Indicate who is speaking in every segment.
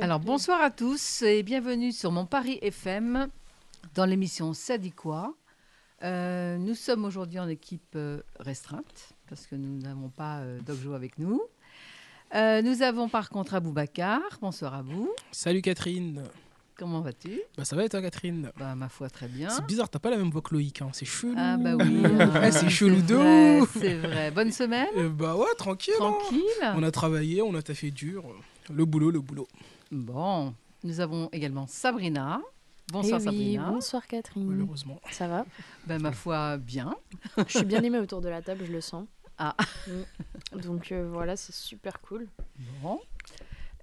Speaker 1: Alors bonsoir à tous et bienvenue sur mon Paris FM dans l'émission Ça dit quoi Euh, Nous sommes aujourd'hui en équipe euh, restreinte parce que nous n'avons pas euh, Dogjo avec nous. Euh, nous avons par contre Aboubacar. Bonsoir à vous.
Speaker 2: Salut Catherine.
Speaker 1: Comment vas-tu
Speaker 2: Bah ça va et toi Catherine
Speaker 1: Bah ma foi très bien.
Speaker 2: C'est bizarre, t'as pas la même voix que Loïc, hein. c'est chelou.
Speaker 1: Ah bah oui.
Speaker 2: Ouais,
Speaker 1: hein,
Speaker 2: c'est chelou de
Speaker 1: vrai,
Speaker 2: ouf.
Speaker 1: C'est vrai. Bonne semaine.
Speaker 2: Euh, bah ouais, tranquille. hein. On
Speaker 1: Tranquille.
Speaker 2: a travaillé, on a taffé dur. Le boulot, le boulot.
Speaker 1: Bon, nous avons également Sabrina.
Speaker 3: Eh
Speaker 1: Bonsoir
Speaker 3: oui,
Speaker 1: Sabrina.
Speaker 3: bonsoir
Speaker 1: Mm.
Speaker 3: Catherine.
Speaker 2: Malheureusement.
Speaker 3: Ça va
Speaker 1: Bah, ma foi bien.
Speaker 3: Je suis bien aimée autour de la table, je le sens.
Speaker 1: Ah.
Speaker 3: Mm. Donc euh, voilà, c'est super cool.
Speaker 1: Bon.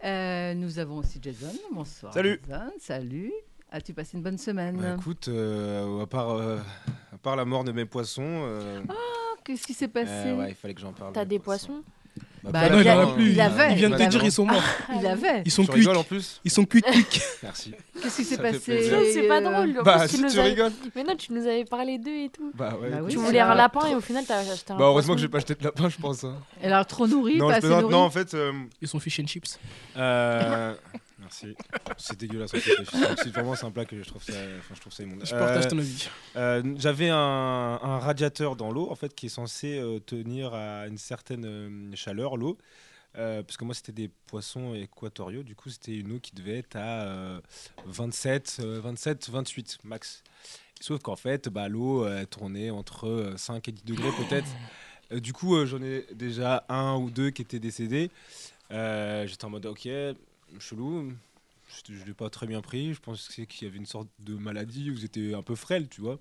Speaker 1: Euh, nous avons aussi Jason. Bonsoir.
Speaker 4: Salut.
Speaker 1: Jason, salut. As-tu passé une bonne semaine
Speaker 4: Bah, écoute, euh, à, part, euh, à part la mort de mes poissons, euh,
Speaker 1: Oh, Qu'est-ce qui s'est
Speaker 4: euh,
Speaker 1: passé
Speaker 4: ouais, il fallait que j'en parle.
Speaker 3: T'as
Speaker 4: mes
Speaker 3: des poissons
Speaker 1: Bah,
Speaker 2: Ah,
Speaker 4: pas
Speaker 1: il
Speaker 4: maintenant,
Speaker 1: a- Ah.
Speaker 4: hein.
Speaker 1: il
Speaker 4: Bah,
Speaker 1: avait,
Speaker 2: Ils viennent
Speaker 4: pas
Speaker 2: de te dire
Speaker 4: maintenant.
Speaker 2: ils sont morts.
Speaker 3: Ah
Speaker 1: Il avait.
Speaker 2: Ils sont
Speaker 4: Tu
Speaker 2: cuits.
Speaker 4: rigoles en plus
Speaker 2: Ils sont cuits cuits.
Speaker 4: Merci.
Speaker 1: Qu'est-ce qui s'est
Speaker 4: Ça fait
Speaker 1: passé
Speaker 4: plaisir.
Speaker 3: C'est pas
Speaker 1: euh,
Speaker 3: drôle. en
Speaker 4: Bah,
Speaker 3: plus, tu
Speaker 4: si
Speaker 3: nous
Speaker 4: tu
Speaker 3: avais-
Speaker 4: rigoles.
Speaker 3: Mais non, tu nous avais parlé d'eux et tout.
Speaker 4: Bah ouais.
Speaker 1: Bah
Speaker 4: écoute.
Speaker 1: oui,
Speaker 3: tu
Speaker 1: c'est
Speaker 3: voulais un
Speaker 1: vrai.
Speaker 3: lapin et au final t'as acheté un.
Speaker 4: Bah heureusement
Speaker 3: poisson.
Speaker 4: que j'ai pas acheté de lapin, je pense. hein.
Speaker 1: Elle a trop nourri,
Speaker 4: non,
Speaker 1: pas
Speaker 4: je
Speaker 1: assez
Speaker 4: plaisante.
Speaker 1: bah, nourri.
Speaker 4: Non, en fait. euh,
Speaker 2: Ils sont fish and chips.
Speaker 4: euh, Merci. C'est dégueulasse. en fait, les fish and chips. Vraiment, c'est un plat que je trouve ça, enfin, je trouve ça immonde.
Speaker 2: Je partage
Speaker 4: Euh,
Speaker 2: ton avis.
Speaker 4: Euh, J'avais un, un radiateur dans l'eau, en fait, qui est censé euh, tenir à une certaine euh, chaleur l'eau. Euh, parce que moi, c'était des poissons équatoriaux. Du coup, c'était une eau qui devait être à euh, 27, euh, 27, 28 max. Sauf qu'en fait, bah, l'eau euh, elle tournait entre euh, 5 et 10 degrés peut-être. Euh, du coup, euh, j'en ai déjà un ou deux qui étaient décédés. Euh, J'étais en mode, ok, chelou. Je ne l'ai pas très bien pris. Je pense que c'est qu'il y avait une sorte de maladie où j'étais un peu frêle, tu vois.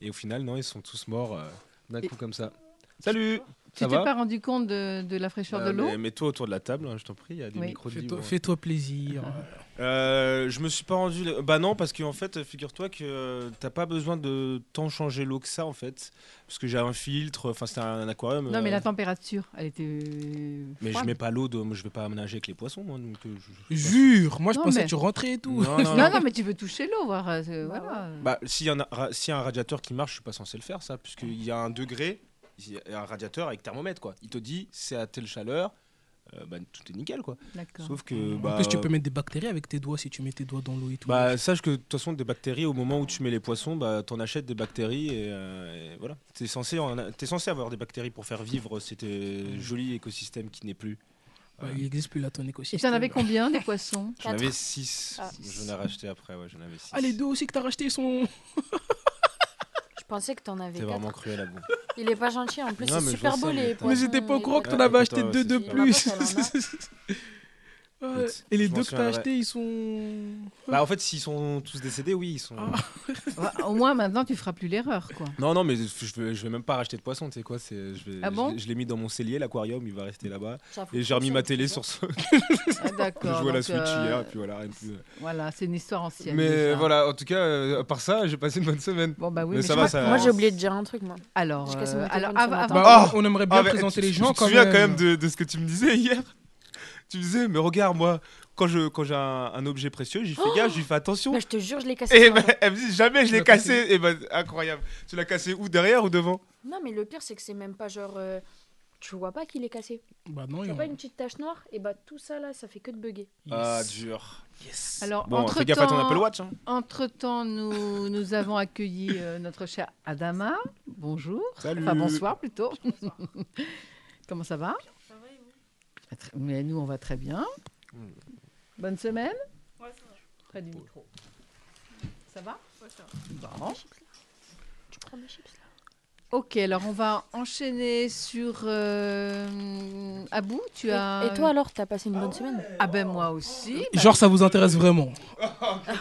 Speaker 4: Et au final, non, ils sont tous morts euh, d'un
Speaker 1: Et-
Speaker 4: coup comme ça. Salut
Speaker 1: Tu
Speaker 4: Ça
Speaker 1: t'es
Speaker 4: va
Speaker 1: pas rendu compte de, de la fraîcheur
Speaker 4: Euh,
Speaker 1: de l'eau
Speaker 4: mais- Mets-toi autour de la table, hein, je t'en prie, il y a des
Speaker 1: Oui.
Speaker 4: micros de
Speaker 2: Fais-toi
Speaker 4: libre.
Speaker 2: fais-toi plaisir.
Speaker 1: Ah.
Speaker 4: Euh, je me suis pas rendu. Bah non, parce qu'en fait, figure-toi que euh, t'as pas besoin de tant changer l'eau que ça, en fait. Parce que j'ai un filtre, enfin, c'est un aquarium.
Speaker 1: Non, mais
Speaker 4: euh,
Speaker 1: la température, elle était. euh,
Speaker 4: mais je
Speaker 1: froide.
Speaker 4: mets pas l'eau, de... je vais pas nager avec les poissons. moi, donc, euh, je- je sais pas.
Speaker 2: Jure, moi je
Speaker 1: Non,
Speaker 2: pensais
Speaker 1: mais-
Speaker 2: que tu rentrais et tout.
Speaker 4: Non, non, non.
Speaker 1: Non, non, mais tu peux toucher l'eau, voir. euh,
Speaker 3: Bah
Speaker 1: voilà.
Speaker 4: Bah, s'il y, en a- ra- s'il y a un radiateur qui marche, je suis pas censé le faire, ça, puisqu'il y a un degré, il y a un radiateur avec thermomètre, quoi. Il te dit, c'est à telle chaleur, euh, bah, tout est nickel, quoi.
Speaker 1: D'accord.
Speaker 4: Sauf que.
Speaker 2: En
Speaker 4: Bah,
Speaker 2: plus tu peux mettre des bactéries avec tes doigts si tu mets tes doigts dans l'eau et tout.
Speaker 4: Bah, sache que de toute façon, des bactéries, au moment où tu mets les poissons, bah, t'en achètes des bactéries et, euh, et voilà. T'es censé, en a- t'es censé avoir des bactéries pour faire vivre cet euh, joli écosystème qui n'est plus.
Speaker 2: Ouais, il existe plus là ton
Speaker 1: Et
Speaker 2: écosystème.
Speaker 1: tu en avais combien des poissons
Speaker 4: J'en
Speaker 3: Quatre.
Speaker 4: avais 6.
Speaker 3: Ah.
Speaker 4: J'en ai racheté après, ouais, j'en avais 6.
Speaker 2: Ah les deux aussi que t'as racheté ils sont.
Speaker 3: Je pensais que t'en avais.
Speaker 4: T'es
Speaker 3: quatre.
Speaker 4: vraiment cruel à bout.
Speaker 3: Il est pas gentil en plus,
Speaker 4: Non,
Speaker 3: c'est
Speaker 4: mais je
Speaker 3: super
Speaker 4: vois
Speaker 3: beau
Speaker 4: ça, mais
Speaker 3: les
Speaker 4: t'as-
Speaker 3: poissons.
Speaker 4: Ouais,
Speaker 2: Mais j'étais pas au
Speaker 3: les-
Speaker 2: courant que t'en
Speaker 4: Ouais,
Speaker 2: avais
Speaker 4: écoute,
Speaker 2: acheté
Speaker 4: ouais,
Speaker 2: deux
Speaker 4: c'est
Speaker 2: de
Speaker 4: sûr.
Speaker 2: plus.
Speaker 3: Ma pote,
Speaker 2: Ouais,
Speaker 4: Écoute,
Speaker 2: Et les
Speaker 4: je m'en
Speaker 2: deux que t'as
Speaker 4: souviendrai.
Speaker 2: achetés, ils sont.
Speaker 4: Bah, en fait, s'ils sont tous décédés, oui, ils sont.
Speaker 2: Ah.
Speaker 1: Ouais, Au moins, maintenant, tu feras plus l'erreur, quoi.
Speaker 4: Non, non, mais je vais, je vais même pas racheter de poissons, tu sais quoi. c'est- Je, vais-
Speaker 1: Ah bon
Speaker 4: je l'ai- je l'ai mis dans mon cellier, l'aquarium, il va rester là-bas.
Speaker 3: ça fout
Speaker 4: Et j'ai
Speaker 3: tout
Speaker 4: remis
Speaker 3: ça,
Speaker 4: ma
Speaker 3: Ah, c'est
Speaker 4: télé
Speaker 3: bien.
Speaker 4: sur ce.
Speaker 1: Ah,
Speaker 4: Je
Speaker 1: D'accord.
Speaker 4: jouais à la
Speaker 1: donc,
Speaker 4: Switch
Speaker 1: euh,
Speaker 4: hier, et puis voilà, rien de plus.
Speaker 1: Voilà, c'est une histoire ancienne.
Speaker 4: Mais
Speaker 1: déjà.
Speaker 4: voilà, en tout cas, euh, à part ça, j'ai passé une bonne semaine.
Speaker 1: Bon, bah oui,
Speaker 4: Mais
Speaker 1: mais je
Speaker 4: ça va,
Speaker 1: crois
Speaker 4: ça-
Speaker 1: que-
Speaker 3: Moi j'ai oublié de dire un truc moi.
Speaker 1: Alors,
Speaker 3: J'ai cassé mon
Speaker 1: euh,
Speaker 3: téléphone
Speaker 1: alors
Speaker 3: ce
Speaker 1: av-
Speaker 3: matin.
Speaker 1: avant,
Speaker 2: Bah,
Speaker 4: Ah
Speaker 2: on on aimerait bien
Speaker 4: mais,
Speaker 2: présenter
Speaker 4: tu-
Speaker 2: les gens
Speaker 4: Tu te
Speaker 2: quand
Speaker 4: souviens
Speaker 2: même.
Speaker 4: quand même de, de ce que tu me disais hier Tu me disais, mais regarde, moi, quand j'ai quand j'ai un, un objet précieux, j'y fais gaffe, j'y fais attention.
Speaker 3: Bah, je te jure, je l'ai cassé.
Speaker 4: et
Speaker 3: moi.
Speaker 4: ben, elle me dit, jamais je l'ai
Speaker 2: l'as
Speaker 4: cassé. Et ben, incroyable. Tu l'as cassé où Derrière ou devant
Speaker 3: Non, mais le pire c'est que c'est même pas genre. euh, Tu vois pas qu'il est cassé.
Speaker 2: Bah non,
Speaker 3: Tu
Speaker 2: il y
Speaker 3: vois
Speaker 4: hein.
Speaker 2: en
Speaker 3: pas une petite tache noire Et bah tout ça là, ça fait que de bugger.
Speaker 2: Yes.
Speaker 4: Ah, dur.
Speaker 2: Yes.
Speaker 1: alors
Speaker 4: Bon,
Speaker 1: entre
Speaker 4: fais gaffe à ton Apple
Speaker 1: temps,
Speaker 4: Watch. hein.
Speaker 1: entre temps, nous nous avons accueilli euh, notre cher Adama. Bonjour.
Speaker 4: Salut.
Speaker 1: Enfin bonsoir plutôt. Comment ça va Ah, très- Mais nous on va très bien.
Speaker 4: Mm.
Speaker 1: Bonne semaine. Près du micro. Ça va Bon.
Speaker 3: Tu prends mes chips là
Speaker 1: Ok, alors on va enchaîner sur euh, Abou. Tu
Speaker 3: Et,
Speaker 1: as
Speaker 3: et toi alors, t'as passé une bonne semaine
Speaker 1: Ah ben moi aussi. bah,
Speaker 2: Genre, ça vous intéresse vraiment.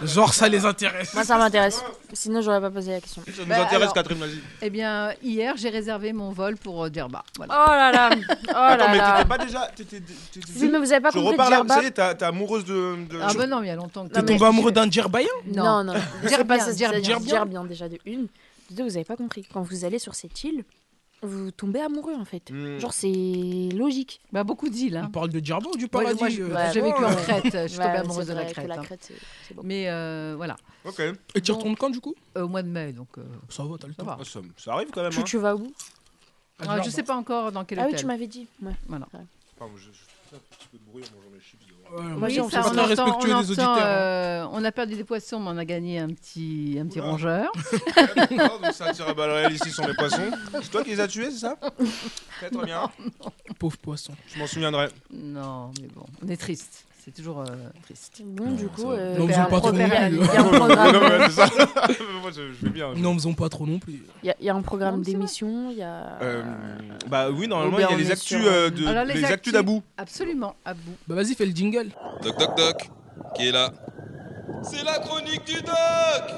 Speaker 2: Genre, ça les intéresse.
Speaker 3: Moi, ça m'intéresse. Sinon, j'aurais pas posé la question.
Speaker 4: Ça nous
Speaker 1: Bah,
Speaker 4: intéresse,
Speaker 1: alors-
Speaker 4: Catherine, vas-y.
Speaker 1: Eh bien, hier, j'ai réservé mon vol pour euh, Djerba.
Speaker 3: Oh
Speaker 1: Voilà.
Speaker 3: là là Oh
Speaker 4: Attends,
Speaker 3: là
Speaker 4: mais
Speaker 3: là
Speaker 4: t'étais pas déjà. t'étais- t'étais-
Speaker 3: Oui, mais vous avez pas
Speaker 4: Je
Speaker 3: compris
Speaker 4: repars là,
Speaker 3: Djerba
Speaker 4: ça y est, t'as- t'es amoureuse de. de-
Speaker 1: Ah ben non, mais il y a longtemps que...
Speaker 3: Non,
Speaker 2: T'es
Speaker 3: mais-
Speaker 2: tombé amoureux d'un Djerbaïen
Speaker 3: Non, non.
Speaker 1: Dire
Speaker 3: C'est
Speaker 1: bien,
Speaker 3: pas ça,
Speaker 1: dire
Speaker 3: c'est-à-dire
Speaker 2: bien.
Speaker 3: dire bien déjà de une. De deux, vous avez pas compris. Quand vous allez sur cette île, vous tombez amoureux en fait.
Speaker 4: Hmm.
Speaker 3: Genre, c'est logique.
Speaker 1: Bah, beaucoup d'îles.
Speaker 2: On
Speaker 1: Hein.
Speaker 2: parle de Djerba ou du
Speaker 1: Moi,
Speaker 2: paradis
Speaker 1: moi, je-
Speaker 2: euh,
Speaker 3: ouais.
Speaker 1: j'ai vécu
Speaker 3: Ouais.
Speaker 1: en Crète. Je suis tombée
Speaker 3: Ouais, c'est
Speaker 1: amoureuse de la
Speaker 3: vrai que
Speaker 1: Crête.
Speaker 3: La
Speaker 1: hein.
Speaker 3: crête, c'est- c'est bon.
Speaker 1: Mais euh, voilà,
Speaker 4: Ok.
Speaker 2: Et tu
Speaker 1: Non.
Speaker 2: retournes quand, du coup
Speaker 1: Euh, au mois de mai, donc euh,
Speaker 2: Ça va, t'as le
Speaker 1: ça
Speaker 2: temps.
Speaker 1: va.
Speaker 4: Ah, Ça, ça arrive quand même.
Speaker 3: Tu,
Speaker 4: hein.
Speaker 3: tu vas où
Speaker 1: Ah, je sais pas encore dans quel
Speaker 3: Ah oui,
Speaker 1: hôtel.
Speaker 3: tu m'avais dit. Ouais.
Speaker 4: Pardon, je, je fais un petit peu de bruit en mangeant mes chips. devant.
Speaker 2: Moi,
Speaker 3: Moi,
Speaker 1: Oui,
Speaker 3: j'ai-
Speaker 1: ça,
Speaker 3: c'est
Speaker 1: on
Speaker 3: pas
Speaker 2: très
Speaker 1: entend-
Speaker 2: respectueux
Speaker 1: on
Speaker 2: des
Speaker 1: entend,
Speaker 2: auditeurs, hein.
Speaker 1: euh, on a perdu des poissons, mais on a gagné un petit, un petit
Speaker 4: Oula.
Speaker 1: rongeur.
Speaker 4: D'accord, donc ça tire à balles réelles ici sur les poissons. C'est toi qui les as tués, c'est ça Très très bien.
Speaker 1: euh,
Speaker 2: Pauvre poisson.
Speaker 4: Je m'en souviendrai.
Speaker 1: Non, mais bon, on est triste. C'est toujours euh, triste.
Speaker 3: Bon,
Speaker 5: Non,
Speaker 3: du
Speaker 5: ça
Speaker 3: coup,
Speaker 5: va.
Speaker 3: euh,
Speaker 2: Non, vous
Speaker 3: ben,
Speaker 2: avez pas trop
Speaker 3: repère-
Speaker 2: non
Speaker 3: il
Speaker 2: plus.
Speaker 3: y a un
Speaker 2: Ah
Speaker 4: Non, mais
Speaker 3: programme,
Speaker 4: ouais, c'est ça. Moi, je, je vais bien.
Speaker 2: Non, faisons pas trop non plus.
Speaker 3: il y a- il y a un
Speaker 1: Non,
Speaker 3: programme
Speaker 1: mais c'est
Speaker 3: d'émission, il y a.
Speaker 4: Euh, bah oui, normalement,
Speaker 3: Oh,
Speaker 4: il y
Speaker 3: ben,
Speaker 4: a
Speaker 3: on
Speaker 4: les
Speaker 3: est
Speaker 4: actus,
Speaker 3: sur-
Speaker 4: euh, de,
Speaker 1: Alors, les
Speaker 4: les
Speaker 1: actus.
Speaker 4: actus d'Abou.
Speaker 1: Absolument, à bout.
Speaker 2: Bah, vas-y, fais le jingle.
Speaker 5: Doc, doc, doc, qui est là C'est la chronique du doc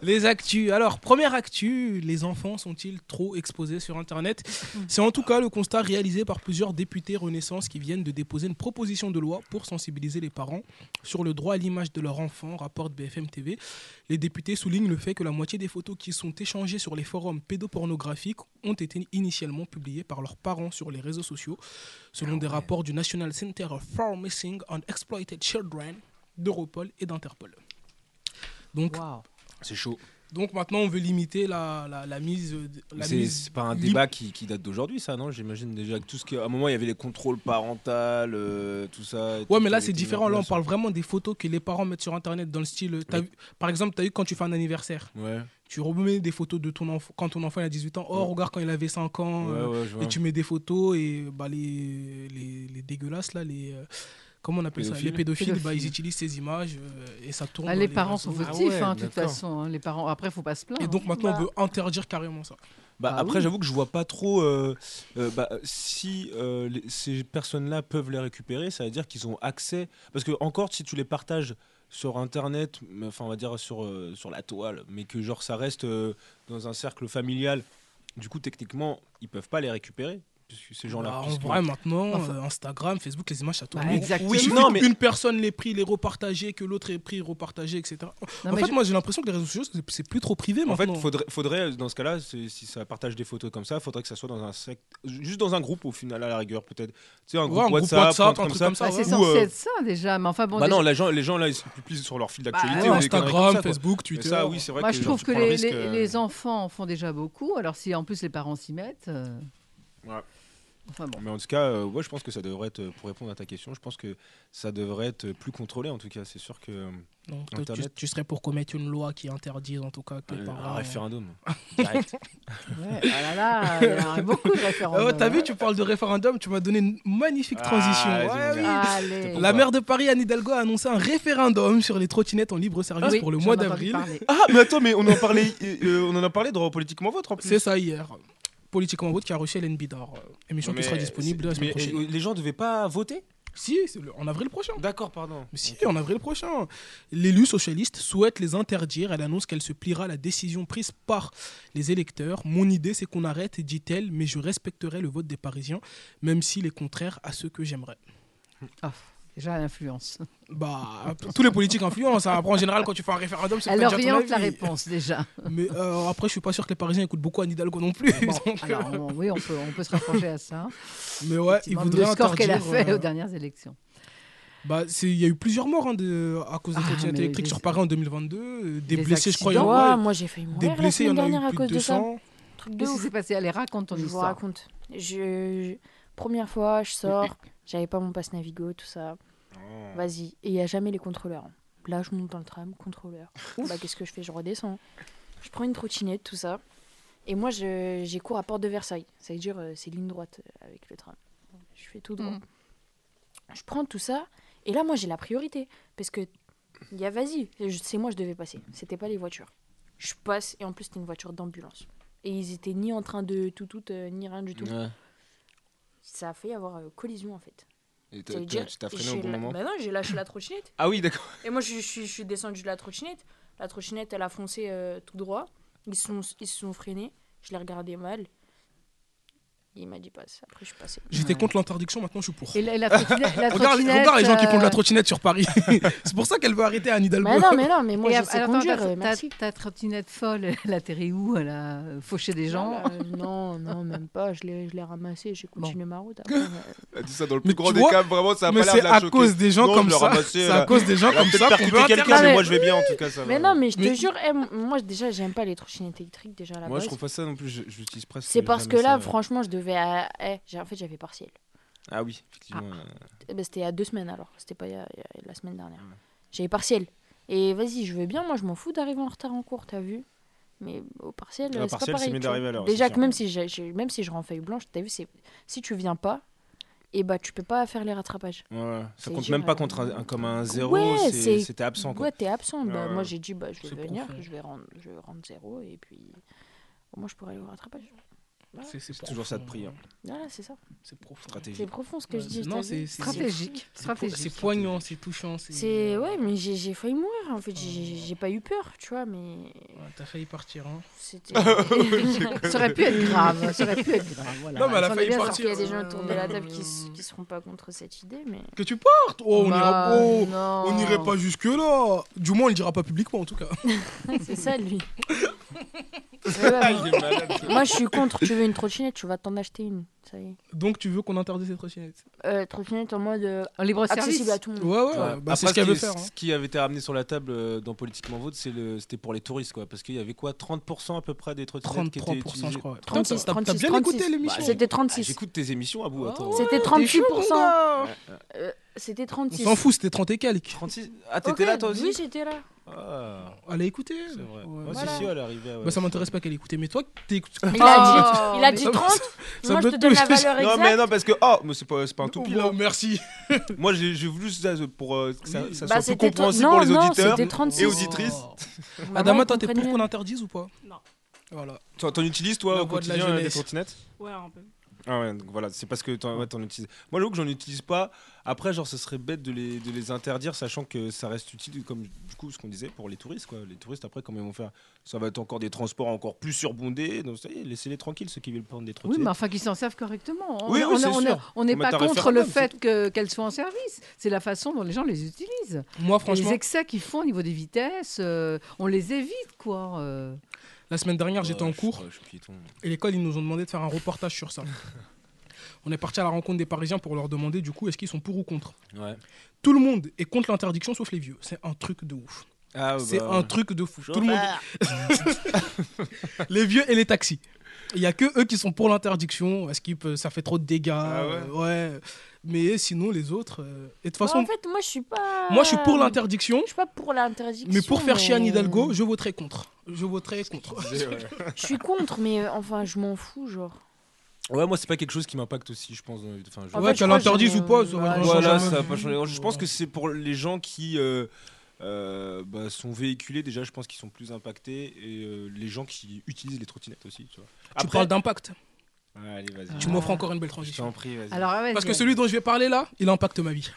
Speaker 2: Les actus. Alors, première actu, les enfants sont-ils trop exposés sur Internet C'est en tout cas le constat réalisé par plusieurs députés Renaissance qui viennent de déposer une proposition de loi pour sensibiliser les parents sur le droit à l'image de leur enfant, rapporte BFM TV. Les députés soulignent le fait que la moitié des photos qui sont échangées sur les forums pédopornographiques ont été initialement publiées par leurs parents sur les réseaux sociaux, selon des rapports du National Center for Missing and Exploited Children, d'Europol et d'Interpol. Donc,
Speaker 1: Waouh.
Speaker 4: C'est chaud.
Speaker 2: donc maintenant, on veut limiter la, la, la mise. euh, de- La
Speaker 4: C'est
Speaker 2: mise
Speaker 4: c'est pas un
Speaker 2: lib-
Speaker 4: débat qui, qui date d'aujourd'hui, ça, non J'imagine déjà que tout ce qui. À un moment, il y avait les contrôles parentaux, euh, tout ça. et tout
Speaker 2: Ouais, mais là,
Speaker 4: qui
Speaker 2: c'est
Speaker 4: avait été mis en
Speaker 2: différent. Là, on
Speaker 4: place.
Speaker 2: parle vraiment des photos que les parents mettent sur Internet dans le style. euh, t'as
Speaker 4: Oui.
Speaker 2: vu- par exemple, tu as eu quand tu fais un anniversaire,
Speaker 4: Ouais,
Speaker 2: tu remets des photos de ton enfant quand ton enfant il a 18 ans. Oh,
Speaker 4: Ouais.
Speaker 2: regarde quand il avait 5 ans.
Speaker 4: ouais,
Speaker 2: euh,
Speaker 4: ouais, je vois.
Speaker 2: Et tu mets des photos et euh, bah, les, les, les dégueulasses, là, les. euh, Comment on appelle ça
Speaker 4: Pédophiles.
Speaker 2: Les pédophiles,
Speaker 1: Pédophiles.
Speaker 2: bah, ils utilisent ces images euh, et ça tourne.
Speaker 1: Ah,
Speaker 2: dans
Speaker 1: les parents
Speaker 2: réseaux.
Speaker 1: sont
Speaker 4: Ah
Speaker 1: fautifs,
Speaker 4: ouais,
Speaker 1: hein, de toute
Speaker 4: d'accord.
Speaker 1: façon. hein, Les parents, après, faut pas se plaindre.
Speaker 2: Et donc
Speaker 1: hein.
Speaker 2: maintenant, on
Speaker 3: Bah.
Speaker 2: veut interdire carrément ça.
Speaker 4: Bah,
Speaker 1: Ah
Speaker 4: après,
Speaker 1: oui.
Speaker 4: j'avoue que je vois pas trop euh, euh, bah, si euh, les- ces personnes-là peuvent les récupérer, ça veut dire qu'ils ont accès. Parce que, encore, si tu les partages sur internet, mais, enfin, on va dire sur, euh, sur la toile, mais que genre ça reste euh, dans un cercle familial, du coup, techniquement, ils peuvent pas les récupérer. Puisque ces gens-là.
Speaker 2: Bah, en
Speaker 4: puisque-
Speaker 2: vrai, maintenant,
Speaker 1: Enfin-
Speaker 2: euh, Instagram, Facebook, les images, ça tourne.
Speaker 1: Bah,
Speaker 2: beaucoup.
Speaker 1: exactement.
Speaker 2: Il
Speaker 4: Oui,
Speaker 2: suffit
Speaker 4: non, mais.
Speaker 2: qu'une personne les pris, les repartager, que l'autre ait pris, repartagé, etc.
Speaker 1: Non,
Speaker 2: en
Speaker 1: mais
Speaker 2: fait,
Speaker 1: je-
Speaker 2: moi, j'ai l'impression que les réseaux sociaux, c'est- c'est plus trop privé
Speaker 4: En fait,
Speaker 2: maintenant.
Speaker 4: faudrait, faudrait, euh, dans ce cas-là, c'est- si ça partage des photos comme ça, faudrait que ça soit dans un secte, juste dans un groupe au final, à la rigueur, peut-être. Tu sais, un
Speaker 2: Ouais,
Speaker 4: groupe,
Speaker 2: un groupe
Speaker 4: WhatsApp,
Speaker 2: WhatsApp,
Speaker 4: un truc comme ça.
Speaker 2: ça,
Speaker 1: Bah,
Speaker 2: ouais.
Speaker 1: c'est
Speaker 4: Ou, euh,
Speaker 1: censé être ça déjà, mais enfin bon.
Speaker 4: bah
Speaker 1: déjà-
Speaker 4: non, là, gens- les gens là, ils se publient sur leur fil d'actualité.
Speaker 1: Ah ouais,
Speaker 4: ou des conneries comme
Speaker 2: Bah, Instagram,
Speaker 4: ça, quoi.
Speaker 2: Facebook,
Speaker 4: Mais
Speaker 2: Twitter.
Speaker 4: ça, oui, c'est vrai
Speaker 1: moi,
Speaker 4: que
Speaker 1: je
Speaker 4: genre,
Speaker 1: trouve
Speaker 4: tu
Speaker 1: que
Speaker 4: prends le
Speaker 1: les,
Speaker 4: risque,
Speaker 1: les-
Speaker 4: euh,
Speaker 1: les enfants en font déjà beaucoup. Alors, si en plus les parents s'y mettent. euh,
Speaker 4: Ouais.
Speaker 1: Enfin bon.
Speaker 4: Mais en tout cas, euh, ouais, je pense que ça devrait être, euh, pour répondre à ta question, je pense que ça devrait être euh, plus contrôlé en tout cas. C'est sûr que. euh,
Speaker 2: Non, toi, tu,
Speaker 4: Internet.
Speaker 2: tu serais pour qu'on mette une loi qui interdise, en tout cas, que les
Speaker 4: un
Speaker 2: parents-
Speaker 4: référendum. Direct.
Speaker 1: Ouais, oh là là, il y a beaucoup de hein. références.
Speaker 2: Ah ouais, T'as vu, tu parles de référendum, tu m'as donné une magnifique
Speaker 4: Ah,
Speaker 2: transition.
Speaker 4: c'est
Speaker 2: Ouais,
Speaker 4: mon
Speaker 2: oui.
Speaker 4: gars.
Speaker 1: Ah,
Speaker 3: Allez.
Speaker 4: Pourquoi
Speaker 2: La maire de Paris, Anne Hidalgo, a annoncé un référendum sur les trottinettes en libre service
Speaker 1: Oui,
Speaker 2: pour le
Speaker 1: j'en
Speaker 2: mois
Speaker 1: ai entendu
Speaker 2: d'avril.
Speaker 1: parler.
Speaker 4: ah, mais attends, mais on en parlait, euh, on en a parlé dans Politiquement Votre en plus.
Speaker 2: C'est ça hier. Politiquement vote qui a reçu Hélène Bidard. Euh, Émission
Speaker 4: Mais
Speaker 2: qui sera disponible la
Speaker 4: c'est-
Speaker 2: semaine
Speaker 4: mais,
Speaker 2: prochaine.
Speaker 4: euh, les gens devaient pas voter
Speaker 2: Si, c'est le- en avril prochain.
Speaker 4: D'accord, pardon.
Speaker 2: Mais si, en avril prochain. L'élu socialiste souhaite les interdire. Elle annonce qu'elle se pliera à la décision prise par les électeurs. Mon idée, c'est qu'on arrête, dit-elle, mais je respecterai le vote des Parisiens, même s'il est contraire à ce que j'aimerais.
Speaker 1: Ah, déjà l'influence.
Speaker 2: Bah, tous les politiques influencent. hein. Après, en général, quand tu fais un référendum, c'est
Speaker 1: Elle
Speaker 2: déjà ton
Speaker 1: oriente la
Speaker 2: avis.
Speaker 1: réponse déjà.
Speaker 2: Mais euh, après, je suis pas sûr que les Parisiens écoutent beaucoup Anne Hidalgo non plus.
Speaker 1: Ah Bon,
Speaker 2: Donc, euh,
Speaker 1: alors on- oui, on peut, on peut se rapprocher à ça.
Speaker 2: mais ouais, il
Speaker 1: Effectivement, vu
Speaker 2: voudrait
Speaker 1: le score qu'elle a
Speaker 2: interdire,
Speaker 1: fait
Speaker 2: euh,
Speaker 1: aux dernières élections.
Speaker 2: Bah, c'est- il y a eu plusieurs morts hein, de- à cause des
Speaker 1: Ah,
Speaker 2: trottinettes
Speaker 1: mais
Speaker 2: électriques
Speaker 1: les-
Speaker 2: sur Paris en 2022. euh, Des
Speaker 1: les
Speaker 2: blessés, je crois, il y
Speaker 3: Ouais,
Speaker 2: en
Speaker 1: accidents,
Speaker 2: a.
Speaker 3: moi j'ai failli
Speaker 2: Des
Speaker 3: mourir la
Speaker 2: blessés, il y
Speaker 3: semaine
Speaker 2: en a
Speaker 3: dernière
Speaker 2: eu
Speaker 3: à
Speaker 2: plus
Speaker 3: cause
Speaker 2: de
Speaker 3: de ça.
Speaker 2: 200.
Speaker 3: Truc de
Speaker 1: Qu'est-ce qui
Speaker 3: ouf.
Speaker 1: s'est passé Allez, raconte ton
Speaker 3: Je vous
Speaker 1: histoire.
Speaker 3: raconte. Je... je- Première fois, je sors, j'avais pas mon passe Navigo, tout ça. Vas-y. Et il n'y a jamais les contrôleurs. hein. Là, je monte dans le tram, contrôleur. bah, qu'est-ce que je fais Je redescends. Je prends une trottinette, tout ça. Et moi, je- j'ai cours à Porte de Versailles. Ça veut dire, euh, c'est ligne droite euh, avec le tram. Je fais tout droit.
Speaker 1: Mm.
Speaker 3: Je prends tout ça. Et là, moi, j'ai la priorité. Parce que, y a, vas-y, je- c'est moi, je devais passer. C'était pas les voitures. Je passe, et en plus, c'était une voiture d'ambulance. Et ils étaient ni en train de tout tout, euh, ni rien du tout.
Speaker 6: Ouais.
Speaker 3: Ça a fait avoir euh, collision, en fait.
Speaker 6: Et
Speaker 3: Ça
Speaker 6: t'as-
Speaker 3: veut
Speaker 6: t'as-
Speaker 3: dire,
Speaker 6: tu t'as
Speaker 3: j'ai
Speaker 6: freiné au bon
Speaker 3: la-
Speaker 6: moment.
Speaker 3: Bah non, j'ai lâché la trottinette.
Speaker 6: Ah oui, d'accord.
Speaker 3: Et moi, je, je- je suis descendu de la trottinette. La trottinette, elle a foncé euh, tout droit. Ils se sont, ils se sont freinés. Je l'ai regardé mal. Il m'a dit passe. Après, je suis passé.
Speaker 2: J'étais
Speaker 1: Ouais.
Speaker 2: contre l'interdiction, maintenant je suis pour.
Speaker 1: Et la, la trottinette. la
Speaker 2: Regarde,
Speaker 1: trottinette,
Speaker 2: regarde les gens qui
Speaker 1: euh,
Speaker 2: font de la trottinette sur Paris. c'est pour ça qu'elle veut arrêter Anne Hidalgo.
Speaker 3: Mais non, mais non, mais moi,
Speaker 1: et
Speaker 3: je
Speaker 1: ap-
Speaker 3: sais
Speaker 1: alors, attends,
Speaker 3: conduire.
Speaker 1: ta- ta-
Speaker 3: euh, merci.
Speaker 1: Ta trottinette folle, elle atterrit où Elle a euh, fauché des gens.
Speaker 3: Ah, là, euh, non, non, même pas. Je l'ai je l'ai ramassé. J'ai continué ma route. après, euh,
Speaker 6: Elle dit ça dans le
Speaker 2: Mais
Speaker 6: plus grand
Speaker 2: tu
Speaker 6: des
Speaker 2: vois,
Speaker 6: cas, vraiment, ça a
Speaker 2: Mais
Speaker 6: pas l'air
Speaker 2: c'est
Speaker 6: de la
Speaker 2: à
Speaker 6: choquer.
Speaker 2: cause des gens
Speaker 6: Non, je
Speaker 2: comme
Speaker 6: l'ai
Speaker 2: ça.
Speaker 6: ramassé,
Speaker 2: C'est
Speaker 6: là.
Speaker 2: à cause des gens
Speaker 6: Elle a
Speaker 2: comme
Speaker 6: peut-être
Speaker 2: ça qu'on
Speaker 6: percuté
Speaker 2: veut
Speaker 6: quelqu'un,
Speaker 3: interdire.
Speaker 6: mais
Speaker 3: Non,
Speaker 6: moi
Speaker 3: mais-
Speaker 6: je vais bien en tout cas. Ça
Speaker 3: Mais
Speaker 6: va.
Speaker 3: non, mais je te
Speaker 2: Mais-
Speaker 3: jure, eh, m- moi déjà, j'aime pas les trottinettes électriques déjà à la
Speaker 4: Moi, je
Speaker 3: base.
Speaker 4: trouve pas ça non plus. je- Je l'utilise
Speaker 3: Ah
Speaker 4: presque.
Speaker 3: bah C'est parce que
Speaker 4: jamais
Speaker 3: là,
Speaker 4: ça.
Speaker 3: franchement, je devais. à- eh, j'ai- en fait, j'avais partiel.
Speaker 4: Ah oui, effectivement. euh,
Speaker 3: Eh ben, c'était il y a deux semaines alors. C'était pas il y a- il y a- la semaine dernière. J'avais partiel. Et vas-y, je veux bien. Moi, je m'en fous d'arriver en retard en cours, t'as vu mais au partiel,
Speaker 4: Ah,
Speaker 3: euh, c'est
Speaker 4: partiel,
Speaker 3: pas
Speaker 4: c'est
Speaker 3: pareil.
Speaker 4: mieux
Speaker 3: tu vois.
Speaker 4: d'arriver à l'heure,
Speaker 3: Déjà
Speaker 4: c'est
Speaker 3: que
Speaker 4: sûr.
Speaker 3: même si, j'ai- j'ai- même si je rends feuille blanche, t'as vu, c'est- si tu viens pas, et bah tu peux pas faire les rattrapages.
Speaker 4: ouais, Ça
Speaker 3: C'est
Speaker 4: compte
Speaker 3: dur,
Speaker 4: même pas
Speaker 3: euh,
Speaker 4: contre un, un- comme un zéro.
Speaker 3: ouais,
Speaker 4: c'est-
Speaker 3: c'est-
Speaker 4: C'était absent quoi.
Speaker 3: Ouais, t'es absent. Bah,
Speaker 4: Ouais, ouais.
Speaker 3: Moi, j'ai dit, bah, je vais
Speaker 2: Euh, C'est
Speaker 3: venir,
Speaker 2: profond.
Speaker 3: je vais, rendre, je vais rendre zéro, et puis au moins, je pourrai aller au rattrapage.
Speaker 4: C'est toujours ça de prix. hein.
Speaker 3: Voilà, c'est ça.
Speaker 2: C'est profond.
Speaker 3: C'est
Speaker 4: Stratégie.
Speaker 3: profond ce que
Speaker 2: Ouais,
Speaker 3: je
Speaker 2: c'est-
Speaker 3: dis.
Speaker 2: non,
Speaker 3: t'as
Speaker 2: c'est-
Speaker 3: vu
Speaker 1: Stratégique.
Speaker 2: C'est po- C'est
Speaker 1: Stratégique.
Speaker 2: poignant, c'est touchant.
Speaker 3: C'est ouais, mais j'ai j'ai failli mourir en fait. J'ai- J'ai
Speaker 2: Euh.
Speaker 3: j'ai pas eu peur, tu vois, mais
Speaker 2: Ouais, T'as failli partir. Hein.
Speaker 3: c'était.
Speaker 1: Ça aurait pu être grave. Ça aurait pu être grave. Voilà.
Speaker 2: Non, mais elle a
Speaker 1: Ça, on est
Speaker 2: failli
Speaker 1: bien
Speaker 3: Alors
Speaker 2: partir.
Speaker 3: qu'il y a
Speaker 1: sortis.
Speaker 3: des gens autour de la table qui, s- qui seront pas contre cette idée, mais.
Speaker 2: Que tu partes Oh, on ira.
Speaker 1: Bah,
Speaker 2: oh,
Speaker 1: non.
Speaker 2: On n'irait pas jusque-là. Du moins, on le dira pas publiquement en tout cas.
Speaker 3: C'est ça lui. Mais ouais,
Speaker 6: Ah, Il est malade.
Speaker 3: moi je suis contre. Tu veux une trottinette, tu vas t'en acheter une. Ça y est.
Speaker 2: Donc, tu veux qu'on interdise ces trottinettes
Speaker 3: Euh, trottinette en mode euh,
Speaker 1: En libre service.
Speaker 3: accessible à tout le
Speaker 2: Ouais,
Speaker 3: monde.
Speaker 2: ouais,
Speaker 4: Ouais.
Speaker 2: bah, c'est
Speaker 4: Après,
Speaker 2: ce qu'elle
Speaker 4: qui-
Speaker 2: veut faire. hein.
Speaker 4: Ce qui avait été ramené sur la table euh, dans Politiquement Vôtre, c'est le- c'était pour les touristes, quoi. Parce qu'il y avait quoi 30% à peu près des trottinettes qui étaient
Speaker 2: 33%,
Speaker 4: utilisées.
Speaker 2: je crois. ouais.
Speaker 3: 36,
Speaker 2: Putain, t'as- T'as
Speaker 3: 36,
Speaker 2: bien
Speaker 3: 36.
Speaker 2: écouté l'émission.
Speaker 4: Bah,
Speaker 3: C'était
Speaker 4: Ah,
Speaker 3: 36.
Speaker 4: J'écoute tes émissions, à bout. Attends.
Speaker 3: C'était
Speaker 2: T'es chaud,
Speaker 3: 36
Speaker 2: mon gars.
Speaker 3: Euh, C'était
Speaker 2: On
Speaker 3: 36.
Speaker 2: s'en fout, c'était 30 et quelques.
Speaker 4: 36 Ah, t'étais
Speaker 3: Ok,
Speaker 4: là toi aussi
Speaker 3: Oui, j'étais là.
Speaker 4: Ah,
Speaker 2: Elle a écouté.
Speaker 4: c'est vrai.
Speaker 2: Ouais.
Speaker 4: Ouais,
Speaker 3: Voilà.
Speaker 4: si, si, elle arrivait. ouais.
Speaker 2: Bah, ça m'intéresse pas qu'elle écoutait, mais toi, t'écoutes.
Speaker 3: Il
Speaker 4: Ah,
Speaker 3: a
Speaker 1: Oh,
Speaker 3: dit, il a
Speaker 1: mais-
Speaker 3: dit
Speaker 2: Ah. ça me-
Speaker 3: 30.
Speaker 2: ça
Speaker 3: Moi,
Speaker 2: me
Speaker 3: je te donne la
Speaker 2: touche.
Speaker 3: valeur
Speaker 4: Non,
Speaker 3: exacte.
Speaker 4: mais non, parce que. Oh, mais c'est pas, c'est pas un tout pile.
Speaker 2: Oh, merci.
Speaker 4: Moi, j'ai j'ai voulu ça pour euh, que ça,
Speaker 2: Oui.
Speaker 3: Bah,
Speaker 4: ça soit plus
Speaker 3: c'était
Speaker 4: compréhensible
Speaker 3: ton-
Speaker 4: pour les
Speaker 3: non, non,
Speaker 4: auditeurs.
Speaker 3: c'était 36.
Speaker 4: Et auditrice.
Speaker 3: Maman,
Speaker 2: Adama,
Speaker 3: elle
Speaker 2: toi, t'es pour
Speaker 3: comprenait.
Speaker 2: qu'on interdise ou pas Non. Voilà.
Speaker 4: T'en t'en utilises, toi,
Speaker 2: La
Speaker 4: au
Speaker 2: voix de la
Speaker 4: quotidien, euh, des
Speaker 2: jeunesse.
Speaker 4: trottinettes
Speaker 7: Ouais, un peu.
Speaker 4: Ah ouais, donc voilà, c'est parce que t'en ouais, t'en utilises. Moi, j'avoue que j'en utilise pas. Après, genre, ce serait bête de les, de les interdire, sachant que ça reste utile, comme du coup, ce qu'on disait pour les touristes, quoi. Les touristes, après, comment ils vont faire Ça va être encore des transports encore plus surbondés. Donc, ça y est, laissez-les tranquilles, ceux qui veulent prendre des
Speaker 1: Oui,
Speaker 4: trottinettes.
Speaker 1: mais enfin, qu'ils s'en servent correctement. On
Speaker 4: Oui,
Speaker 1: n'est
Speaker 4: oui, c'est sûr.
Speaker 1: on n'est
Speaker 4: On met
Speaker 1: pas
Speaker 4: un
Speaker 1: contre le
Speaker 4: référendum, c'est
Speaker 1: fait que- qu'elles soient en service. C'est la façon dont les gens les utilisent.
Speaker 2: Moi,
Speaker 1: Et Les
Speaker 2: franchement,
Speaker 1: excès qu'ils font au niveau des vitesses, euh, on les évite, quoi. euh.
Speaker 2: la semaine dernière, j'étais en
Speaker 4: Ouais, je-
Speaker 2: cours.
Speaker 4: ouais, Je suis piéton.
Speaker 2: Et l'école, ils nous ont demandé de faire un reportage sur ça. On est parti à la rencontre des Parisiens pour leur demander du coup est-ce qu'ils sont pour ou contre.
Speaker 4: Ouais.
Speaker 2: Tout le monde est contre l'interdiction sauf les vieux. C'est un truc de ouf.
Speaker 4: Ah, bah,
Speaker 2: C'est un truc de fou. Tout le monde.
Speaker 6: Chauffeur.
Speaker 2: Les vieux et les taxis. Il y a que eux qui sont pour l'interdiction. Est-ce que ça fait trop de dégâts
Speaker 4: Ah ouais
Speaker 2: euh, ouais. Mais sinon les autres. euh, Et de toute
Speaker 3: Ouais,
Speaker 2: façon,
Speaker 3: En fait, moi, je suis pas.
Speaker 2: moi je suis pour
Speaker 3: l'interdiction.
Speaker 2: l'interdiction,
Speaker 3: Je suis pas pour l'interdiction.
Speaker 2: mais pour faire chier Anne
Speaker 3: mais-
Speaker 2: Hidalgo, je voterai contre. Je voterai contre.
Speaker 3: Je suis contre, mais euh, enfin, je m'en fous, genre.
Speaker 4: Ouais, moi, c'est pas quelque chose qui m'impacte aussi, je pense. dans la vie. Enfin, je-
Speaker 3: En
Speaker 2: ouais,
Speaker 3: fait, je
Speaker 2: qu'elle
Speaker 3: crois que
Speaker 2: interdise
Speaker 3: j'en
Speaker 2: ou
Speaker 3: ai-
Speaker 2: pas, ça va
Speaker 3: Voilà,
Speaker 2: rien
Speaker 4: Voilà,
Speaker 2: changer.
Speaker 4: ça va pas changer. grand-chose. Je Ah, pense que c'est pour les gens qui euh, euh, bah, sont véhiculés, déjà, je pense qu'ils sont plus impactés. Et euh, les gens qui utilisent les trottinettes aussi, tu vois.
Speaker 2: Tu parles d'impact.
Speaker 4: Ouais, Allez, vas-y.
Speaker 2: Tu m'offres encore une belle
Speaker 4: Je
Speaker 2: transition.
Speaker 4: t'en prie, vas-y.
Speaker 1: Alors, ah ouais,
Speaker 2: Parce que
Speaker 1: c'est-
Speaker 2: celui dont je vais parler là, il impacte ma vie.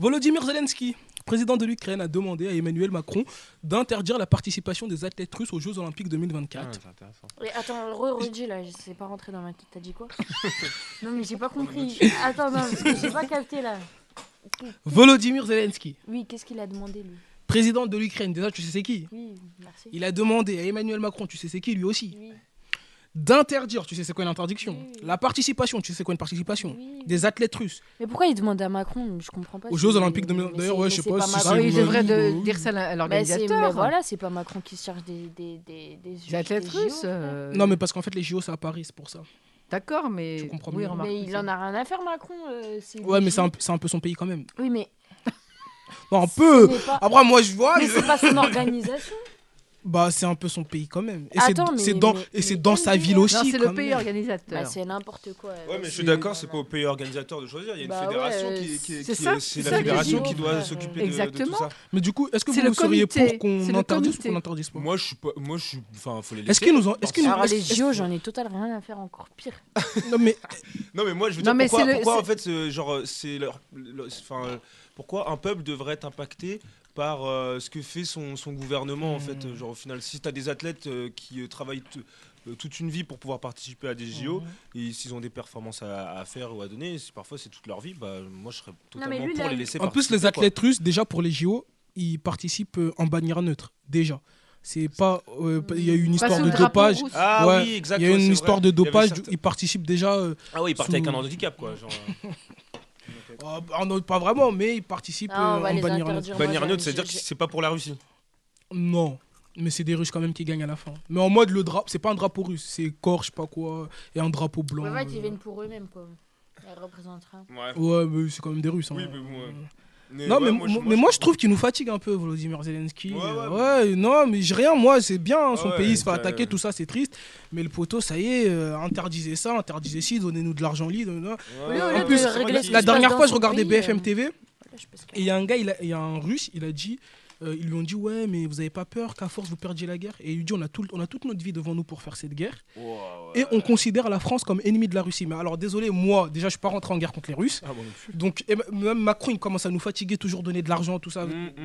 Speaker 2: Volodymyr Zelensky, président de l'Ukraine, a demandé à Emmanuel Macron d'interdire la participation des athlètes russes aux Jeux Olympiques
Speaker 4: Ah,
Speaker 2: 2024.
Speaker 3: Et attends, re redis là, c'est pas rentré dans ma tête. T'as dit quoi Non, mais j'ai pas compris. Attends, non, parce que j'ai pas capté là. Ah.
Speaker 2: Volodymyr Zelensky,
Speaker 3: Oui, qu'est-ce qu'il a demandé lui
Speaker 2: président de l'Ukraine, déjà tu sais c'est qui
Speaker 3: Oui, merci.
Speaker 2: Il a demandé à Emmanuel Macron, tu sais c'est qui lui aussi,
Speaker 3: Oui,
Speaker 2: d'interdire, tu sais c'est quoi une interdiction
Speaker 3: Oui.
Speaker 2: La participation, tu sais c'est quoi une participation
Speaker 3: oui.
Speaker 2: Des athlètes russes.
Speaker 3: Mais pourquoi il demande à Macron Je comprends pas.
Speaker 2: Aux
Speaker 3: c'est-
Speaker 2: Jeux Olympiques de-
Speaker 3: mais
Speaker 2: d'ailleurs,
Speaker 3: c'est-
Speaker 2: ouais,
Speaker 3: mais
Speaker 2: je sais
Speaker 3: c'est
Speaker 2: pas si
Speaker 3: Macron.
Speaker 2: c'est-
Speaker 1: Ah oui, il
Speaker 2: Bah,
Speaker 1: devrait de-
Speaker 2: oui.
Speaker 1: dire ça à
Speaker 3: Mais Bah, c'est- mais
Speaker 1: l'organisateur.
Speaker 3: voilà, c'est pas Macron qui cherche des, des, des, des,
Speaker 1: Les athlètes
Speaker 3: des JO,
Speaker 1: russes.
Speaker 3: frère.
Speaker 1: euh,
Speaker 2: Non mais parce qu'en fait les JO c'est à Paris, c'est pour ça.
Speaker 1: D'accord, mais.
Speaker 2: Je comprends
Speaker 1: oui,
Speaker 2: mieux.
Speaker 1: remarque,
Speaker 3: Mais
Speaker 1: oui,
Speaker 3: il
Speaker 1: ça-
Speaker 3: en a rien à faire, Macron. euh, c'est
Speaker 2: Ouais
Speaker 3: des
Speaker 2: mais c'est un,
Speaker 3: JO.
Speaker 2: peu- c'est un peu son pays quand même.
Speaker 3: Oui, mais.
Speaker 2: Non, un
Speaker 3: ce
Speaker 2: peu Ah,
Speaker 3: n'est pas-
Speaker 2: Après moi je vois... je-
Speaker 3: Mais c'est pas son organisation.
Speaker 2: Bah, c'est un peu son pays quand même. Et c'est
Speaker 3: Attends, mais-
Speaker 2: c'est dans,
Speaker 3: mais-
Speaker 2: et c'est
Speaker 3: mais-
Speaker 2: dans sa ville aussi.
Speaker 1: Non, c'est
Speaker 2: quand
Speaker 1: le pays
Speaker 2: même.
Speaker 1: organisateur.
Speaker 3: Bah, c'est n'importe quoi.
Speaker 4: Ouais, mais je suis
Speaker 3: C'est-
Speaker 4: d'accord, c'est pas au pays organisateur de choisir. Il y a une
Speaker 3: Bah
Speaker 4: fédération
Speaker 3: ouais,
Speaker 4: qui, qui-
Speaker 1: c'est
Speaker 4: qui-
Speaker 1: ça, c'est
Speaker 4: c'est la
Speaker 1: ça que
Speaker 4: fédération
Speaker 3: j'ai dit,
Speaker 4: qui doit
Speaker 3: ouais.
Speaker 4: s'occuper de- de, tout
Speaker 1: Exactement.
Speaker 4: ça.
Speaker 2: Mais du coup, est-ce que
Speaker 1: C'est
Speaker 2: vous,
Speaker 1: le
Speaker 2: seriez pour
Speaker 1: comité.
Speaker 2: qu'on
Speaker 1: C'est le
Speaker 2: interdise ou
Speaker 1: comité.
Speaker 2: qu'on interdise pas
Speaker 4: Moi, je suis pas. Moi, je suis. Enfin, faut les laisser.
Speaker 2: Est-ce qu'ils nous ont. Est-ce qu'ils nous-
Speaker 1: Ah,
Speaker 3: Alors, les
Speaker 2: est-ce-
Speaker 3: JO, j'en ai total rien à faire, encore pire.
Speaker 2: Non, mais
Speaker 4: Non, mais moi, je veux
Speaker 1: Non,
Speaker 4: dire,
Speaker 1: mais
Speaker 4: pourquoi,
Speaker 1: c'est le-
Speaker 4: pourquoi,
Speaker 1: c'est-
Speaker 4: en fait, ce- genre, euh, c'est leur. le- Enfin, euh, pourquoi un peuple devrait être impacté par euh, ce que fait son, son gouvernement, en fait,
Speaker 2: Hmm.
Speaker 4: euh, genre, au final, si t'as des athlètes euh, qui euh, travaillent t- euh, toute une vie pour pouvoir participer à
Speaker 1: Hmm.
Speaker 4: des JO, et s'ils ont des performances à, à faire ou à donner, si parfois c'est toute leur vie, bah, moi, je serais totalement
Speaker 3: lui,
Speaker 4: pour
Speaker 3: là,
Speaker 4: les laisser
Speaker 2: En plus,
Speaker 4: participer,
Speaker 2: les
Speaker 4: quoi.
Speaker 2: athlètes russes, déjà pour les JO, ils participent euh, en bannière neutre, déjà. C'est pas. euh, Il y a eu
Speaker 1: Pas
Speaker 2: une histoire
Speaker 1: sous
Speaker 2: de
Speaker 1: le drapeau
Speaker 2: dopage.
Speaker 1: rouge.
Speaker 4: Ah
Speaker 2: Ouais,
Speaker 4: oui,
Speaker 2: Il
Speaker 4: exact.
Speaker 2: y a eu
Speaker 4: ouais, c'est
Speaker 2: une histoire
Speaker 4: vrai.
Speaker 2: de
Speaker 4: Il y avait
Speaker 2: dopage,
Speaker 4: certains-
Speaker 2: ils participent déjà. euh,
Speaker 4: Ah oui, ils partaient avec
Speaker 2: sous-
Speaker 4: un handicap, quoi. Genre, euh,
Speaker 2: oh, bah, non, pas vraiment, mais ils participent
Speaker 3: Ah,
Speaker 2: euh,
Speaker 3: on va
Speaker 2: en
Speaker 3: les
Speaker 2: bannière neutre.
Speaker 3: interdire. moi,
Speaker 4: bannière
Speaker 3: j'ai-
Speaker 4: neutre, c'est-à-dire que
Speaker 3: j'ai-
Speaker 4: c'est pas pour la Russie.
Speaker 2: Non, mais c'est des Russes quand même qui gagnent à la fin. Mais en mode, le drapeau, c'est pas un drapeau russe, c'est corps, je sais pas quoi, et un drapeau blanc.
Speaker 3: Ouais, ouais, ils
Speaker 2: euh.
Speaker 3: viennent pour eux-mêmes, quoi. Elle représentera.
Speaker 4: Ouais.
Speaker 2: Ouais, mais c'est quand même des Russes. hein.
Speaker 4: Oui, mais bon, ouais.
Speaker 2: Non, mais, moi, mais moi, je trouve qu'il nous fatigue un peu, Volodymyr Zelensky.
Speaker 4: Ouais, ouais,
Speaker 2: Euh, ouais, non, mais j'ai rien, moi, c'est bien, hein, son
Speaker 4: Ouais,
Speaker 2: pays se fait
Speaker 4: ça-
Speaker 2: attaquer, tout ça, c'est triste. Mais le poteau, ça y est, euh, interdisez ça, interdisez ci, donnez-nous de l'argent libre. donnez-nous-
Speaker 3: Oui, au
Speaker 2: En
Speaker 3: lieu
Speaker 2: plus,
Speaker 3: de régler ce qui
Speaker 2: La
Speaker 3: se passe
Speaker 2: dernière
Speaker 3: dans
Speaker 2: fois, je
Speaker 3: son
Speaker 2: regardais
Speaker 3: pays,
Speaker 2: BFM
Speaker 3: euh,
Speaker 2: TV,
Speaker 3: voilà, je pense que-
Speaker 2: et il y a un gars, il a- il y a un russe, il a dit. euh, ils lui ont dit ouais mais vous avez pas peur qu'à force vous perdiez la guerre et il lui dit on a tout on a toute notre vie devant nous pour faire cette guerre et on considère la France comme ennemie de la Russie mais alors désolé moi déjà je suis pas rentré en guerre contre les Russes
Speaker 4: Ah bon,
Speaker 2: donc et même Macron il commence à nous fatiguer toujours donner de l'argent tout ça
Speaker 4: Mm. Ah,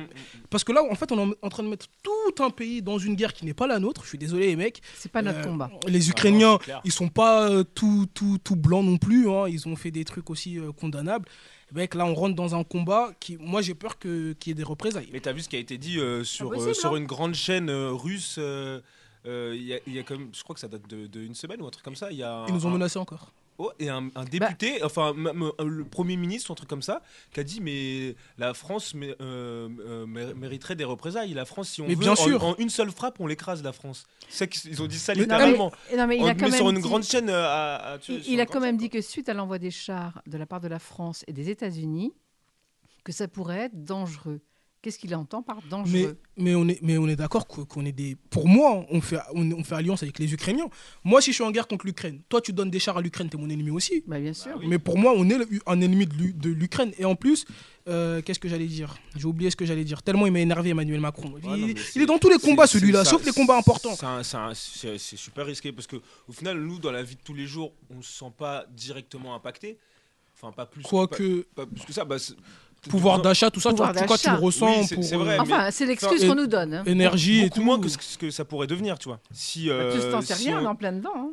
Speaker 2: parce que là, en fait, on est en train de mettre tout un pays dans une guerre qui n'est pas la nôtre. Je suis désolé, les mecs.
Speaker 1: C'est pas notre
Speaker 2: Euh,
Speaker 1: combat.
Speaker 4: Ah,
Speaker 2: Les Ukrainiens,
Speaker 4: c'est clair.
Speaker 2: ils sont pas euh, tout, tout, tout blancs non plus. hein. Ils ont fait des trucs aussi euh, condamnables. Mec, là, on rentre dans un combat qui, moi, j'ai peur que- qu'il y ait des représailles.
Speaker 4: Mais t'as vu ce qui a été dit euh, sur,
Speaker 3: Impossible,
Speaker 4: euh, sur
Speaker 3: hein.
Speaker 4: une grande chaîne euh, russe euh, euh, Il y a, il y a quand même, je crois que ça date de, de une semaine ou un truc comme ça. Il y a un,
Speaker 2: Ils nous ont
Speaker 4: un-
Speaker 2: menacés encore.
Speaker 4: oh, et un,
Speaker 1: Bah.
Speaker 4: un député, enfin même, euh, le premier ministre ou un truc comme ça, qui a dit mais la France mé- euh, euh, mé- mériterait des représailles. La France, si on
Speaker 2: Mais
Speaker 4: veut,
Speaker 2: bien
Speaker 4: en-
Speaker 2: sûr.
Speaker 4: En, une seule frappe, on l'écrase la France. C'est qu'ils- ils ont dit ça
Speaker 2: Mais-
Speaker 4: littéralement.
Speaker 1: Et non, mais il
Speaker 4: On
Speaker 1: a
Speaker 4: te
Speaker 1: quand
Speaker 4: met sur
Speaker 1: même
Speaker 4: une
Speaker 1: dit-
Speaker 4: grande chaîne euh, à- à- tu-
Speaker 1: Il,
Speaker 4: sur
Speaker 1: il a
Speaker 4: une
Speaker 1: quand
Speaker 4: grande
Speaker 1: même
Speaker 4: chaîne,
Speaker 1: dit que suite à l'envoi des chars de la part de la France et des États-Unis, que ça pourrait être dangereux. Qu'est-ce qu'il entend par
Speaker 2: Mais,
Speaker 1: dangereux
Speaker 2: mais on est, mais on est d'accord que- qu'on est des. Pour moi, on fait, on, on fait alliance avec les Ukrainiens. Moi, si je suis en guerre contre l'Ukraine, toi, tu donnes des chars à l'Ukraine, t'es mon ennemi aussi.
Speaker 1: bah, Bien sûr.
Speaker 2: Mais pour moi, on est le- un ennemi de l'U- de l'Ukraine. Et en plus, euh, qu'est-ce que j'allais dire J'ai oublié ce que j'allais dire. Tellement il m'a énervé, Emmanuel Macron. Il,
Speaker 4: Ouais, non, mais
Speaker 2: il
Speaker 4: c'est-
Speaker 2: est dans tous les
Speaker 4: C'est-
Speaker 2: combats,
Speaker 4: c'est-
Speaker 2: celui-là,
Speaker 4: ça-
Speaker 2: sauf les combats importants.
Speaker 4: c'est un- c'est un- C'est c'est super risqué parce que au final, nous, dans la vie de tous les jours, on ne se sent pas directement impacté. Enfin, pas plus. pas-
Speaker 2: Quoique,
Speaker 4: pas plus que ça. Bah, c'est-
Speaker 2: pouvoir
Speaker 4: Enfin,
Speaker 2: d'achat, tout ça, tu,
Speaker 1: Pouvoir
Speaker 2: vois, tu- quoi, tu le
Speaker 1: d'achat.
Speaker 2: ressens
Speaker 4: Oui, c'est-
Speaker 2: pour
Speaker 4: c'est
Speaker 2: euh,
Speaker 4: vrai, mais-
Speaker 1: Enfin, c'est l'excuse
Speaker 2: Enfin,
Speaker 1: qu'on nous donne. hein.
Speaker 2: énergie et
Speaker 4: beaucoup
Speaker 2: tout.
Speaker 4: moins que ce que, ce que ça pourrait devenir, tu vois. Si.
Speaker 1: Parce
Speaker 4: euh,
Speaker 1: que Bah, tu t'en sais
Speaker 4: si
Speaker 1: rien, on est
Speaker 4: on-
Speaker 1: en plein dedans. hein.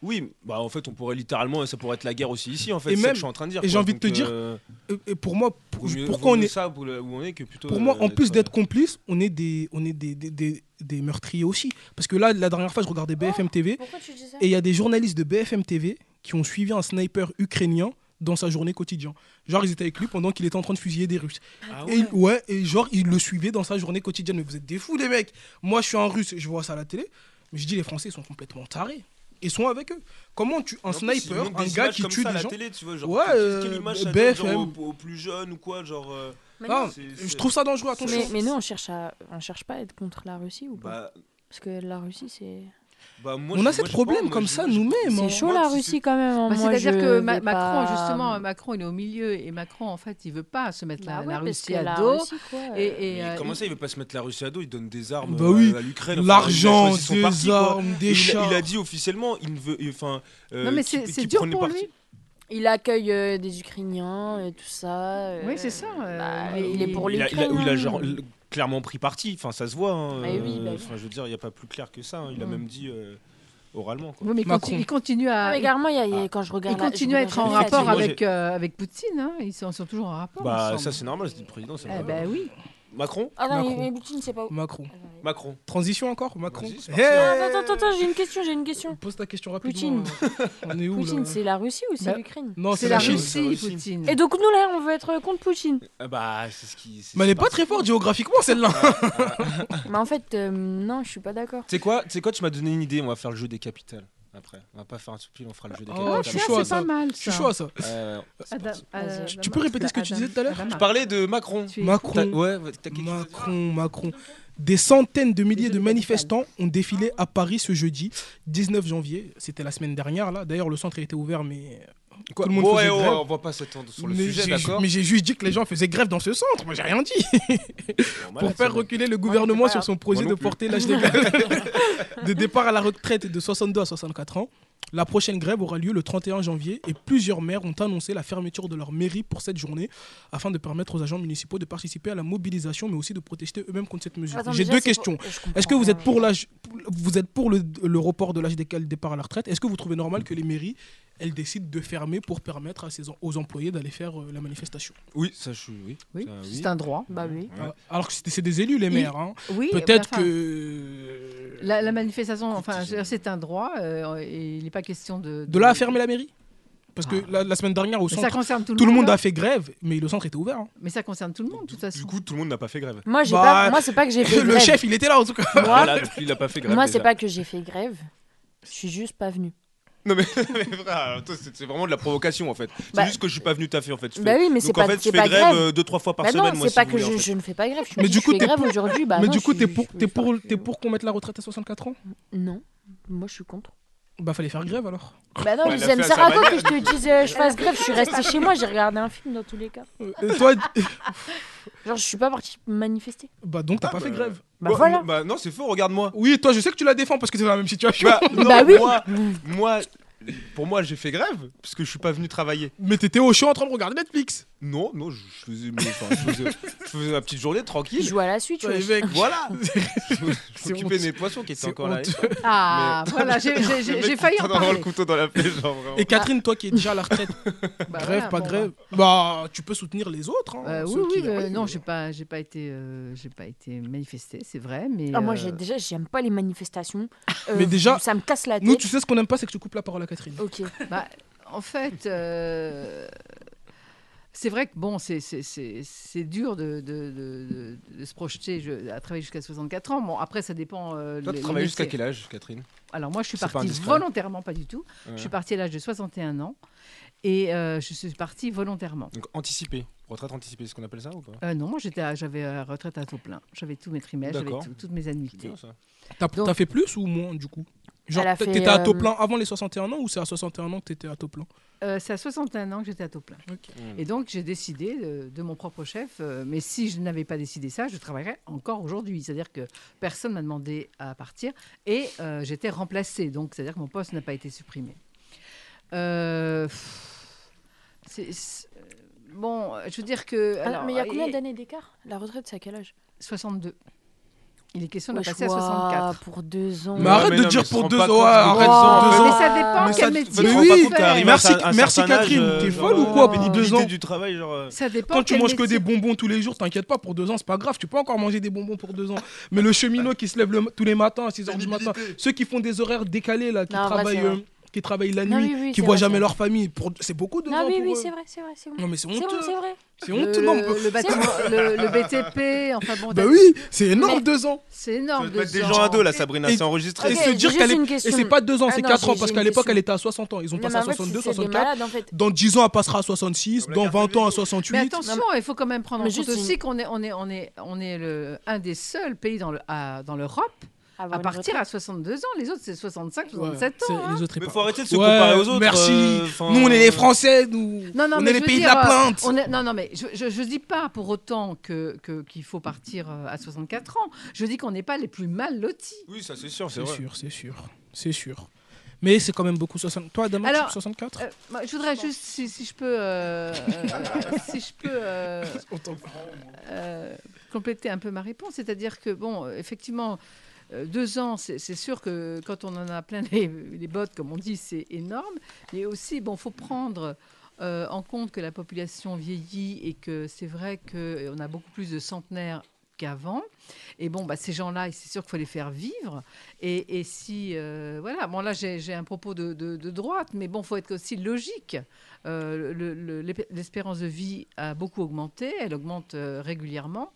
Speaker 4: Oui, bah en fait, on pourrait littéralement, ça pourrait être la guerre aussi ici, en fait.
Speaker 2: Et
Speaker 4: c'est ce
Speaker 2: même-
Speaker 4: que je suis en train de dire.
Speaker 2: et j'ai
Speaker 4: quoi.
Speaker 2: envie de te
Speaker 4: Donc,
Speaker 2: dire,
Speaker 4: euh,
Speaker 2: Et- Et pour moi, pour-
Speaker 4: vaut mieux-
Speaker 2: pourquoi
Speaker 4: vaut
Speaker 2: on
Speaker 4: mieux
Speaker 2: est.
Speaker 4: ça où le- où on est que plutôt.
Speaker 2: Pour moi,
Speaker 4: euh,
Speaker 2: en plus
Speaker 4: être,
Speaker 2: d'être complice, on est des, on est des, des, des- des meurtriers aussi. Parce que là, la dernière fois, je regardais
Speaker 4: Ah.
Speaker 2: BFM TV
Speaker 3: Pourquoi tu dis ça
Speaker 2: et il y a des journalistes de BFM TV qui ont suivi un sniper ukrainien dans sa journée quotidienne. Genre, ils étaient avec lui pendant qu'il était en train de fusiller des Russes.
Speaker 4: Ah
Speaker 2: Et, il- ouais, et genre, il le suivait dans sa journée quotidienne. Mais vous êtes des fous, les mecs. Moi, je suis un russe, je vois ça à la télé. Mais je dis, les Français, ils sont complètement tarés. Ils sont avec eux. Comment tu. Un
Speaker 4: En plus, ils
Speaker 2: sniper,
Speaker 4: montrent
Speaker 2: un
Speaker 4: des
Speaker 2: gars
Speaker 4: images
Speaker 2: qui
Speaker 4: comme
Speaker 2: tue
Speaker 4: ça à
Speaker 2: des
Speaker 4: la
Speaker 2: gens.
Speaker 4: télé, tu vois, genre,
Speaker 2: Ouais,
Speaker 4: quelle- quelle
Speaker 2: euh,
Speaker 4: image
Speaker 2: B-
Speaker 4: ça donne, genre,
Speaker 2: BFM.
Speaker 4: aux, aux plus jeunes ou quoi, genre. euh,
Speaker 3: Mais
Speaker 2: Ah,
Speaker 4: c'est-
Speaker 2: je
Speaker 4: c'est-
Speaker 2: trouve ça dangereux, attention.
Speaker 3: mais, mais nous, on cherche, à... on cherche pas à être contre la Russie ou pas
Speaker 4: Bah,
Speaker 3: Parce que la Russie, c'est.
Speaker 4: bah, moi,
Speaker 2: on
Speaker 4: je-
Speaker 2: a
Speaker 4: moi,
Speaker 2: cette
Speaker 4: je
Speaker 2: problème
Speaker 4: pense, moi,
Speaker 2: comme
Speaker 4: je-
Speaker 2: ça,
Speaker 4: moi, je-
Speaker 2: nous-mêmes.
Speaker 3: C'est
Speaker 2: hein.
Speaker 3: chaud
Speaker 4: moi,
Speaker 3: la
Speaker 4: si
Speaker 3: Russie
Speaker 4: c'est-
Speaker 3: quand même. hein.
Speaker 1: Bah,
Speaker 3: Moi,
Speaker 1: C'est-à-dire
Speaker 3: je
Speaker 1: que
Speaker 3: vais
Speaker 1: Ma- Macron,
Speaker 3: pas-
Speaker 1: justement, Macron, il est au milieu et Macron, en fait, il veut pas se mettre la,
Speaker 3: Bah ouais,
Speaker 1: la
Speaker 3: parce
Speaker 1: Russie
Speaker 3: que
Speaker 1: à
Speaker 3: la
Speaker 1: dos.
Speaker 3: Russie, quoi, euh,
Speaker 1: et,
Speaker 4: Mais
Speaker 1: et, euh,
Speaker 4: comment
Speaker 1: il-
Speaker 4: ça, il veut pas se mettre la Russie à dos Il donne des armes
Speaker 2: Bah
Speaker 4: euh,
Speaker 2: oui,
Speaker 4: à l'Ukraine. enfin, il a
Speaker 2: L'argent,
Speaker 4: choisi son
Speaker 2: des
Speaker 4: parti, quoi.
Speaker 2: armes, des
Speaker 4: Il-
Speaker 2: chars.
Speaker 4: Il, a dit officiellement, il ne veut. Enfin, euh,
Speaker 1: Non, mais
Speaker 4: qu'il-
Speaker 1: c'est c'est
Speaker 4: qu'il
Speaker 1: dur
Speaker 4: prenne le
Speaker 1: pour
Speaker 4: parti.
Speaker 1: lui.
Speaker 3: Il accueille euh, des Ukrainiens et tout ça. euh,
Speaker 1: Oui, c'est ça. euh,
Speaker 3: bah,
Speaker 1: mais
Speaker 3: il est pour
Speaker 4: Il a, il a-
Speaker 3: l'Ukraine,
Speaker 4: il a
Speaker 3: hein.
Speaker 4: genre, l- clairement pris parti. Enfin, ça se voit. hein,
Speaker 1: Ah
Speaker 3: Mais oui, bah oui.
Speaker 4: Enfin, je veux dire, il n'y a pas plus clair que ça. hein. Il a
Speaker 1: Mm.
Speaker 4: même dit euh, oralement. Quoi.
Speaker 1: Oui, mais il
Speaker 2: Macron.
Speaker 1: continue- il continue
Speaker 3: Ah,
Speaker 1: à.
Speaker 3: mais
Speaker 1: il-
Speaker 3: carrément, il y a- il y a-
Speaker 4: Ah.
Speaker 3: quand je
Speaker 1: Ils
Speaker 3: regarde.
Speaker 1: continuent à être en
Speaker 4: jamais la
Speaker 1: rapport
Speaker 4: télé. Moi,
Speaker 1: avec, euh, avec Poutine, hein. ils, sont, ils sont toujours en rapport.
Speaker 4: Bah,
Speaker 1: ensemble.
Speaker 4: ça, c'est normal. C'est le président. c'est
Speaker 1: Eh
Speaker 4: normal.
Speaker 1: ben oui.
Speaker 4: Macron
Speaker 3: Ah non,
Speaker 2: Macron.
Speaker 3: mais Poutine, c'est pas.
Speaker 2: Macron.
Speaker 4: Macron.
Speaker 2: Transition encore, Macron.
Speaker 4: Vas-y, c'est
Speaker 2: Hey
Speaker 4: parti.
Speaker 3: Ah, Attends, attends, attends, j'ai une question, j'ai une question.
Speaker 2: Pose ta question rapidement. On est où là
Speaker 3: Poutine, c'est la Russie ou c'est
Speaker 1: Bah,
Speaker 3: l'Ukraine
Speaker 2: Non,
Speaker 1: C'est la
Speaker 2: Chine.
Speaker 4: Russie,
Speaker 1: Russie,
Speaker 4: c'est la
Speaker 1: Poutine.
Speaker 3: Et donc nous là, on veut être contre Poutine.
Speaker 4: Ah Bah, c'est ce qui. c'est-
Speaker 2: Mais elle
Speaker 4: c'est
Speaker 2: est pas
Speaker 4: parti.
Speaker 2: très forte géographiquement, celle-là. Ah.
Speaker 3: Mais en fait, euh, non, je suis pas d'accord.
Speaker 4: Tu sais quoi, tu sais quoi, tu m'as donné une idée, on va faire le jeu des capitales. après. On va pas faire un soupil, on fera le jeu des
Speaker 2: Oh,
Speaker 4: calculs.
Speaker 1: Oh,
Speaker 2: je suis
Speaker 1: tiens,
Speaker 2: chaud à
Speaker 1: c'est
Speaker 2: ça.
Speaker 1: pas mal. Ah, bah,
Speaker 2: Je suis chaud à ça.
Speaker 4: Ouais, ouais, ouais.
Speaker 1: Adam-
Speaker 3: Vas-y.
Speaker 2: Tu- tu peux répéter ce que tu disais tout à l'heure
Speaker 4: Je parlais de Macron.
Speaker 1: Tu es-
Speaker 4: T'as-
Speaker 2: Macron,
Speaker 4: Ouais, ouais, t'as quelque chose à dire
Speaker 2: Macron, Macron. Des centaines de milliers
Speaker 1: Les
Speaker 2: de
Speaker 1: jeunes
Speaker 2: manifestants ont défilé à Paris ce jeudi 19 janvier. C'était la semaine dernière, là. D'ailleurs, le centre était ouvert, mais
Speaker 4: Quoi
Speaker 2: Tout le monde
Speaker 4: Ouais,
Speaker 2: faisait
Speaker 4: ouais,
Speaker 2: grève.
Speaker 4: on va pas s'étendre sur le
Speaker 2: mais
Speaker 4: sujet,
Speaker 2: j'ai-
Speaker 4: d'accord
Speaker 2: mais j'ai juste dit que les gens faisaient grève dans ce centre. Moi, j'ai rien dit.
Speaker 4: Normal,
Speaker 2: Pour faire
Speaker 4: c'est bon.
Speaker 2: reculer le gouvernement
Speaker 3: pas
Speaker 2: sur
Speaker 3: là.
Speaker 2: son projet
Speaker 4: Moi non
Speaker 2: de
Speaker 4: plus.
Speaker 2: porter l'âge légal de départ à la retraite de 62 à 64 ans. La prochaine grève aura lieu le 31 janvier et plusieurs maires ont annoncé la fermeture de leur mairie pour cette journée afin de permettre aux agents municipaux de participer à la mobilisation mais aussi de protester eux-mêmes contre cette mesure.
Speaker 3: Attends,
Speaker 2: J'ai
Speaker 3: déjà,
Speaker 2: deux
Speaker 3: c'est
Speaker 2: questions.
Speaker 3: pour- je
Speaker 2: Est-ce que
Speaker 3: comprends
Speaker 2: vous êtes
Speaker 3: rien.
Speaker 2: pour l'âge vous êtes pour le, le report de l'âge légal de départ à la retraite Est-ce que vous trouvez normal que les mairies elles décident de fermer pour permettre à ses, aux employés d'aller faire euh, la manifestation
Speaker 4: Oui, ça, je suis. Oui.
Speaker 1: Oui,
Speaker 4: Ça,
Speaker 1: c'est un droit.
Speaker 3: Bah oui.
Speaker 4: Ouais.
Speaker 2: Alors que c'est c'est des élus les
Speaker 1: Il-
Speaker 2: maires. hein.
Speaker 1: Oui,
Speaker 2: Peut-être
Speaker 1: mais enfin,
Speaker 2: que
Speaker 1: La, la manifestation, enfin,
Speaker 4: j'ai-
Speaker 1: je veux dire, c'est un droit euh, et il n'est pas question de.
Speaker 2: De là à fermer la mairie Parce que la, la semaine dernière, au
Speaker 1: Mais Ah. ça
Speaker 2: centre,
Speaker 1: concerne tout,
Speaker 2: tout le monde
Speaker 1: hein.
Speaker 2: a fait grève, mais le centre était ouvert. hein.
Speaker 1: Mais ça concerne tout le monde, de toute façon.
Speaker 4: Du coup, tout le monde n'a pas fait grève.
Speaker 3: Moi, j'ai
Speaker 2: Bah,
Speaker 3: pas... Moi, c'est pas que j'ai fait
Speaker 2: Le
Speaker 3: grève.
Speaker 2: chef, il était là en tout cas.
Speaker 4: Voilà, depuis, Ah, il n'a pas fait grève.
Speaker 3: Moi, c'est
Speaker 4: déjà.
Speaker 3: pas que j'ai fait grève. Je suis juste pas venue.
Speaker 4: Non, mais, mais frère, toi, c'est c'est vraiment de la provocation en fait. C'est
Speaker 3: Bah-
Speaker 4: juste que je suis pas venu taffer en fait. Je
Speaker 3: Bah
Speaker 4: fais-
Speaker 3: oui, mais c'est
Speaker 4: Donc
Speaker 3: pas,
Speaker 4: en fait, je
Speaker 3: c'est
Speaker 4: fais
Speaker 3: pas
Speaker 4: grève,
Speaker 3: grève.
Speaker 4: euh, deux, trois fois par
Speaker 3: Bah
Speaker 4: semaine.
Speaker 3: non,
Speaker 4: moi,
Speaker 3: c'est
Speaker 4: si
Speaker 3: pas
Speaker 4: vous
Speaker 3: que
Speaker 4: voulez, en
Speaker 3: je,
Speaker 4: fait.
Speaker 3: je ne fais pas grève. Je,
Speaker 2: Mais
Speaker 3: mais
Speaker 2: du coup,
Speaker 3: je
Speaker 2: t'es
Speaker 3: fais grève
Speaker 2: pour-
Speaker 3: aujourd'hui. Bah
Speaker 2: mais
Speaker 3: non,
Speaker 2: du coup,
Speaker 3: je
Speaker 2: t'es
Speaker 3: suis-
Speaker 2: pour,
Speaker 3: je
Speaker 2: t'es
Speaker 3: suis
Speaker 2: pour,
Speaker 3: partie,
Speaker 2: t'es
Speaker 3: euh.
Speaker 2: pour qu'on mette la retraite à 64 ans
Speaker 3: Non, moi, je suis contre.
Speaker 2: Bah fallait faire grève alors.
Speaker 3: Bah non,
Speaker 4: Ouais,
Speaker 3: mais
Speaker 4: elle a
Speaker 3: ça me
Speaker 4: fait à sa
Speaker 3: sert à quoi que
Speaker 4: manière.
Speaker 3: je te dise euh, je fasse grève Je suis restée chez moi, j'ai regardé un film dans tous les cas.
Speaker 2: Euh, et toi,
Speaker 3: Genre, je suis pas partie manifester.
Speaker 2: bah donc t'as
Speaker 4: Ah,
Speaker 2: pas fait
Speaker 4: bah.
Speaker 2: grève.
Speaker 3: Bah
Speaker 4: Bon,
Speaker 3: voilà.
Speaker 4: Bah non, c'est faux, regarde-moi.
Speaker 2: Oui, toi, je sais que tu la défends parce que t'es dans la même situation.
Speaker 4: Bah, non,
Speaker 3: Bah oui.
Speaker 4: moi, moi, pour moi, j'ai fait grève parce que je suis pas venu travailler.
Speaker 2: Mais t'étais au chaud en train de regarder Netflix.
Speaker 4: Non, non, je je faisais, mes- enfin, je faisais, je faisais ma petite journée
Speaker 3: Je
Speaker 4: tranquille.
Speaker 3: joue à la suite, tu vois.
Speaker 2: Ouais, mec,
Speaker 4: Voilà
Speaker 2: C'est
Speaker 4: J'occupais
Speaker 2: honteux.
Speaker 4: mes poissons qui étaient
Speaker 2: c'est
Speaker 4: encore là.
Speaker 2: honteux.
Speaker 1: Ah,
Speaker 4: Mais-
Speaker 1: voilà, j'ai- j'ai
Speaker 4: Le
Speaker 1: j'ai-
Speaker 4: mec
Speaker 1: j'ai
Speaker 4: qui
Speaker 1: failli en
Speaker 4: tend vraiment
Speaker 1: parler.
Speaker 4: le couteau dans la plaie, genre vraiment.
Speaker 2: Et Catherine, toi qui es déjà à la retraite,
Speaker 1: Bah,
Speaker 2: grève,
Speaker 1: voilà,
Speaker 2: pas
Speaker 1: bon,
Speaker 2: grève, bah. tu peux soutenir les autres. hein,
Speaker 1: bah. Euh, oui,
Speaker 2: ceux qui-
Speaker 1: oui, euh, non,
Speaker 2: mais-
Speaker 1: j'ai pas, j'ai pas été, euh, j'ai pas été manifestée, c'est vrai, mais.
Speaker 3: Ah, moi,
Speaker 1: euh,
Speaker 3: j'ai- déjà, j'aime pas les manifestations. Euh,
Speaker 2: Mais déjà,
Speaker 3: ça me casse la tête.
Speaker 2: Nous, tu sais ce qu'on aime pas, c'est que tu coupes la parole à Catherine.
Speaker 3: Ok.
Speaker 1: bah, en fait, euh, c'est vrai que bon, c'est c'est- c'est- c'est dur de, de- de- de- de se projeter je- à travailler jusqu'à 64 ans. Bon, après, ça dépend. euh,
Speaker 4: Toi,
Speaker 1: les-
Speaker 4: tu
Speaker 1: les
Speaker 4: travailles jusqu'à
Speaker 1: métiers.
Speaker 4: quel âge, Catherine
Speaker 1: Alors moi, je suis
Speaker 4: C'est pas
Speaker 1: partie
Speaker 4: indiscret.
Speaker 1: volontairement, pas du tout.
Speaker 4: Ouais.
Speaker 1: Je suis partie à l'âge de 61 ans et euh, je suis partie volontairement.
Speaker 4: Donc anticipé, retraite anticipée, c'est ce qu'on appelle ça ou pas
Speaker 1: Euh, non, moi j'étais, à- j'avais euh, retraite à taux plein. J'avais tous mes trimestres, j'avais
Speaker 4: D'accord.
Speaker 1: tout- toutes mes
Speaker 4: C'est
Speaker 1: annuités.
Speaker 4: bien ça.
Speaker 2: T'as
Speaker 1: Donc-
Speaker 2: t'as fait plus ou moins du coup Genre,
Speaker 3: Elle a
Speaker 2: t'é-
Speaker 3: fait,
Speaker 2: t'étais à taux
Speaker 3: euh,
Speaker 2: plein avant les 61 ans ou c'est à 61 ans que t'étais à taux plein
Speaker 1: Euh, c'est à 61 ans que j'étais à taux plein.
Speaker 4: Mm.
Speaker 1: Et donc j'ai décidé euh, de mon propre chef, euh, mais si je n'avais pas décidé ça, je travaillerais encore aujourd'hui. C'est-à-dire que personne m'a demandé à partir et euh, j'étais remplacée. Donc c'est-à-dire que mon poste n'a pas été supprimé. Euh, pff, c'est- c'est- bon, je veux dire que.
Speaker 3: Ah non, mais il y a combien
Speaker 1: et-
Speaker 3: d'années d'écart La retraite, c'est à quel âge
Speaker 1: 62. Il est question de
Speaker 3: Wesh,
Speaker 1: passer à
Speaker 3: ouah,
Speaker 1: 64.
Speaker 3: pour deux ans.
Speaker 2: Mais arrête de
Speaker 4: non,
Speaker 2: dire
Speaker 4: mais
Speaker 2: pour
Speaker 4: se rend
Speaker 2: deux
Speaker 4: pas
Speaker 2: ans,
Speaker 4: compte
Speaker 2: ouais,
Speaker 4: de
Speaker 2: arrête,
Speaker 3: Ah.
Speaker 2: deux
Speaker 1: Mais
Speaker 2: ans.
Speaker 1: ça dépend
Speaker 4: Mais ça,
Speaker 1: quel
Speaker 4: tu-
Speaker 1: métier
Speaker 4: mais
Speaker 1: on
Speaker 2: oui,
Speaker 1: fait.
Speaker 2: t'es arrivé à- Merci- merci Catherine, t'es folle ou
Speaker 3: quoi
Speaker 2: Deux ans.
Speaker 4: du travail, genre. euh,
Speaker 1: Ça dépend
Speaker 2: Quand tu
Speaker 1: quel
Speaker 2: manges que
Speaker 1: métier.
Speaker 2: des bonbons tous les jours, t'inquiète pas, pour deux ans, c'est pas grave, tu peux encore manger des bonbons pour deux ans. Mais le cheminot qui se lève le- tous les matins à 6 h du matin, ceux qui font des horaires décalés, là, qui,
Speaker 3: Non, en vrai,
Speaker 2: travaillent,
Speaker 3: c'est vrai.
Speaker 2: euh, qui travaillent la
Speaker 3: Non,
Speaker 2: nuit,
Speaker 3: oui, oui,
Speaker 2: qui
Speaker 3: c'est
Speaker 2: voient
Speaker 3: vrai,
Speaker 2: jamais
Speaker 3: c'est
Speaker 2: leur famille, pour... c'est beaucoup de
Speaker 3: Non,
Speaker 2: gens
Speaker 3: oui,
Speaker 2: pour
Speaker 3: oui,
Speaker 2: eux.
Speaker 3: c'est vrai, c'est vrai, c'est vrai.
Speaker 2: Non, mais c'est
Speaker 3: C'est
Speaker 2: honteux,
Speaker 3: vrai, c'est vrai.
Speaker 2: c'est
Speaker 1: Le,
Speaker 2: honteux. non, mais-
Speaker 1: le bâtiment- le- le BTP, enfin bon,
Speaker 2: Bah
Speaker 1: d'accord,
Speaker 2: oui, c'est énorme,
Speaker 3: Mais-
Speaker 2: deux ans.
Speaker 1: c'est
Speaker 4: Ça
Speaker 1: énorme.
Speaker 4: va te
Speaker 1: deux
Speaker 4: mettre des
Speaker 1: ans.
Speaker 4: gens à deux là, Sabrina,
Speaker 2: Et-
Speaker 4: c'est enregistré.
Speaker 2: Et
Speaker 3: Ok,
Speaker 2: se
Speaker 3: j'ai
Speaker 2: dire
Speaker 3: juste
Speaker 2: qu'elle est-
Speaker 3: une
Speaker 2: Et
Speaker 3: question.
Speaker 2: c'est pas deux ans,
Speaker 3: Ah
Speaker 2: c'est
Speaker 3: non,
Speaker 2: quatre ans,
Speaker 3: j'ai-
Speaker 2: parce
Speaker 3: j'ai
Speaker 2: qu'à
Speaker 3: une
Speaker 2: l'époque,
Speaker 3: question.
Speaker 2: elle était à 60 ans, ils ont
Speaker 3: Non,
Speaker 2: passé
Speaker 3: mais
Speaker 2: à
Speaker 3: en fait,
Speaker 2: 62,
Speaker 3: c'est des
Speaker 2: 64.
Speaker 3: malades en fait.
Speaker 2: Dans 10 ans, elle passera à 66. Dans 20 ans, à 68.
Speaker 1: Mais attention, il faut quand même prendre en
Speaker 3: Mais
Speaker 1: compte
Speaker 3: juste
Speaker 1: aussi
Speaker 3: une-
Speaker 1: qu'on est, on est, on est, on est le, un des seuls pays dans le- à- dans l'Europe
Speaker 3: Avoir
Speaker 1: à
Speaker 3: une
Speaker 1: partir
Speaker 3: retraite.
Speaker 1: à 62 ans. Les autres, c'est 65,
Speaker 2: Ouais,
Speaker 1: 67
Speaker 2: c'est-
Speaker 1: ans. hein.
Speaker 2: les autres, ils
Speaker 4: Mais
Speaker 2: partent.
Speaker 4: faut arrêter de se
Speaker 2: Ouais,
Speaker 4: comparer aux autres.
Speaker 2: Merci.
Speaker 4: euh, enfin,
Speaker 2: nous, on est
Speaker 4: euh,
Speaker 2: les Français, nous.
Speaker 1: Non, non,
Speaker 2: on
Speaker 1: mais je
Speaker 2: est les
Speaker 1: veux
Speaker 2: pays
Speaker 1: dire,
Speaker 2: de la
Speaker 1: euh,
Speaker 2: plainte.
Speaker 1: on est- non, non, mais je, je, je dis pas pour autant que que- qu'il faut partir euh, à 64 ans. Je dis qu'on n'est pas les plus mal lotis.
Speaker 4: Oui, ça c'est sûr, c'est
Speaker 2: C'est
Speaker 4: vrai.
Speaker 2: sûr, c'est sûr. C'est sûr. Mais c'est quand même beaucoup. 60... Toi, Adama,
Speaker 1: Alors,
Speaker 2: tu- 64
Speaker 1: Euh, moi, je voudrais juste, si, si je peux, euh, euh, si je peux euh, euh, compléter un peu ma réponse, c'est-à-dire que bon, euh, effectivement. euh, Deux ans, c'est c'est sûr que quand on en a plein les, les bottes, comme on dit, c'est énorme. Mais aussi, bon, faut prendre euh, en compte que la population vieillit et que c'est vrai qu'on a beaucoup plus de centenaires qu'avant. Et bon, bah, ces gens-là, c'est sûr qu'il faut les faire vivre. Et, et si, euh, voilà, bon là j'ai j'ai un propos de, de- de droite, mais bon, faut être aussi logique. Euh, le- le- l'ép- L'espérance de vie a beaucoup augmenté, elle augmente euh, régulièrement.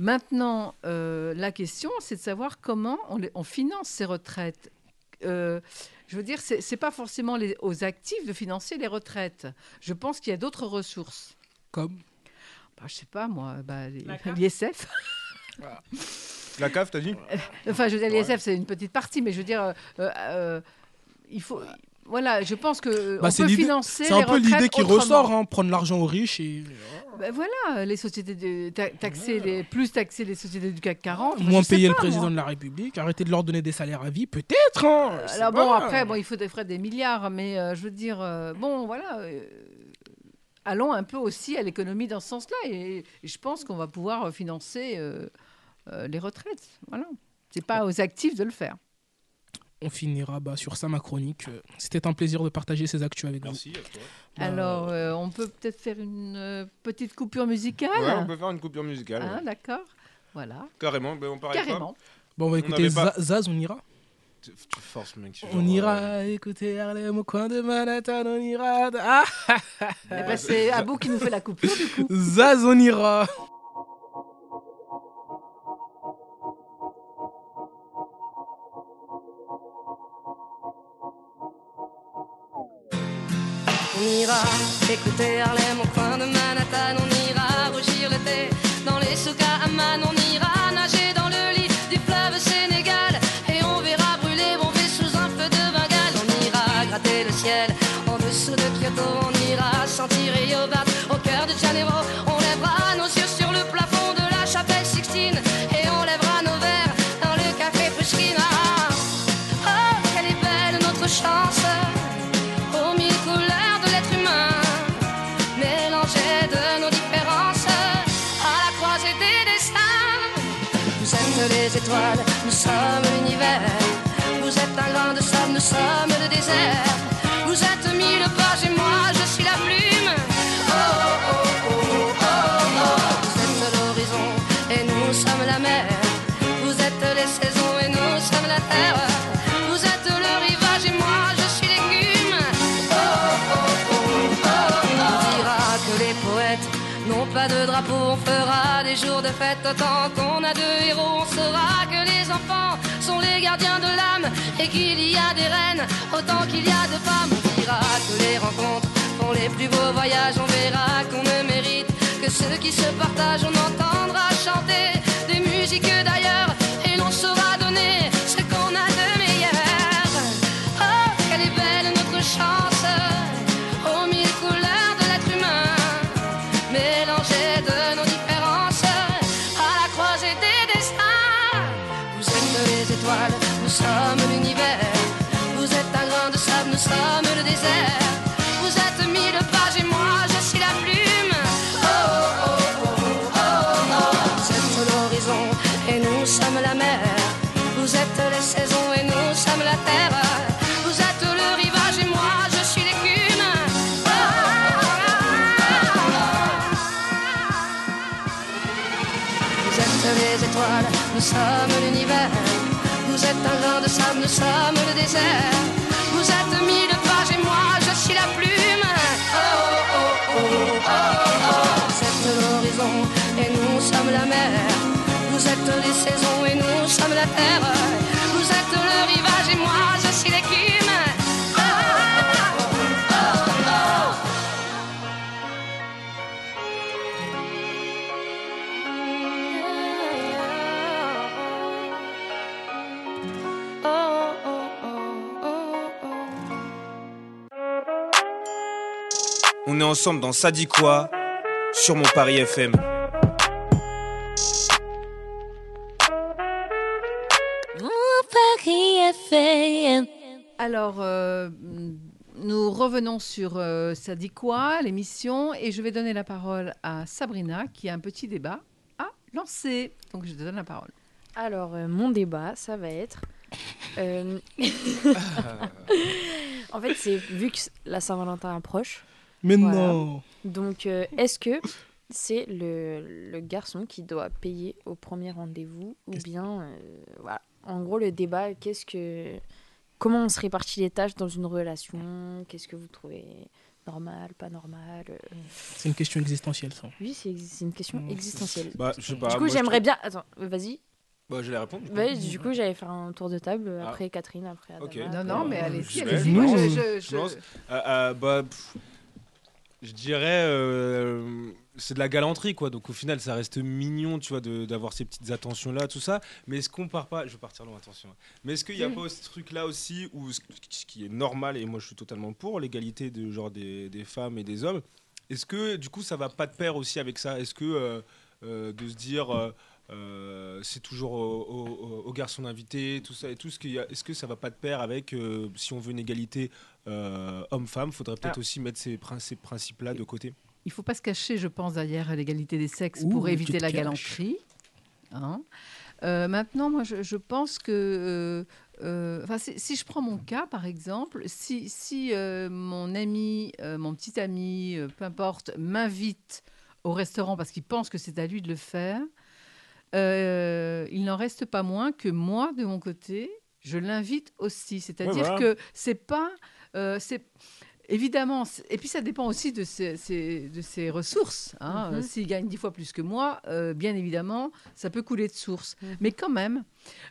Speaker 1: Maintenant, euh, la question, c'est de savoir comment on, les- on finance ces retraites euh, je veux dire, c'est c'est pas forcément les- aux actifs de financer les retraites. Je pense qu'il y a d'autres ressources.
Speaker 2: Comme
Speaker 1: Bah, je sais pas moi, bah, les-
Speaker 6: La carte.
Speaker 1: l'ISF.
Speaker 4: La CAF, t'as dit
Speaker 1: Enfin, je veux dire, l'ISF c'est une petite partie, mais je veux dire, euh, euh, euh, il faut. Voilà, je pense que euh,
Speaker 2: Bah,
Speaker 1: on
Speaker 2: c'est
Speaker 1: peut
Speaker 2: l'idée-
Speaker 1: financer.
Speaker 2: C'est un
Speaker 1: les
Speaker 2: peu l'idée
Speaker 1: retraites
Speaker 2: qui
Speaker 1: autrement.
Speaker 2: ressort, hein, prendre l'argent aux riches et
Speaker 1: Bah, voilà, les sociétés de, ta- taxer les plus taxer les sociétés du CAC 40, enfin,
Speaker 2: moins
Speaker 1: je sais
Speaker 2: payer
Speaker 1: pas,
Speaker 2: le président
Speaker 1: moi.
Speaker 2: de la République, arrêter de leur donner des salaires à vie, peut-être. hein, je sais
Speaker 1: Euh, Alors bon,
Speaker 2: pas.
Speaker 1: après, bon, il faut des frais des milliards, mais euh, je veux dire, euh, bon, voilà, euh, allons un peu aussi à l'économie dans ce sens-là, et, je pense qu'on va pouvoir euh, financer euh, euh, les retraites. Voilà, c'est pas aux actifs de le faire.
Speaker 2: On finira bah, sur ça ma chronique. Euh, C'était un plaisir de partager ces actus avec
Speaker 4: Merci. à toi.
Speaker 2: vous. Bah,
Speaker 1: Alors, euh, on peut peut-être faire une euh, petite coupure musicale.
Speaker 4: Ouais, on peut faire une coupure musicale.
Speaker 3: Ah,
Speaker 1: Hein,
Speaker 3: bah.
Speaker 4: ouais.
Speaker 1: D'accord. Voilà,
Speaker 4: Carrément, ben, on parle pas.
Speaker 1: carrément.
Speaker 2: Bon, on va
Speaker 4: On
Speaker 2: écouter
Speaker 4: n'avait pas-
Speaker 2: Za- Zaz, on ira.
Speaker 4: Tu, tu forces, mec. c'est
Speaker 2: On
Speaker 4: genre, euh,
Speaker 2: ira écouter Harlem au coin de Manhattan, on ira. Ah
Speaker 1: Eh ben, c'est Abou qui nous fait la coupure du coup.
Speaker 2: Zaz, on ira
Speaker 8: On ira écouter Harlem au coin de Manhattan, on ira rougir le thé dans les souks à Amman, on ira nager dans le lit du fleuve Sénégal et on verra brûler mon sous un feu de Bengale. On ira gratter le ciel en dessous de Kyoto, on ira sentir Rio battre au cœur de Janeiro, on lèvera nos yeux sur le plafond de la chapelle Sixtine et on lèvera nos verres dans le café Pushkina. Oh, quelle est belle notre chance! aux mille couleurs de l'être humain, mélangées de nos différences, à la croisée des destins. Vous êtes les étoiles, nous sommes l'univers. Vous êtes un grain de sable, nous sommes le désert. Vous êtes mille pages et moi je suis la plume. Oh, oh, oh, oh, oh, oh. Vous êtes l'horizon et nous sommes la mer. Vous êtes les saisons et nous sommes la terre. Vous êtes le rivage et moi je suis l'écume. Oh, oh, oh, oh, oh. On dira que les poètes n'ont pas de drapeau, on fera des jours de fête tant qu'on a deux héros. On saura que les enfants sont les gardiens de l'âme et qu'il y a des reines autant qu'il y a de femmes. On dira que les rencontres font les plus beaux voyages. On verra qu'on ne mérite que ceux qui se partagent. On entendra chanter des musiques d'ailleurs et l'on saura donner ce qu'on a de meilleur. Oh, quelle est belle notre chance aux mille couleurs de l'être humain mélangé de nos différences, à la croisée des destins. Vous êtes les étoiles, nous sommes l'univers. Vous êtes un grain de sable, nous sommes le désert. Vous êtes mille pages et moi je suis la plume. Oh, oh, oh, oh, oh, oh. Vous êtes l'horizon et nous sommes la mer. Vous êtes les saisons et nous sommes la terre. Vous êtes le rivage et moi je suis l'écume. Oh, oh, oh, oh. Vous êtes les étoiles, nous sommes l'univers. Vous êtes un grain de sable, nous sommes le désert. Vous êtes mille pages et moi je suis la plume. Oh, oh, oh, oh, oh, oh. Vous êtes l'horizon et nous sommes la mer. Vous êtes les saisons et nous sommes la terre. Vous êtes le rivage et moi je suis l'écume. Oh, oh, oh, oh, oh.
Speaker 4: On est ensemble dans Ça dit quoi sur mon Paris FM.
Speaker 1: Alors, euh, nous revenons sur euh, Ça dit quoi, l'émission, et je vais donner la parole à Sabrina qui a un petit débat à lancer. Donc, je te donne la parole.
Speaker 3: Alors, euh, mon débat, ça va être. euh, en fait, c'est vu que la Saint-Valentin approche,
Speaker 2: Mais
Speaker 3: Voilà.
Speaker 2: non
Speaker 3: donc euh, est-ce que c'est le, le garçon qui doit payer au premier rendez-vous ou bien. euh, voilà. En gros, le débat, qu'est-ce que. Comment on se répartit les tâches dans une relation Qu'est-ce que vous trouvez normal, pas normal euh,
Speaker 4: Mmh.
Speaker 2: C'est une question existentielle, ça.
Speaker 3: Oui, c'est c'est une question
Speaker 2: Non, c'est-
Speaker 3: existentielle.
Speaker 4: Bah, je sais pas.
Speaker 3: Du
Speaker 4: Mmh. moi,
Speaker 3: coup,
Speaker 4: je
Speaker 3: j'aimerais bien. Attends, vas-y.
Speaker 4: Bah, je l'ai répondu.
Speaker 3: Bah, du coup, j'allais faire un tour de table
Speaker 4: Ah.
Speaker 3: après Catherine, après Adama.
Speaker 4: Ok.
Speaker 1: Non, non, mais
Speaker 4: Euh,
Speaker 1: allez-y,
Speaker 4: je
Speaker 1: allez-y.
Speaker 2: vais.
Speaker 1: Moi,
Speaker 2: Non,
Speaker 1: je- je-
Speaker 4: je
Speaker 1: je-
Speaker 4: lance. Ah, ah, bah, pff, je dirais, euh, c'est de la galanterie, quoi. Donc au final, ça reste mignon, tu vois, de- d'avoir ces petites attentions là, tout ça. Mais est-ce qu'on part pas Je vais partir loin, attention. hein. Mais est-ce qu'il n'y a pas ce truc là aussi où ce ce qui est normal et moi je suis totalement pour l'égalité de genre des, des femmes et des hommes. Est-ce que du coup ça va pas de pair aussi avec ça Est-ce que euh, euh, de se dire euh, euh, c'est toujours au- au- au- aux, garçons d'inviter, tout ça et tout, est-ce qu'il y a- est-ce que ça va pas de pair avec euh, si on veut une égalité euh, homme-femme, faudrait
Speaker 1: Ah.
Speaker 4: peut-être aussi mettre ces, prin- ces principes-là de côté.
Speaker 1: Il faut pas se cacher, je pense, derrière l'égalité des sexes
Speaker 2: Ouh,
Speaker 1: pour
Speaker 2: tu
Speaker 1: éviter
Speaker 2: te
Speaker 1: la
Speaker 2: caches.
Speaker 1: galanterie. Hein Euh, maintenant, moi, je, je pense que, euh, euh, enfin, si, si je prends mon cas, par exemple, si, si euh, mon ami, euh, mon petit ami, euh, peu importe, m'invite au restaurant parce qu'il pense que c'est à lui de le faire, euh, il n'en reste pas moins que moi, de mon côté, je l'invite aussi. C'est-à-dire
Speaker 4: Ouais, voilà.
Speaker 1: que c'est pas, euh, c'est Évidemment, c'est- et puis ça dépend aussi de ses, ses- de ses ressources. hein.
Speaker 3: Mhm.
Speaker 1: Euh, S'il gagne dix fois plus que moi, euh, bien évidemment, ça peut couler de source. Mais quand même,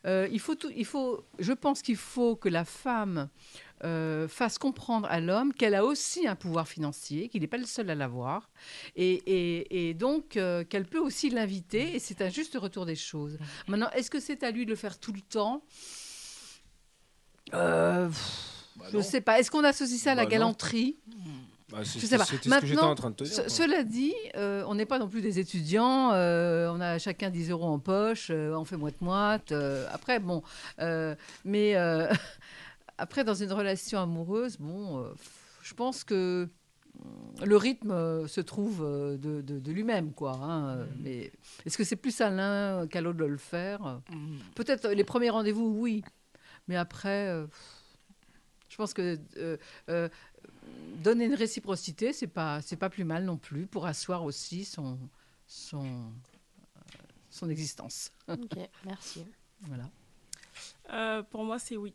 Speaker 1: euh, il faut tout, il faut, je pense qu'il faut que la femme euh, fasse comprendre à l'homme qu'elle a aussi un pouvoir financier, qu'il n'est pas le seul à l'avoir, et, et- et donc euh, qu'elle peut aussi l'inviter, et c'est un juste retour des choses. Maintenant, est-ce que c'est à lui de le faire tout le temps Euh, pff, Je ne sais pas. Est-ce qu'on associe ça à la
Speaker 4: Bah non.
Speaker 1: galanterie
Speaker 4: Bah, c'est-
Speaker 1: Je sais pas.
Speaker 4: C'était ce que j'étais
Speaker 1: Maintenant,
Speaker 4: en train de te dire.
Speaker 1: Ce-
Speaker 4: quoi.
Speaker 1: Cela dit, euh, on n'est pas non plus des étudiants, euh, on a chacun 10 euros en poche, euh, on fait moite-moite. euh, après, bon, euh, mais euh, après, dans une relation amoureuse, bon, euh, pff, je pense que euh, le rythme euh, se trouve euh, de, de- de lui-même, quoi. hein, euh, Mais est-ce que c'est plus à l'un qu'à l'autre de le faire Peut-être euh, les premiers rendez-vous, oui. Mais après, euh, pff, je pense que euh, euh, donner une réciprocité, c'est pas c'est pas plus mal non plus pour asseoir aussi son son euh, son existence.
Speaker 3: Ok, merci.
Speaker 1: Voilà.
Speaker 6: Euh, pour moi, c'est oui.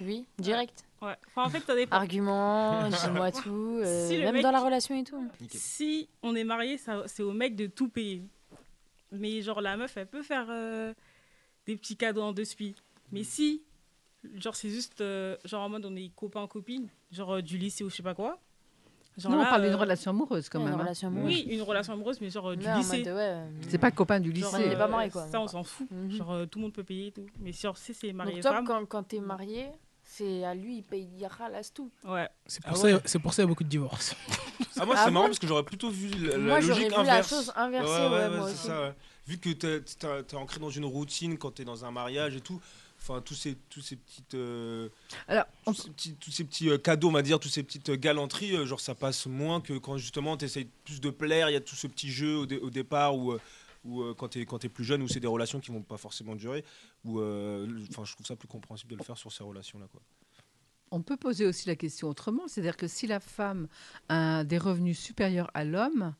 Speaker 3: Oui,
Speaker 4: Ah.
Speaker 3: direct.
Speaker 6: Ouais. Enfin, en fait, ça
Speaker 3: Ah.
Speaker 6: dépend.
Speaker 3: Argument, dis-moi tout. euh,
Speaker 6: Si le
Speaker 3: même
Speaker 6: mec-
Speaker 3: dans la relation et tout.
Speaker 6: Si on est marié, ça- c'est au mec de tout payer. Mais genre, la meuf, elle peut faire euh, des petits cadeaux en deux spies.
Speaker 3: Mm.
Speaker 6: Mais si, genre, c'est juste, euh, genre, en mode, on est copains-copines, genre euh, du lycée ou je sais pas quoi. Genre
Speaker 1: non, on
Speaker 6: là,
Speaker 1: parle d'une
Speaker 6: euh,
Speaker 1: relation amoureuse quand
Speaker 3: Ouais,
Speaker 1: même.
Speaker 3: Une
Speaker 1: hein.
Speaker 3: relation amoureuse.
Speaker 6: Oui, une relation amoureuse, mais genre euh, du
Speaker 3: Ouais, en
Speaker 6: lycée.
Speaker 3: mode, ouais, euh,
Speaker 1: C'est pas copain du lycée.
Speaker 6: Genre,
Speaker 3: on est
Speaker 6: euh,
Speaker 3: pas marié, quoi.
Speaker 6: Ça, on s'en fout.
Speaker 3: Mhm.
Speaker 6: Genre, euh, tout le monde peut payer et tout. Mais genre, si c'est marié
Speaker 3: Donc
Speaker 6: et
Speaker 3: toi,
Speaker 6: femme,
Speaker 3: quand, quand t'es marié, c'est à lui, il paye, il ralasse tout.
Speaker 6: ouais.
Speaker 2: C'est pour,
Speaker 4: Ah
Speaker 2: ça-
Speaker 4: ouais.
Speaker 2: c'est pour ça qu'il y a beaucoup de divorces.
Speaker 4: Ah, moi,
Speaker 3: Ah,
Speaker 4: c'est
Speaker 3: moi,
Speaker 4: marrant parce que j'aurais plutôt vu la, la
Speaker 3: moi, j'aurais
Speaker 4: logique
Speaker 3: vu la
Speaker 4: inverse.
Speaker 3: chose inversée,
Speaker 4: Ouais, ouais,
Speaker 3: ouais,
Speaker 4: ouais,
Speaker 3: moi
Speaker 4: c'est
Speaker 3: aussi.
Speaker 4: ça, ouais. Vu que t'es- t'es t'es ancré dans une routine quand t'es dans un mariage et tout. Enfin, tous ces, tous ces petites, euh,
Speaker 1: Alors, on-
Speaker 4: tous ces petits, tous ces petits, euh, cadeaux, on va dire, toutes ces petites euh, galanteries, euh, genre ça passe moins que quand justement t'essayes plus de plaire. Il y a tout ce petit jeu au, dé- au départ où, euh, où euh, quand t'es quand t'es plus jeune, où c'est des relations qui vont pas forcément durer. Où, euh, le- enfin, je trouve ça plus compréhensible de le faire sur ces relations-là, quoi.
Speaker 1: on peut poser aussi la question autrement, c'est-à-dire que si la femme a des revenus supérieurs à l'homme,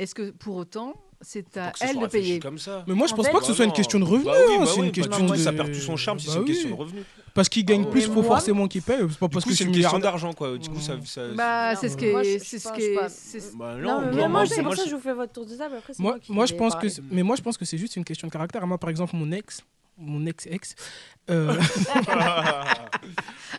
Speaker 1: est-ce que pour autant c'est
Speaker 4: Faut
Speaker 1: à
Speaker 4: que ce
Speaker 1: Bah, elle
Speaker 4: soit
Speaker 1: de
Speaker 4: réfléchi
Speaker 1: payer
Speaker 4: comme ça.
Speaker 2: Mais moi, je
Speaker 3: En
Speaker 2: pense
Speaker 3: fait-
Speaker 2: pas que ce soit une
Speaker 4: Bah
Speaker 2: question de
Speaker 4: non.
Speaker 2: revenus.
Speaker 4: Bah oui,
Speaker 2: hein,
Speaker 4: bah
Speaker 2: c'est
Speaker 4: oui,
Speaker 2: une
Speaker 4: bah
Speaker 2: question
Speaker 4: non,
Speaker 2: de.
Speaker 4: Ça perd tout son charme si
Speaker 2: Bah
Speaker 4: c'est une
Speaker 2: oui.
Speaker 4: question de revenus.
Speaker 2: Parce qu'il gagne
Speaker 4: Ah ouais.
Speaker 2: plus,
Speaker 3: Mais
Speaker 2: faut
Speaker 3: Bah moi-
Speaker 2: forcément qu'il paye. C'est pas
Speaker 4: Du
Speaker 2: parce
Speaker 4: coup,
Speaker 2: que
Speaker 4: c'est
Speaker 2: je
Speaker 4: une
Speaker 2: suis
Speaker 4: question
Speaker 2: milliardaire.
Speaker 4: d'argent, quoi. Du coup, ça. ça-
Speaker 1: Bah,
Speaker 3: Non,
Speaker 1: c'est ce
Speaker 3: moi,
Speaker 1: qui
Speaker 3: je-
Speaker 1: est-
Speaker 3: je
Speaker 1: c'est ce
Speaker 3: pense
Speaker 1: qui est-
Speaker 3: pas.
Speaker 1: c'est ce-
Speaker 4: Bah
Speaker 3: Non, mais
Speaker 4: non,
Speaker 3: moi,
Speaker 4: moi,
Speaker 3: c'est pour ça que
Speaker 4: je-
Speaker 3: je vous fais votre tour de table. Après, c'est moi,
Speaker 2: Moi,
Speaker 3: qui
Speaker 2: moi je
Speaker 3: vais
Speaker 2: pense que.
Speaker 3: parler.
Speaker 2: c'est- Mais moi, je pense que c'est juste une question de caractère. Moi, par exemple, mon ex. Mon ex-ex. euh,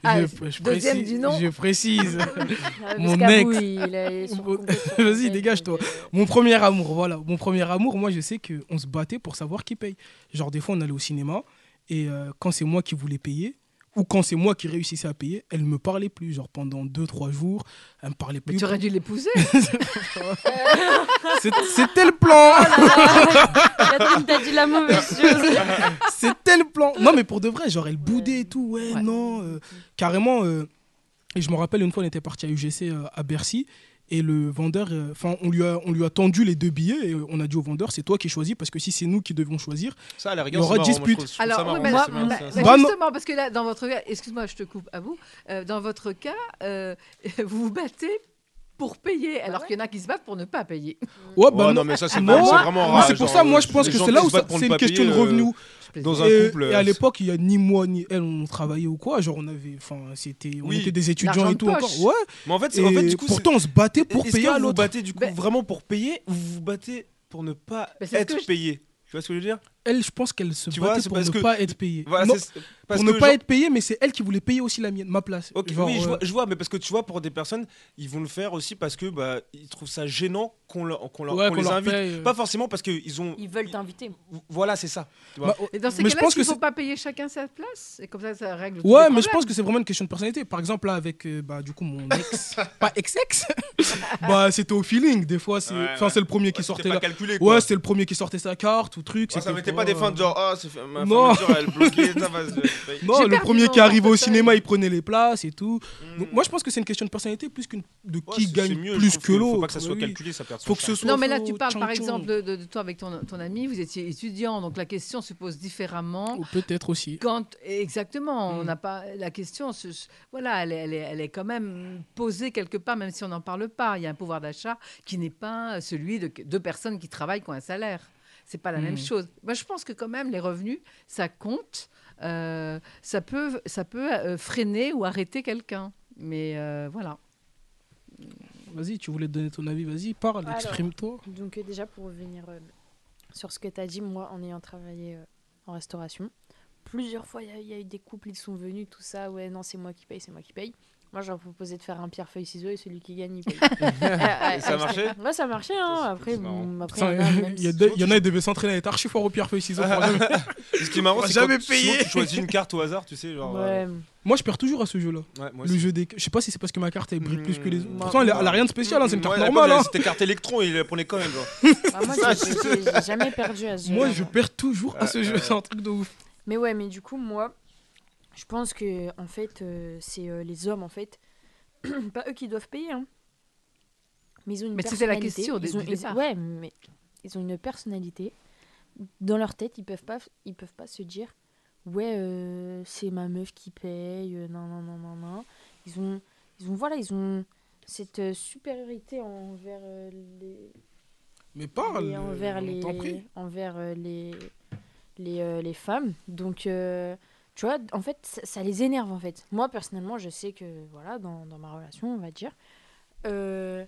Speaker 1: Ah,
Speaker 2: je, je
Speaker 1: deuxième
Speaker 2: précise-
Speaker 1: du nom.
Speaker 2: Je précise.
Speaker 3: Ah, parce
Speaker 2: mon
Speaker 3: qu'Abou,
Speaker 2: ex.
Speaker 3: il est sur-
Speaker 2: Vas-y,
Speaker 3: complètement sur-
Speaker 2: dégage-toi. Mon premier amour, voilà. Mon premier amour, moi, je sais qu'on se battait pour savoir qui paye. Genre, des fois, on allait au cinéma et euh, quand c'est moi qui voulais payer ou quand c'est moi qui réussissais à payer, elle me parlait plus. Genre, pendant 2-3 jours, elle me parlait
Speaker 1: Mais
Speaker 2: plus.
Speaker 1: tu aurais dû l'épouser.
Speaker 2: C'est- C'était le plan
Speaker 3: Catherine, t'as dit la mauvaise chose.
Speaker 2: C'était le plan Non, mais pour de vrai, genre, elle boudait et tout. Ouais,
Speaker 1: Ouais.
Speaker 2: non. euh, carrément. euh, et je me rappelle, une fois, on était parti à UGC euh, à Bercy. Et le vendeur, euh, enfin, on, lui a, on lui a tendu les deux billets et euh, on a dit au vendeur, c'est toi qui choisis parce que si c'est nous qui devons choisir,
Speaker 1: Mm.
Speaker 4: Ça, à la
Speaker 2: Il
Speaker 4: rigueur,
Speaker 2: y aura
Speaker 4: c'est marrant, moi, je
Speaker 2: dispute.
Speaker 4: trouve- je trouve ça
Speaker 1: Alors, oui,
Speaker 4: marrant,
Speaker 1: bah, bah,
Speaker 4: ça, c'est marrant,
Speaker 1: bah,
Speaker 4: ça,
Speaker 2: c'est-
Speaker 1: bah,
Speaker 2: Bah, non.
Speaker 1: justement, parce que là, dans votre cas, excuse-moi, je te coupe à vous, euh, dans votre cas, euh, vous vous battez pour payer,
Speaker 4: Ah
Speaker 1: alors qu'il y en a qui se battent pour ne pas payer.
Speaker 2: Ouais,
Speaker 4: Ouais,
Speaker 2: bah
Speaker 4: non,
Speaker 2: non.
Speaker 4: mais ça, c'est
Speaker 2: Moi,
Speaker 4: vraiment, c'est vraiment
Speaker 2: Moi,
Speaker 4: rare.
Speaker 2: c'est pour
Speaker 4: genre,
Speaker 2: ça, moi, je
Speaker 4: les
Speaker 2: pense que
Speaker 4: gens
Speaker 2: c'est
Speaker 4: qui
Speaker 2: là
Speaker 4: se
Speaker 2: où ça-
Speaker 4: battent pour
Speaker 2: c'est
Speaker 4: ne
Speaker 2: une
Speaker 4: pas
Speaker 2: question de
Speaker 4: payer, euh,
Speaker 2: revenus.
Speaker 4: Dans un
Speaker 2: Et,
Speaker 4: couple.
Speaker 2: et
Speaker 4: euh,
Speaker 2: à l'époque, il y a ni moi ni elle, on travaillait ou quoi. Genre, on avait, enfin, c'était, on
Speaker 4: Oui.
Speaker 2: était des étudiants
Speaker 1: L'argent
Speaker 2: et
Speaker 1: de
Speaker 2: tout
Speaker 1: poche.
Speaker 2: encore. Ouais.
Speaker 4: Mais en fait, c'est-
Speaker 2: Et
Speaker 4: en fait, du coup,
Speaker 2: pourtant, on se battait
Speaker 4: c'est-
Speaker 2: pour
Speaker 4: est-ce
Speaker 2: payer
Speaker 4: que
Speaker 2: à
Speaker 4: vous
Speaker 2: l'autre.
Speaker 4: battez du coup
Speaker 1: Ben-
Speaker 4: vraiment pour payer ou vous vous battez pour ne pas
Speaker 1: Ben, c'est ce que
Speaker 4: être
Speaker 1: je-
Speaker 4: payé Tu vois ce que je veux dire
Speaker 2: elle, je pense qu'elle se
Speaker 4: Tu vois,
Speaker 2: battait
Speaker 4: c'est
Speaker 2: pour
Speaker 4: parce
Speaker 2: ne
Speaker 4: que-
Speaker 2: pas être payée.
Speaker 4: Voilà,
Speaker 2: Non,
Speaker 4: c'est- parce
Speaker 2: pour ne
Speaker 4: que
Speaker 2: pas
Speaker 4: genre-
Speaker 2: être payée, mais c'est elle qui voulait payer aussi la mienne, ma place.
Speaker 4: Ok,
Speaker 2: Genre,
Speaker 4: oui, je
Speaker 2: euh,
Speaker 4: vois, je vois, mais parce que tu vois, pour des personnes, ils vont le faire aussi parce que bah, ils trouvent ça gênant qu'on leur, qu'on leur-
Speaker 2: ouais,
Speaker 4: qu'on
Speaker 2: qu'on
Speaker 4: les
Speaker 2: leur
Speaker 4: invite.
Speaker 2: paye, euh.
Speaker 4: Pas forcément parce qu'ils ont.
Speaker 3: Ils veulent t'inviter.
Speaker 4: Voilà, c'est ça. tu vois.
Speaker 2: Bah,
Speaker 1: Et dans ces
Speaker 2: Mais je
Speaker 1: cas-là,
Speaker 2: pense
Speaker 1: il ne
Speaker 2: que
Speaker 1: faut
Speaker 2: c'est-
Speaker 1: pas payer chacun sa place. Et comme ça, ça règle tous
Speaker 2: Ouais,
Speaker 1: les
Speaker 2: mais je
Speaker 1: problèmes.
Speaker 2: pense que c'est vraiment une question de personnalité. Par exemple, là, avec euh, bah, du coup, mon ex, pas ex-ex, bah, c'était au feeling. Des fois, c'est
Speaker 4: Ouais,
Speaker 2: enfin,
Speaker 4: ouais.
Speaker 2: c'est le premier qui
Speaker 4: Ouais,
Speaker 2: sortait
Speaker 4: c'était pas
Speaker 2: là.
Speaker 4: calculé. quoi.
Speaker 2: Ouais, c'était le premier qui sortait sa carte ou truc.
Speaker 4: Ouais, ça
Speaker 2: c'était euh,
Speaker 4: mettait pas des fins de genre, ah, c'est fait- ma
Speaker 2: Non.
Speaker 4: fermeture, elle bloquée, ça va se- paye.
Speaker 2: Non,
Speaker 1: J'ai
Speaker 2: le
Speaker 1: perdu
Speaker 2: premier
Speaker 1: mon
Speaker 2: qui arrivait au
Speaker 1: portefeuille.
Speaker 2: cinéma, il prenait les places et tout.
Speaker 4: Hmm.
Speaker 2: Donc, moi, je pense que c'est une question de personnalité plus qu'une de
Speaker 4: Ouais,
Speaker 2: qui
Speaker 4: c'est-
Speaker 2: gagne
Speaker 4: c'est mieux, je
Speaker 2: plus
Speaker 4: trouve
Speaker 2: que l'autre.
Speaker 4: Faut pas que ça soit
Speaker 2: Oui.
Speaker 4: calculé, ça perd son
Speaker 2: Faut que ce
Speaker 4: charme.
Speaker 2: soit.
Speaker 1: Non, mais là,
Speaker 2: faux,
Speaker 1: tu parles par
Speaker 2: tchang-tchang.
Speaker 1: exemple de, de- de toi avec ton, ton ami, vous étiez étudiant, donc la question se pose différemment.
Speaker 2: Ou peut-être aussi.
Speaker 1: Quand, exactement, on
Speaker 2: Mm.
Speaker 1: n'a pas la question. se- se- voilà, elle est, elle, est, elle est quand même posée quelque part, même si on n'en parle pas. Il y a un pouvoir d'achat qui n'est pas celui de deux personnes qui travaillent qui ont un salaire. C'est pas la
Speaker 2: Mm.
Speaker 1: même chose. Moi, je pense que quand même les revenus, ça compte. Euh, ça peut, ça peut euh, freiner ou arrêter quelqu'un. Mais euh, voilà.
Speaker 2: Vas-y, tu voulais te donner ton avis, vas-y, parle,
Speaker 3: Alors.
Speaker 2: exprime-toi.
Speaker 3: Donc euh, déjà pour revenir euh, sur ce que tu as dit, moi en ayant travaillé euh, en restauration, plusieurs fois il y a- il y, a eu des couples, ils sont venus, tout ça, ouais non c'est moi qui paye, c'est moi qui paye. Moi je leur proposais de faire un pierre feuille ciseaux et celui qui gagne il paye.
Speaker 4: Et ça a marché
Speaker 3: Moi ça marchait hein.
Speaker 4: Ça, c'est-
Speaker 3: Après,
Speaker 4: c'est marrant.
Speaker 3: mm, après,
Speaker 2: Putain,
Speaker 3: il y en a, même
Speaker 2: il y, a
Speaker 3: si-
Speaker 2: deux- il y en a, ils devaient s'entraîner à être archi fort au pierre feuille ciseaux. pour jamais-
Speaker 4: Ce qui est marrant,
Speaker 2: On va
Speaker 4: c'est
Speaker 2: jamais
Speaker 4: quand souvent,
Speaker 2: payer.
Speaker 4: tu choisis une carte au hasard, tu sais, genre. euh,
Speaker 3: Ouais.
Speaker 2: Moi, je perds toujours à ce jeu-là.
Speaker 4: ouais, moi
Speaker 2: Le
Speaker 4: aussi.
Speaker 2: jeu des. Je sais pas si c'est parce que ma carte elle brille plus que les autres.
Speaker 4: Mmh.
Speaker 2: Pourtant, elle a, elle a rien de spécial, hein, c'est une carte
Speaker 4: Ouais, la
Speaker 2: normale.
Speaker 4: pomme,
Speaker 2: hein.
Speaker 4: C'était carte électron, il la prenait quand même. genre.
Speaker 3: Bah, moi
Speaker 4: Ça,
Speaker 3: j'ai- j'ai j'ai jamais perdu à ce
Speaker 2: Moi,
Speaker 3: jeu-là,
Speaker 2: je
Speaker 3: moi.
Speaker 2: perds toujours à ce
Speaker 4: Ouais,
Speaker 2: jeu,
Speaker 4: ouais.
Speaker 2: c'est un truc de ouf.
Speaker 3: Mais ouais, mais du coup, moi, je pense que en fait, euh, c'est euh, les hommes en fait, pas eux qui doivent payer. hein. Mais ils ont une
Speaker 1: Mais c'était la
Speaker 3: personnalité,
Speaker 1: question au dé-
Speaker 3: ils ont,
Speaker 1: du
Speaker 3: ils-
Speaker 1: départ.
Speaker 3: Ouais, mais ils ont une personnalité. Dans leur tête, ils peuvent pas, ils peuvent pas se dire, ouais, euh, c'est ma meuf qui paye, euh, non, non, non, non, non. Ils ont, ils ont, voilà, ils ont cette euh, supériorité envers euh, les,
Speaker 2: Mais parle.
Speaker 3: et envers
Speaker 2: euh,
Speaker 3: les,
Speaker 2: t'en prie.
Speaker 3: envers euh, les, les, euh, les femmes. Donc, euh, tu vois, en fait, ça, ça les énerve, en fait. Moi, personnellement, je sais que, voilà, dans, dans ma relation, on va dire, euh,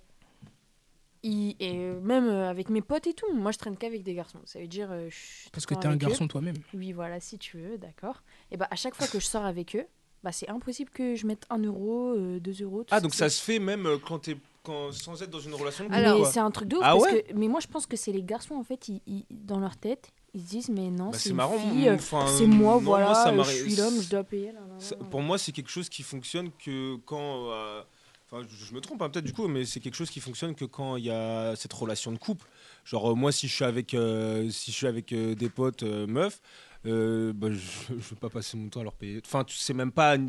Speaker 3: il- et euh, même euh, avec mes potes et tout, moi, je traîne qu'avec des garçons. Ça veut dire... euh, je
Speaker 2: Parce que
Speaker 3: traîne
Speaker 2: t'es un
Speaker 3: avec eux.
Speaker 2: garçon toi-même.
Speaker 3: Oui, voilà, si tu veux, d'accord. Et bah, à chaque fois que je sors avec eux, bah, c'est impossible que je mette 1 euro, 2 euros, tout
Speaker 4: Ah, donc
Speaker 3: qui-
Speaker 4: ça se fait même euh, quand t'es. quand- Sans être dans une relation.
Speaker 1: Alors,
Speaker 3: mais
Speaker 4: quoi.
Speaker 3: c'est un truc de ouf.
Speaker 4: Ah
Speaker 3: parce
Speaker 4: ouais
Speaker 3: que- mais moi, je pense que c'est les garçons, en fait, ils, ils- dans leur tête, ils se disent Mais non,
Speaker 4: Bah,
Speaker 3: c'est
Speaker 4: c'est
Speaker 3: une
Speaker 4: marrant,
Speaker 3: fille, euh,
Speaker 4: enfin,
Speaker 3: c'est moi,
Speaker 4: non,
Speaker 3: voilà,
Speaker 4: moi, ça
Speaker 3: euh,
Speaker 4: m'arrive-
Speaker 3: je suis l'homme, je dois payer. là, là, là,
Speaker 4: Ça-
Speaker 3: là.
Speaker 4: pour moi, c'est quelque chose qui fonctionne que quand. euh, Enfin, je je me trompe hein, peut-être du coup, mais c'est quelque chose qui fonctionne que quand il y a cette relation de couple. Genre euh, moi, si je suis avec, euh, si je suis avec euh, des potes euh, meufs, euh, bah, je, ne vais pas passer mon temps à leur payer. Enfin, tu sais même pas, ça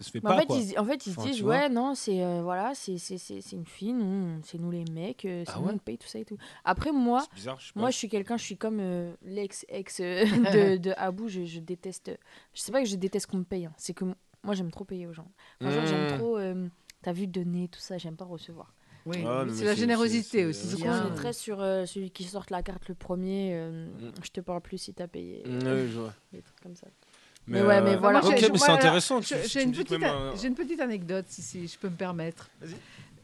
Speaker 4: se fait
Speaker 3: Mais
Speaker 4: pas
Speaker 3: en, fait,
Speaker 4: quoi.
Speaker 3: ils, en fait, ils se
Speaker 4: Enfin,
Speaker 3: disent
Speaker 4: tu vois.
Speaker 3: Ouais, non, c'est euh, voilà, c'est c'est- c'est- c'est une fille, nous, c'est nous les mecs, euh, c'est
Speaker 4: Ah
Speaker 3: nous
Speaker 4: ouais
Speaker 3: on paye tout ça et tout. Après, moi,
Speaker 4: C'est bizarre, je sais pas.
Speaker 3: Moi, je suis quelqu'un, je suis comme euh, l'ex-ex euh, de, de Abou, je, je déteste. Je sais pas que je déteste qu'on me paye, hein, c'est que m- moi, j'aime trop payer aux gens. Enfin, genre,
Speaker 4: Mmh.
Speaker 3: j'aime trop. euh, T'as vu donner, tout ça, j'aime pas recevoir.
Speaker 1: Oui,
Speaker 4: Ah,
Speaker 1: mais
Speaker 4: non, mais
Speaker 1: c'est la
Speaker 4: c'est-
Speaker 1: générosité
Speaker 4: c'est-
Speaker 1: aussi.
Speaker 4: c'est-
Speaker 1: c'est
Speaker 3: Je
Speaker 4: c'est-
Speaker 1: bien.
Speaker 3: me concentrerai sur euh, celui qui sorte la carte le premier. euh,
Speaker 4: Mmh.
Speaker 3: Je te parle plus si t'as payé. euh,
Speaker 4: Ouais, je vois.
Speaker 3: Des trucs comme ça.
Speaker 4: Mais, euh,
Speaker 3: Mais ouais, mais voilà.
Speaker 4: Ok,
Speaker 3: Moi, j'ai-
Speaker 4: mais
Speaker 1: moi,
Speaker 4: c'est
Speaker 1: alors,
Speaker 4: intéressant. tu-
Speaker 1: Je-
Speaker 4: tu
Speaker 1: J'ai une,
Speaker 4: me dis que
Speaker 1: petite
Speaker 4: même euh,
Speaker 1: a-
Speaker 4: un-
Speaker 1: j'ai une petite anecdote, si, si je peux me permettre.
Speaker 4: Vas-y.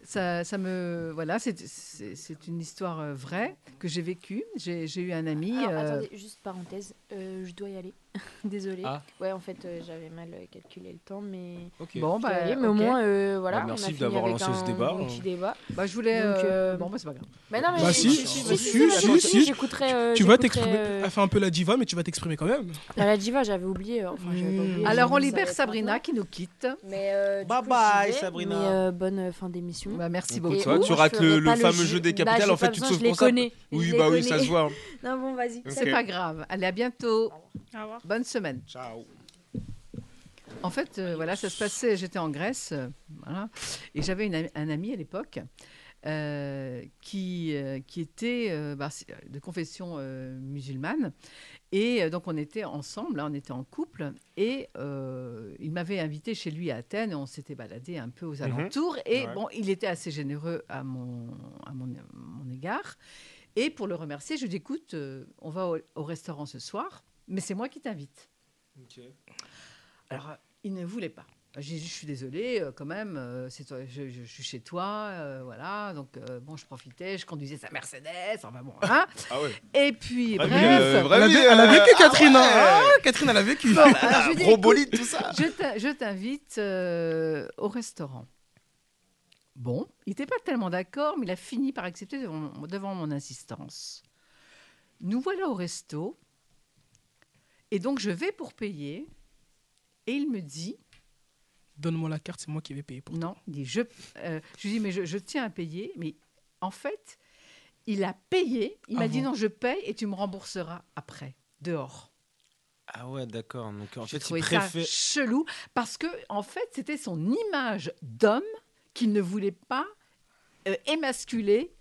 Speaker 1: Ça, ça me, voilà, c'est- c'est c'est une histoire euh, vraie que j'ai vécue. J'ai j'ai eu un ami.
Speaker 3: Alors,
Speaker 1: euh,
Speaker 3: attendez, juste parenthèse, euh, je dois y aller. Désolée.
Speaker 4: Ah.
Speaker 3: Ouais, en fait, euh, j'avais mal euh, calculé le temps, mais.
Speaker 4: Ok.
Speaker 1: Bon,
Speaker 3: Je dois
Speaker 1: bah,
Speaker 3: y aller, mais au
Speaker 1: ok.
Speaker 3: moins, euh, voilà.
Speaker 4: Bah,
Speaker 3: on a
Speaker 4: merci
Speaker 3: fini
Speaker 4: d'avoir
Speaker 3: avec
Speaker 4: lancé ce
Speaker 3: un
Speaker 4: débat.
Speaker 3: bon petit débat.
Speaker 1: Bah, je voulais.
Speaker 3: Donc,
Speaker 1: euh,
Speaker 3: euh,
Speaker 1: Bon, bah, c'est pas grave.
Speaker 3: Bah non, mais
Speaker 2: Bah
Speaker 3: si,
Speaker 2: si,
Speaker 3: si, si, si,
Speaker 2: si,
Speaker 3: si,
Speaker 2: si, si.
Speaker 3: j'écouterai. euh,
Speaker 2: Tu vas
Speaker 3: j'écouterai,
Speaker 2: t'exprimer.
Speaker 3: euh,
Speaker 2: Elle fait un peu la diva, mais tu vas t'exprimer quand même.
Speaker 3: à la diva, j'avais oublié. euh, Enfin, j'avais pas oublié, j'ai
Speaker 1: Alors, on
Speaker 3: mis ça
Speaker 1: libère
Speaker 3: il y a
Speaker 1: Sabrina
Speaker 3: trente ans.
Speaker 1: qui nous quitte.
Speaker 3: Mais, euh, du
Speaker 4: Bye
Speaker 3: coup,
Speaker 4: bye,
Speaker 3: j'y vais,
Speaker 4: Sabrina.
Speaker 3: Mais euh, bonne euh, fin d'émission.
Speaker 1: Bah, merci
Speaker 4: Et
Speaker 1: beaucoup.
Speaker 4: toi, tu
Speaker 3: je
Speaker 4: rates le-
Speaker 3: ferai
Speaker 4: le
Speaker 3: pas bah,
Speaker 4: fameux jeu des capitales,
Speaker 3: j'ai
Speaker 4: en fait,
Speaker 3: pas
Speaker 4: tu te
Speaker 3: besoin,
Speaker 4: sauves
Speaker 3: je les
Speaker 4: pour ça.
Speaker 3: connais. Je
Speaker 4: Oui,
Speaker 3: les
Speaker 4: bah oui, ça
Speaker 3: connais.
Speaker 4: se voit.
Speaker 3: Non, bon, vas-y.
Speaker 4: Ok.
Speaker 1: C'est pas grave. Allez, à bientôt.
Speaker 6: Au revoir.
Speaker 1: Bonne semaine.
Speaker 4: Ciao.
Speaker 1: En fait, euh, voilà, ça se passait. J'étais en Grèce, euh, voilà, et j'avais une am- un ami à l'époque euh, qui, euh, qui était euh, bah, c'est- de confession euh, musulmane. Et euh, donc, on était ensemble, hein, on était en couple. Et euh, il m'avait invité chez lui à Athènes. On s'était baladé un peu aux alentours. Et
Speaker 4: Mhm. Ouais.
Speaker 1: bon, il était assez généreux à mon, à mon, à mon égard. Et pour le remercier, je lui ai dit écoute, euh, on va au- au restaurant ce soir, mais c'est moi qui t'invite. Alors, euh, il ne voulait pas. J'ai dit, je suis désolée, euh, quand même, euh, c'est toi, je, je- je suis chez toi, euh, voilà. Donc, euh, bon, je profitais, je conduisais sa Mercedes, enfin bon, hein.
Speaker 9: Ah ouais.
Speaker 1: Et puis,
Speaker 4: Ah,
Speaker 9: Vraie
Speaker 1: bref.
Speaker 9: vie, euh, vraie
Speaker 2: Elle a,
Speaker 9: vie,
Speaker 2: vé- elle a
Speaker 9: euh,
Speaker 2: vécu
Speaker 9: ah
Speaker 2: Catherine. hein.
Speaker 9: ouais.
Speaker 2: Ah, Catherine, elle a vécu.
Speaker 1: Bon, alors, je lui ai dit,
Speaker 9: Gros
Speaker 1: écoute,
Speaker 9: bolide, tout ça.
Speaker 1: je t'in- je t'invite euh, au restaurant. Bon, il n'était pas tellement d'accord, mais il a fini par accepter devant, mon- devant mon insistance. Nous voilà au resto. Et donc, je vais pour payer. Et il me dit,
Speaker 2: Donne-moi la carte, c'est moi qui vais payer pour toi.
Speaker 1: non, il dit, je, euh, je lui dis, mais je, je tiens à payer. Mais en fait, il a payé. Il m'a dit,
Speaker 2: Avant.
Speaker 1: non, je paye et tu me rembourseras après, dehors.
Speaker 4: Ah ouais, d'accord. Donc en
Speaker 1: J'ai
Speaker 4: fait, il
Speaker 1: trouvé ça
Speaker 4: préfère.
Speaker 1: chelou parce que en fait c'était son image d'homme qu'il ne voulait pas euh, émasculer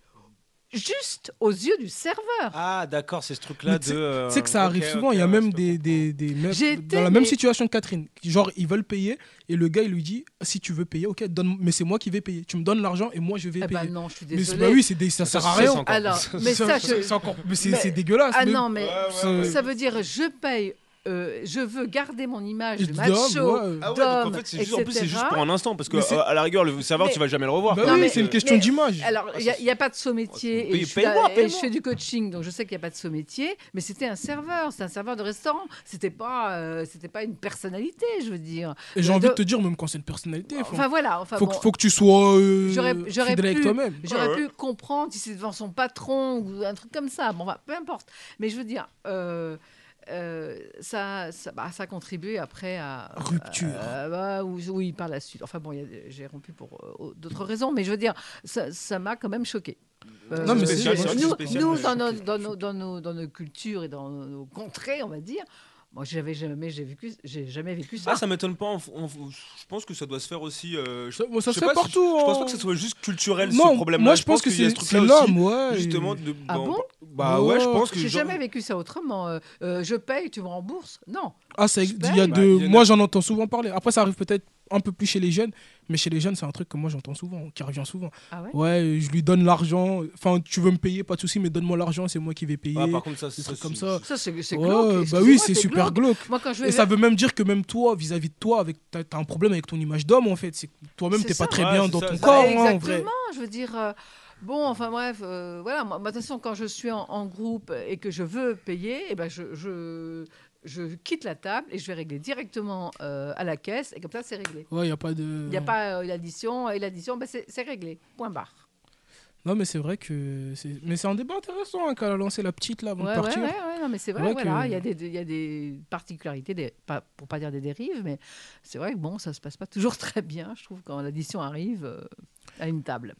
Speaker 1: juste aux yeux du serveur.
Speaker 4: Ah d'accord, c'est ce truc-là
Speaker 2: Mais
Speaker 4: de.
Speaker 2: tu sais-
Speaker 4: euh,
Speaker 2: Tu sais que ça
Speaker 4: ok,
Speaker 2: arrive
Speaker 4: ok,
Speaker 2: souvent, il y a
Speaker 4: ouais,
Speaker 2: même
Speaker 4: je peux
Speaker 2: des, des,
Speaker 4: comprendre.
Speaker 2: des meufs
Speaker 1: J'étais,
Speaker 2: dans la même
Speaker 1: mais-
Speaker 2: situation que Catherine. Genre, ils veulent payer et le gars, il lui dit Si tu veux payer, ok, donne, mais c'est moi qui vais payer. Tu me donnes l'argent et moi, je vais
Speaker 1: Eh
Speaker 2: payer.
Speaker 1: ben non, je suis
Speaker 2: mais c'est-
Speaker 1: désolée.
Speaker 2: bah oui, c'est des- ça
Speaker 4: Ça,
Speaker 2: sert à
Speaker 4: c'est
Speaker 2: rien.
Speaker 4: encore-
Speaker 1: Alors, mais ça, je-
Speaker 2: c'est encore- mais c'est-
Speaker 1: mais-
Speaker 2: c'est dégueulasse.
Speaker 1: ah
Speaker 2: mais-
Speaker 1: non mais
Speaker 2: ouais, ouais.
Speaker 1: ça veut dire je paye, euh, je veux garder mon image de
Speaker 2: Dom,
Speaker 1: macho.
Speaker 2: ouais.
Speaker 4: Ah ouais, donc en
Speaker 1: d'hommes,
Speaker 4: fait, c'est juste, en plus, c'est juste
Speaker 1: etc.
Speaker 4: pour un instant, parce que
Speaker 2: Mais c'est-
Speaker 4: euh, à la rigueur, le serveur,
Speaker 1: Mais-
Speaker 4: tu vas jamais le revoir.
Speaker 2: Bah
Speaker 4: quoi. euh,
Speaker 1: Non,
Speaker 2: oui,
Speaker 1: mais-
Speaker 2: Ah, c'est une question
Speaker 1: mais-
Speaker 2: d'image.
Speaker 1: Alors, il n'y a, pas de saut métier.
Speaker 4: Paye-
Speaker 1: et je, suis là-
Speaker 4: paye-moi,
Speaker 1: et je
Speaker 4: paye-moi.
Speaker 1: fais du coaching, donc je sais qu'il n'y a pas de saut métier, mais c'était un serveur, c'était un serveur de restaurant. C'était pas, euh, c'était pas une personnalité, je veux dire.
Speaker 2: Et j'ai
Speaker 1: de-
Speaker 2: envie de te dire, même quand c'est une personnalité, faut,
Speaker 1: Enfin voilà, enfin
Speaker 2: faut,
Speaker 1: bon,
Speaker 2: que- faut que tu sois euh,
Speaker 1: J'aurais- j'aurais
Speaker 2: fidèle avec
Speaker 1: pu-
Speaker 2: toi-même.
Speaker 1: J'aurais pu comprendre si c'est devant son patron ou un truc comme ça. Bon, bah, peu importe. Mais je veux dire, euh, euh, ça, ça, bah, ça contribue après à.
Speaker 2: Rupture.
Speaker 1: Euh, bah, ou- oui, par la suite. Enfin bon, il y a- j'ai rompu pour euh, d'autres raisons, mais je veux dire, ça ça m'a quand même choqué. Euh,
Speaker 2: Non, mais c'est-
Speaker 4: spécial, c'est vrai que c'est
Speaker 1: nous,
Speaker 4: spécial,
Speaker 1: nous,
Speaker 4: mais
Speaker 1: dans,
Speaker 4: choqué.
Speaker 1: nos, dans, nos, dans, nos, dans nos cultures et dans nos contrées, on va dire, moi, j'avais jamais, j'ai vécu, j'ai jamais vécu ça.
Speaker 4: Ah, ça m'étonne pas. on- on- je pense que ça doit se faire aussi. euh, je,
Speaker 2: Ça, moi, ça
Speaker 4: je
Speaker 2: se
Speaker 4: sais
Speaker 2: fait
Speaker 4: pas si-
Speaker 2: partout.
Speaker 4: je pense
Speaker 2: hein.
Speaker 4: pas que ce soit juste culturel
Speaker 2: non,
Speaker 4: ce problème-là.
Speaker 2: Moi, je pense que
Speaker 4: qu'il y a
Speaker 2: c'est
Speaker 4: ce
Speaker 2: c'est
Speaker 4: truc-là aussi,
Speaker 2: l'homme, ouais. et-
Speaker 4: Justement, de-
Speaker 1: Ah
Speaker 4: dans-
Speaker 1: bon
Speaker 4: Bah ouais, je
Speaker 2: Ouais.
Speaker 4: pense que.
Speaker 1: J'ai
Speaker 4: genre-
Speaker 1: jamais vécu ça autrement. Euh, euh, je paye, tu me rembourses Non.
Speaker 2: Ah, ça,
Speaker 1: Je
Speaker 2: il y a
Speaker 1: paye.
Speaker 4: Bah, il
Speaker 2: de.
Speaker 4: y en a-
Speaker 2: Moi, j'en entends souvent parler. Après, ça arrive peut-être un peu plus chez les jeunes, mais chez les jeunes, c'est un truc que moi j'entends souvent, qui revient souvent.
Speaker 1: Ah ouais
Speaker 2: Ouais, euh, je lui donne l'argent. Enfin, tu veux me payer, pas de souci, mais donne-moi l'argent, c'est moi qui vais payer.
Speaker 4: Ah, par contre, ça, c'est
Speaker 2: trucs comme ça.
Speaker 1: Ça, c'est c'est
Speaker 2: Ouais,
Speaker 1: glauque.
Speaker 2: bah
Speaker 1: Excusez-moi,
Speaker 2: oui, c'est super
Speaker 1: glauque.
Speaker 2: glauque.
Speaker 1: Moi, quand je vais
Speaker 2: Et ça veut même dire que même toi, vis-à-vis de toi, avec t'as t'as un problème avec ton image d'homme en fait. C'est que toi-même
Speaker 1: C'est
Speaker 2: t'es pas
Speaker 1: ça.
Speaker 2: très
Speaker 4: Ouais,
Speaker 2: bien
Speaker 4: c'est
Speaker 2: dans
Speaker 4: ça,
Speaker 2: ton
Speaker 4: c'est
Speaker 2: corps,
Speaker 1: ça.
Speaker 2: hein, en vrai.
Speaker 1: Exactement. je veux dire, euh, bon, enfin bref, euh, voilà. Moi, moi, de toute façon, quand je suis en, en groupe et que je veux payer, eh ben, je, je, je quitte la table et je vais régler directement euh, à la caisse et comme ça, c'est réglé.
Speaker 2: Ouais, y a pas de.
Speaker 1: Il n'y a pas euh, l'addition et l'addition, ben, c'est c'est réglé. Point barre.
Speaker 2: Non, mais c'est vrai que. c'est- Mais c'est un débat intéressant hein, qu'elle a lancé la petite là avant
Speaker 1: Ouais,
Speaker 2: de
Speaker 1: ouais,
Speaker 2: partir.
Speaker 1: ouais, ouais, non, mais c'est vrai,
Speaker 2: Ouais,
Speaker 1: voilà.
Speaker 2: que-
Speaker 1: Il y, a des- il y a des particularités, des, pas, pour pas dire des dérives, mais c'est vrai que bon, ça se passe pas toujours très bien, je trouve, quand l'addition arrive euh, à une table.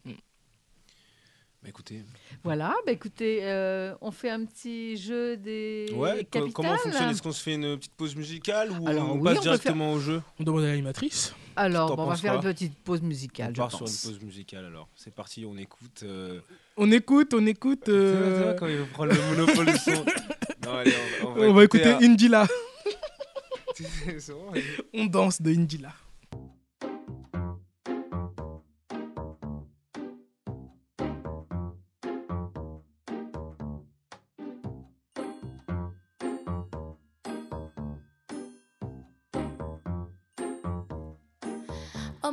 Speaker 4: Bah écoutez,
Speaker 1: Voilà, bah écoutez, euh, on fait un petit jeu des
Speaker 4: ouais, co-
Speaker 1: capitales. hein.
Speaker 4: comment fonctionne Est-ce qu'on se fait une petite pause musicale ou
Speaker 1: Alors,
Speaker 4: on
Speaker 1: oui, on peut
Speaker 4: passe
Speaker 1: faire-
Speaker 4: directement au jeu
Speaker 2: On demande à l'animatrice.
Speaker 1: Alors,
Speaker 4: T'en
Speaker 1: bon, on va
Speaker 4: penses
Speaker 1: faire une
Speaker 4: quoi
Speaker 1: petite pause
Speaker 4: On
Speaker 1: musicale, je
Speaker 4: part
Speaker 1: pense.
Speaker 4: sur une pause musicale alors. C'est parti, on écoute. euh,
Speaker 2: On écoute, on écoute. euh,
Speaker 4: Tu vois, quand il veut prendre le monopole du son. Non, allez, on,
Speaker 2: On va écouter
Speaker 4: un-
Speaker 2: Indila.
Speaker 4: C'est bon, allez.
Speaker 2: On danse de Indila.
Speaker 7: Oh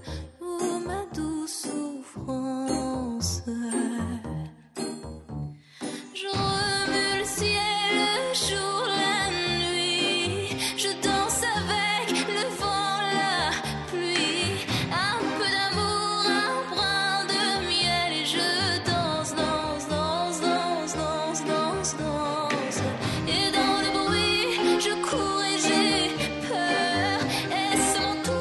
Speaker 7: Oh ma douce souffrance. Je remue le ciel le jour, la nuit. Je danse avec le vent, la pluie. Un peu d'amour, un brin de miel. Et je danse, danse, danse, danse, danse, danse, danse. Et dans le bruit, je cours et j'ai peur. Est-ce mon tour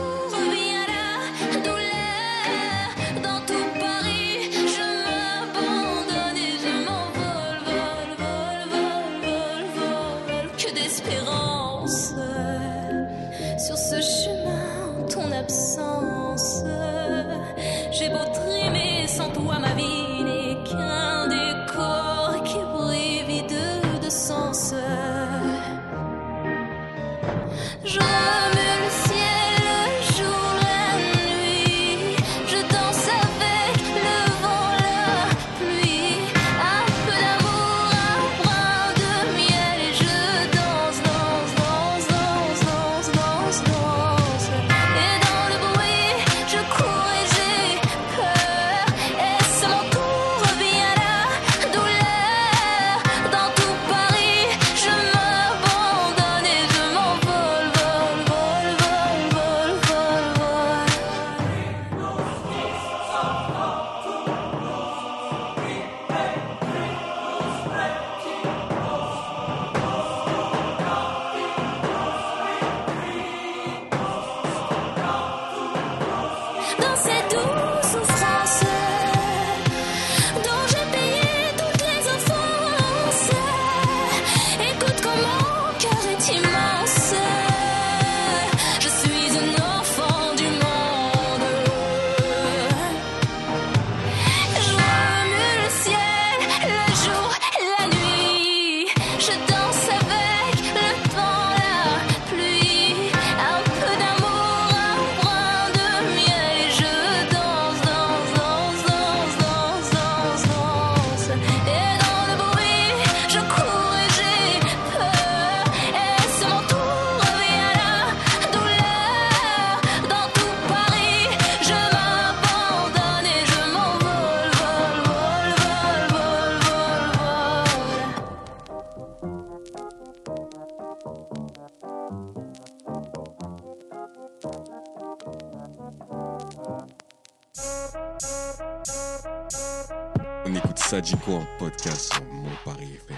Speaker 5: On écoute Sadiko en podcast sur Mon Paris FM.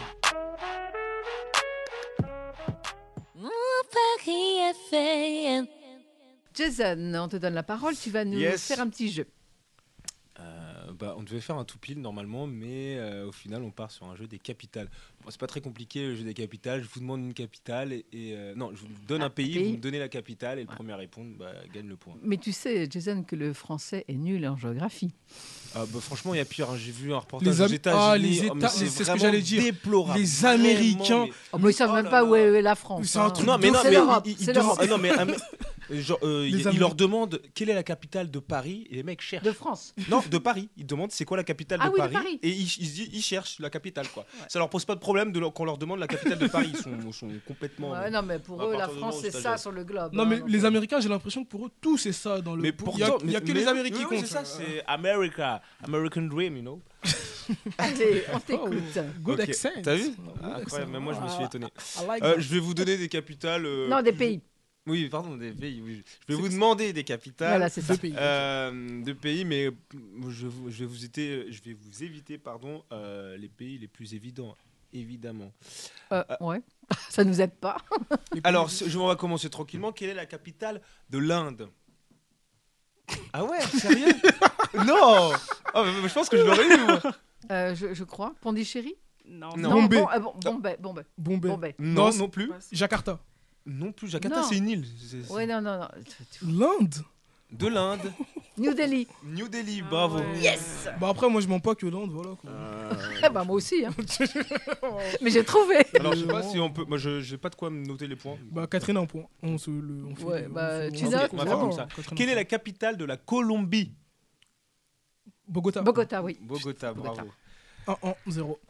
Speaker 10: Paris FM.
Speaker 1: Jason, on te donne la parole. Tu vas nous
Speaker 4: Yes.
Speaker 1: faire un petit jeu.
Speaker 4: Euh, bah, on devait faire un tout pile normalement, mais euh, au final, on part sur un jeu des capitales. Bon, c'est pas très compliqué le jeu des capitales. Je vous demande une capitale et, et, euh, non, je vous donne
Speaker 1: Ah,
Speaker 4: un pays,
Speaker 1: pays.
Speaker 4: vous me donnez la capitale et le
Speaker 1: Ouais.
Speaker 4: premier à répondre bah, gagne le point.
Speaker 1: Mais tu sais, Jason, que le français est nul en géographie.
Speaker 4: Ah, bah, franchement, il y a pire. hein. J'ai vu un reportage
Speaker 2: Les
Speaker 4: aux
Speaker 2: Am- ah,
Speaker 4: États-Unis.
Speaker 2: les
Speaker 4: Oh, mais
Speaker 2: États-
Speaker 4: c'est
Speaker 2: c'est ce que
Speaker 4: vraiment
Speaker 2: j'allais dire.
Speaker 4: Déplorable.
Speaker 2: Les
Speaker 4: Vraiment,
Speaker 2: Américains.
Speaker 4: mais-
Speaker 1: Oh, mais ils savent
Speaker 4: Oh
Speaker 1: même
Speaker 4: là
Speaker 1: pas
Speaker 4: là.
Speaker 1: où est où est la France.
Speaker 2: C'est un
Speaker 1: hein.
Speaker 2: truc
Speaker 4: Non, mais non,
Speaker 1: C'est
Speaker 4: mais
Speaker 1: l'Europe,
Speaker 4: il- il-
Speaker 1: c'est
Speaker 4: il-
Speaker 1: l'Europe.
Speaker 4: ah, non, mais, ah, mais- genre, euh,
Speaker 2: Les
Speaker 4: il, il
Speaker 2: Américains.
Speaker 4: leur demande quelle est la capitale de Paris et les mecs cherchent.
Speaker 1: De France.
Speaker 4: Non, de Paris. Ils demandent c'est quoi la capitale
Speaker 1: Ah
Speaker 4: de,
Speaker 1: oui, de
Speaker 4: Paris,
Speaker 1: Paris.
Speaker 4: Et ils, ils, se disent- ils cherchent la capitale, quoi. Ça leur pose pas de problème de leur- qu'on leur demande la capitale de Paris. Ils sont, sont complètement.
Speaker 1: Ouais, non, mais pour
Speaker 4: À
Speaker 1: eux,
Speaker 4: partir
Speaker 1: la
Speaker 4: du
Speaker 1: France,
Speaker 4: moment où
Speaker 1: c'est
Speaker 4: c'est
Speaker 1: ça
Speaker 4: agile.
Speaker 1: sur le globe.
Speaker 2: Non,
Speaker 1: hein,
Speaker 2: mais
Speaker 1: donc,
Speaker 2: les
Speaker 1: euh,
Speaker 2: Américains, j'ai l'impression que pour eux, tout c'est ça dans le.
Speaker 4: Mais
Speaker 2: Il y a-
Speaker 4: pourtant,
Speaker 2: il y a, que
Speaker 4: mais-
Speaker 2: les
Speaker 4: mais-
Speaker 2: Américains
Speaker 4: oui,
Speaker 2: qui
Speaker 4: oui,
Speaker 2: comptent.
Speaker 4: C'est ça, c'est America, American Dream, you know.
Speaker 1: Allez,
Speaker 4: Oh.
Speaker 1: on t'écoute.
Speaker 2: Good
Speaker 4: Ok,
Speaker 2: accent.
Speaker 4: t'as vu
Speaker 2: Good
Speaker 4: Ah,
Speaker 2: accent.
Speaker 4: Incroyable, même moi je me suis
Speaker 2: Ah,
Speaker 4: étonné.
Speaker 2: I like
Speaker 4: Euh,
Speaker 2: that.
Speaker 4: je vais vous donner des capitales. euh,
Speaker 1: Non, des pays.
Speaker 4: Oui, pardon, des pays. oui. Je vais vous demander des capitales
Speaker 1: Voilà, c'est ça.
Speaker 2: Deux pays.
Speaker 4: euh, de pays, mais euh, je, vous- je vais vous éviter, je vais vous éviter pardon, euh, les pays les plus évidents, évidemment.
Speaker 1: Euh, ouais. Ça nous aide pas.
Speaker 4: Alors, ce- je on va commencer tranquillement. Quelle est la capitale de l'Inde Ah ouais, sérieux Non Ah, mais- mais Je pense que je l'aurais eu. moi.
Speaker 1: Euh, je, je crois. Pondichéry
Speaker 6: Non.
Speaker 4: Non.
Speaker 2: Bombay.
Speaker 1: Bon, euh, bon, Bombay. Bombay.
Speaker 2: Bombay.
Speaker 1: Bombay.
Speaker 4: Non,
Speaker 2: Non,
Speaker 4: non plus.
Speaker 2: ben, Jakarta.
Speaker 4: Non plus, Jakarta,
Speaker 1: Non.
Speaker 4: c'est une île. C'est- c'est-
Speaker 1: Ouais, non, non, non.
Speaker 2: L'Inde.
Speaker 4: De l'Inde.
Speaker 1: New Delhi.
Speaker 4: New Delhi,
Speaker 6: Ah
Speaker 4: bravo.
Speaker 6: ouais.
Speaker 1: Yes
Speaker 2: Bah après, moi, je mens pas que l'Inde, voilà. quoi.
Speaker 1: Eh ben, moi aussi. hein. mais j'ai trouvé.
Speaker 4: Alors, je sais pas si on peut. Moi, je j'ai pas de quoi me noter les points.
Speaker 2: Bah, Catherine a un point. On se le. On fait
Speaker 1: Ouais,
Speaker 2: le- on
Speaker 1: bah,
Speaker 2: fait-
Speaker 1: tu
Speaker 2: on
Speaker 4: notes,
Speaker 2: fait-
Speaker 4: on va faire
Speaker 2: on
Speaker 4: comme
Speaker 2: fait-
Speaker 4: ça.
Speaker 2: Catherine a
Speaker 4: Quelle
Speaker 2: un
Speaker 4: est la
Speaker 2: point.
Speaker 4: capitale de la Colombie
Speaker 2: Bogota.
Speaker 1: Bogota, oui.
Speaker 4: Bogota, bravo.
Speaker 2: 1 1 0.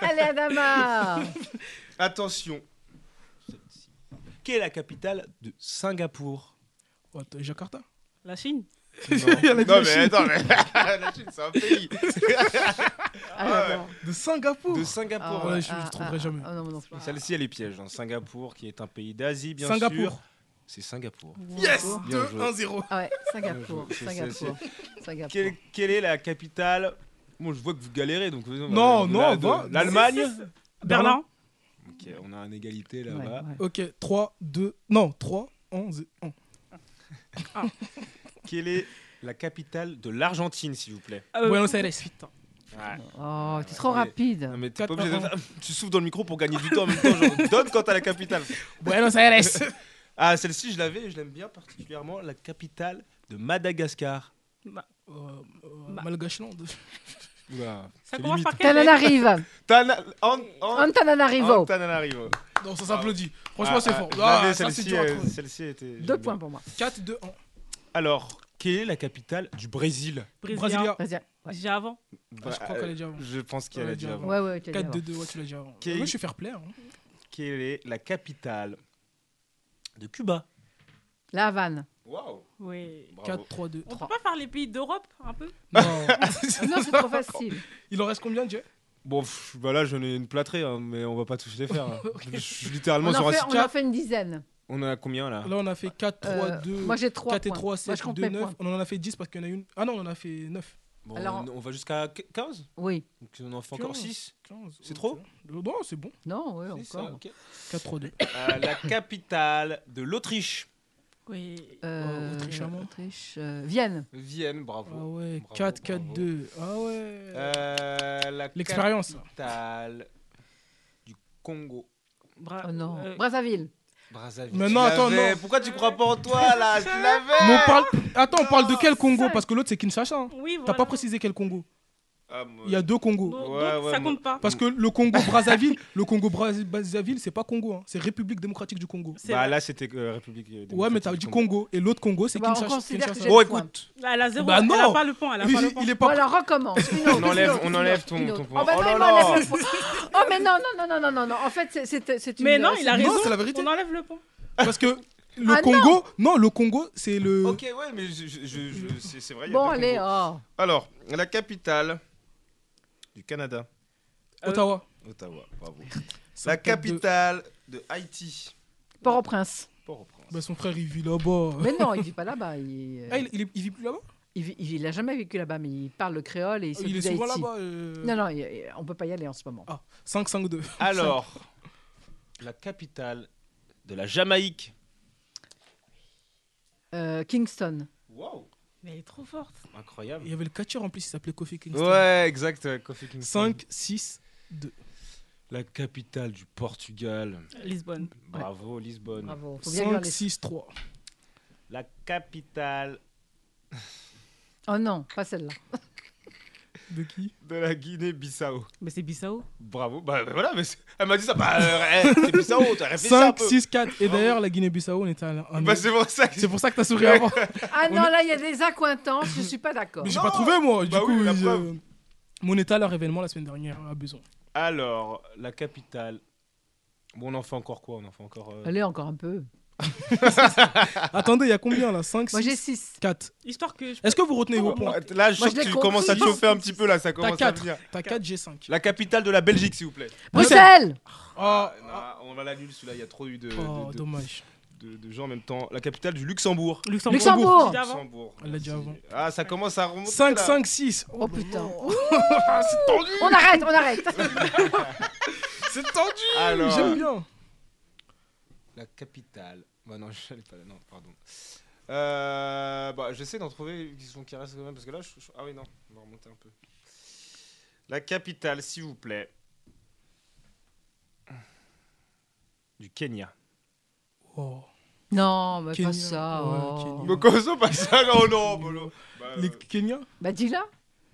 Speaker 1: Allez, Adama
Speaker 4: Attention. Celle-ci. Quelle est la capitale de Singapour
Speaker 2: What, Jakarta
Speaker 6: La Chine
Speaker 4: Non,
Speaker 2: Non, mais
Speaker 4: attends, mais la Chine, c'est un pays.
Speaker 1: Ah,
Speaker 2: De Singapour.
Speaker 4: De
Speaker 2: ouais,
Speaker 4: Singapour. Ah ouais.
Speaker 2: je- je trouverai jamais.
Speaker 1: Ah, non, non, non.
Speaker 4: Celle-ci, elle est piège. hein. Singapour, qui est un pays d'Asie, bien
Speaker 2: Singapour.
Speaker 4: sûr. C'est Singapour.
Speaker 2: Yes
Speaker 4: Bien
Speaker 2: 2
Speaker 4: joué.
Speaker 2: 1 0.
Speaker 1: Ah ouais, Singapour,
Speaker 4: C'est- c'est-
Speaker 1: Singapour, Singapour.
Speaker 4: Quelle, quelle est la capitale Bon, je vois que vous galérez, donc...
Speaker 2: Non,
Speaker 4: de-
Speaker 2: non,
Speaker 4: de-
Speaker 2: va.
Speaker 4: L'Allemagne
Speaker 6: Berlin
Speaker 4: Ok, on a une égalité,
Speaker 1: Ouais,
Speaker 4: là-bas.
Speaker 1: ouais.
Speaker 2: Ok, 3 2 non, 3 11 1.
Speaker 4: Quelle est la capitale de l'Argentine, s'il vous plaît
Speaker 6: Euh,
Speaker 2: Buenos Aires.
Speaker 6: Putain.
Speaker 4: Ouais.
Speaker 1: Oh, t'es
Speaker 4: ouais,
Speaker 1: trop
Speaker 4: mais-
Speaker 1: rapide.
Speaker 4: Non, mais t'es pas
Speaker 2: Quatre,
Speaker 4: obligé de
Speaker 2: un,
Speaker 4: faire- Tu souffles dans le micro pour gagner du temps en même temps. Genre, donne quand t'as la capitale.
Speaker 2: Buenos Aires.
Speaker 4: Ah, celle-ci, je l'avais et je l'aime bien particulièrement. La capitale de Madagascar.
Speaker 2: euh, Malgachland.
Speaker 4: Oula,
Speaker 6: Ça
Speaker 4: c'est
Speaker 6: commence
Speaker 4: limite.
Speaker 6: par quelle lettre
Speaker 1: Tananarive,
Speaker 4: Tana- An- An-
Speaker 1: Antananarivo.
Speaker 4: Antananarivo.
Speaker 2: Non, ça s'applaudit. Franchement,
Speaker 4: Ah,
Speaker 2: c'est
Speaker 4: ah,
Speaker 2: fort.
Speaker 4: je l'avais,
Speaker 2: Ah, ça c'est
Speaker 4: celle-ci,
Speaker 2: dur à
Speaker 4: euh,
Speaker 2: trouver.
Speaker 4: celle-ci était. j'aime
Speaker 1: Deux
Speaker 4: bien.
Speaker 1: points pour moi.
Speaker 2: 4 2 1.
Speaker 4: Alors, quelle est la capitale du Brésil euh,
Speaker 6: Brésilien.
Speaker 1: Vas-y. Ouais,
Speaker 6: J'ai avant.
Speaker 2: je crois qu'elle a dit avant.
Speaker 4: Je pense qu'elle
Speaker 2: Elle
Speaker 4: a
Speaker 2: a
Speaker 4: dit
Speaker 2: dit
Speaker 4: avant.
Speaker 1: ouais, ouais, tu l'as dit
Speaker 2: 4
Speaker 1: avant.
Speaker 2: 2 2, ouais, tu l'as dit avant.
Speaker 4: Quel-
Speaker 2: Moi, je suis fair play. hein.
Speaker 4: Quelle est la capitale de Cuba
Speaker 1: La Havane.
Speaker 4: Waouh
Speaker 6: Ouais.
Speaker 2: 4 3 2.
Speaker 6: On peut pas faire les pays d'Europe un peu
Speaker 2: Non.
Speaker 1: Ah, Non, c'est trop facile.
Speaker 2: Il en reste combien, Dieu
Speaker 4: Bon, pff, bah là, j'en ai une plâtrée, hein, mais on va pas tous les faire. hein. Je suis littéralement
Speaker 1: On
Speaker 4: sur
Speaker 1: en,
Speaker 4: un
Speaker 1: fait,
Speaker 4: site.
Speaker 1: on en fait une dizaine.
Speaker 4: On a combien là
Speaker 2: Là, on a fait 4 3
Speaker 1: Euh,
Speaker 2: 2.
Speaker 1: moi, j'ai trois
Speaker 2: 4 et
Speaker 1: points.
Speaker 2: 3
Speaker 1: Moi,
Speaker 2: 7
Speaker 1: je compte
Speaker 2: 2
Speaker 1: mes
Speaker 2: 9.
Speaker 1: points.
Speaker 2: On en a fait 10 parce qu'il y en a une. Ah non, on en a fait 9.
Speaker 4: Bon,
Speaker 1: Alors-
Speaker 4: on, on va jusqu'à qu- 15
Speaker 1: Oui.
Speaker 4: Donc on en fait encore
Speaker 2: 15.
Speaker 4: 6
Speaker 2: 15.
Speaker 4: C'est trop
Speaker 2: Non, Oh, c'est bon. Ah
Speaker 1: Non, oui, encore.
Speaker 2: 4 3 2.
Speaker 4: hein, Euh, La capitale de l'Autriche.
Speaker 6: Oui.
Speaker 1: Euh,
Speaker 2: Autriche allemande.
Speaker 1: Autriche, euh, Vienne.
Speaker 4: Vienne, bravo.
Speaker 2: Ah ouais,
Speaker 4: Bravo,
Speaker 2: 4 4
Speaker 4: bravo.
Speaker 2: 2. Ah ouais.
Speaker 4: Euh, la
Speaker 2: L'expérience.
Speaker 4: capitale du Congo.
Speaker 6: Bra-
Speaker 1: Oh non.
Speaker 6: euh,
Speaker 1: Brazzaville.
Speaker 4: Brazzaville.
Speaker 2: Mais
Speaker 4: Tu
Speaker 2: non, attends,
Speaker 4: l'avais.
Speaker 2: non.
Speaker 4: Pourquoi tu crois pas en toi là Tu
Speaker 2: Mais on
Speaker 4: l'avais
Speaker 2: parle... Attends, on parle de quel Congo
Speaker 1: ça.
Speaker 2: Parce que l'autre, c'est Kinshasa. hein.
Speaker 6: Oui, voilà.
Speaker 2: T'as pas précisé quel Congo
Speaker 4: Ah, moi-
Speaker 2: Il y a deux Congos.
Speaker 6: Donc, donc,
Speaker 4: Ouais, ouais,
Speaker 6: ça
Speaker 4: moi-
Speaker 6: compte pas.
Speaker 2: Parce que le Congo Brazzaville, le Congo Brazz- Brazzaville, c'est pas Congo, hein. c'est République démocratique du Congo.
Speaker 6: C'est
Speaker 4: Bah
Speaker 6: vrai.
Speaker 4: là, c'était euh, République.
Speaker 2: Ouais, mais t'as dit Congo et l'autre Congo, c'est
Speaker 1: Bah, on
Speaker 2: Kinshasa.
Speaker 1: considère que
Speaker 2: Kinshasa.
Speaker 1: j'ai-
Speaker 4: Bon,
Speaker 1: Bon,
Speaker 4: écoute.
Speaker 1: écoute.
Speaker 6: Elle a zéro.
Speaker 2: Bah
Speaker 6: Elle a
Speaker 2: non.
Speaker 6: pas le point. Elle a
Speaker 2: Il,
Speaker 6: pas le
Speaker 2: il
Speaker 6: point.
Speaker 2: est
Speaker 1: Bon,
Speaker 2: pas.
Speaker 1: alors recommence. Une autre,
Speaker 4: On enlève-
Speaker 1: une autre,
Speaker 4: on
Speaker 1: une
Speaker 4: enlève
Speaker 1: autre,
Speaker 4: ton-
Speaker 1: une autre.
Speaker 4: ton point.
Speaker 1: Oh, bah
Speaker 4: Oh
Speaker 1: non,
Speaker 4: là
Speaker 1: il
Speaker 4: là.
Speaker 1: enlève le point. Oh, mais non, non, non, non, non, non, non. En fait, c'est- c'est c'est une. euh,
Speaker 6: Mais non, il a
Speaker 1: c'est-
Speaker 6: raison.
Speaker 2: Non, c'est la vérité.
Speaker 6: On enlève le point.
Speaker 2: Parce que le
Speaker 1: Ah,
Speaker 2: Congo, non. le Congo, c'est le.
Speaker 4: Ok, ouais, mais je, je- je- je- c'est c'est vrai. il y a
Speaker 1: Bon,
Speaker 4: deux
Speaker 1: allez,
Speaker 4: Congos.
Speaker 1: oh.
Speaker 4: Alors, la capitale du Canada.
Speaker 2: Ottawa.
Speaker 4: Ottawa, bravo.
Speaker 2: Cinq,
Speaker 4: La
Speaker 2: quatre, deux.
Speaker 4: capitale de Haïti.
Speaker 1: Port-au-Prince.
Speaker 4: Port-au-Prince.
Speaker 2: Bah, son frère, il vit là-bas.
Speaker 1: Mais non, il vit pas là-bas. Il, euh,
Speaker 2: Ah, il, il est- il vit plus là-bas
Speaker 1: il vit- il- il a jamais vécu là-bas, mais il parle le créole et il,
Speaker 2: Il est
Speaker 1: s'est dit,
Speaker 2: souvent
Speaker 1: ah, si.
Speaker 2: là-bas. euh,
Speaker 1: Non, non, il- on peut pas y aller en ce moment.
Speaker 2: Ah. 5-5-2.
Speaker 4: Alors, la capitale de la Jamaïque.
Speaker 1: Euh, Kingston.
Speaker 4: Waouh,
Speaker 6: Mais elle est trop forte.
Speaker 4: incroyable.
Speaker 2: Il y avait le catcheur en plus, il s'appelait Kofi Kingston.
Speaker 4: Ouais, exact. euh, Kofi Kingston.
Speaker 2: 5, 6.
Speaker 4: La capitale du Portugal.
Speaker 6: Lisbonne.
Speaker 4: Bravo, Lisbonne.
Speaker 1: Bravo. Faut bien lui en
Speaker 2: 5,
Speaker 1: laisser-
Speaker 2: 6, 3.
Speaker 4: La capitale
Speaker 1: Oh non, pas celle-là.
Speaker 2: De qui
Speaker 4: de la Guinée-Bissau.
Speaker 6: Mais c'est Bissau.
Speaker 4: Bravo. Bah, bah, voilà, mais c'est- elle m'a dit ça. Bah, euh, eh, c'est Bissau, t'as réfléchi un
Speaker 2: 5,
Speaker 4: peu. Ah
Speaker 2: 6, 4. Et d'ailleurs, la Guinée-Bissau, on était à la- un-
Speaker 4: Bah, c'est pour ça que
Speaker 2: C'est pour ça que t'as souri avant.
Speaker 1: Ah
Speaker 2: On
Speaker 1: non, là, il y a des accointances, je suis pas d'accord.
Speaker 2: Mais j'ai pas trouvé, moi. Du
Speaker 4: Bah
Speaker 2: coup,
Speaker 4: oui, la
Speaker 2: je-
Speaker 4: preuve.
Speaker 2: mon état à leur événement la semaine dernière à Besançon.
Speaker 4: Alors, la capitale. Bon, on en fait encore quoi On en fait encore. euh,
Speaker 1: Allez, encore un peu.
Speaker 4: Ah.
Speaker 2: Attendez, il y a combien là 5,
Speaker 1: Moi, j'ai
Speaker 2: 6,
Speaker 1: 6.
Speaker 2: 4.
Speaker 6: Histoire que je.
Speaker 2: Est-ce que vous retenez vos
Speaker 4: Bon,
Speaker 2: points
Speaker 4: Là, je
Speaker 1: Moi,
Speaker 4: sens
Speaker 1: je
Speaker 4: que
Speaker 1: l'ai
Speaker 4: tu
Speaker 1: compris.
Speaker 4: commences à te chauffer un petit peu là, ça
Speaker 2: T'as
Speaker 4: commence à
Speaker 2: 4.
Speaker 4: venir.
Speaker 2: T'as 4, j'ai 5.
Speaker 4: La capitale de la Belgique, s'il vous plaît.
Speaker 1: Bruxelles
Speaker 2: Ah,
Speaker 4: Ah, on va l'annuler celui-là, il y a trop eu de, de-
Speaker 2: oh,
Speaker 4: de-
Speaker 2: dommage.
Speaker 4: de- de gens en même temps. La capitale du Luxembourg.
Speaker 6: Luxembourg.
Speaker 1: Luxembourg.
Speaker 6: J'ai dit avant.
Speaker 4: Luxembourg.
Speaker 2: Elle l'a dit avant.
Speaker 4: Ah, ça commence à remonter.
Speaker 2: 5,
Speaker 4: là.
Speaker 2: 5, 6.
Speaker 1: Oh putain.
Speaker 4: Ah, c'est tendu
Speaker 1: On arrête, on arrête.
Speaker 2: C'est tendu
Speaker 4: Alors,
Speaker 2: J'aime bien.
Speaker 4: la capitale. Bah non, je n'allais pas là. Non, pardon. Euh, bah, j'essaie d'en trouver qui sont qui restent quand même parce que là, je- je- ah oui non, on va remonter un peu. La capitale, s'il vous plaît, du Kenya.
Speaker 2: Oh.
Speaker 1: Non, mais
Speaker 2: Kenya.
Speaker 1: pas ça.
Speaker 2: Ouais,
Speaker 1: oh.
Speaker 2: Kenya.
Speaker 4: Mais comment ça pas bah, ça Non, non, bolo. Bah,
Speaker 2: Les
Speaker 4: euh,
Speaker 2: Kenyans
Speaker 1: Bah dis-la.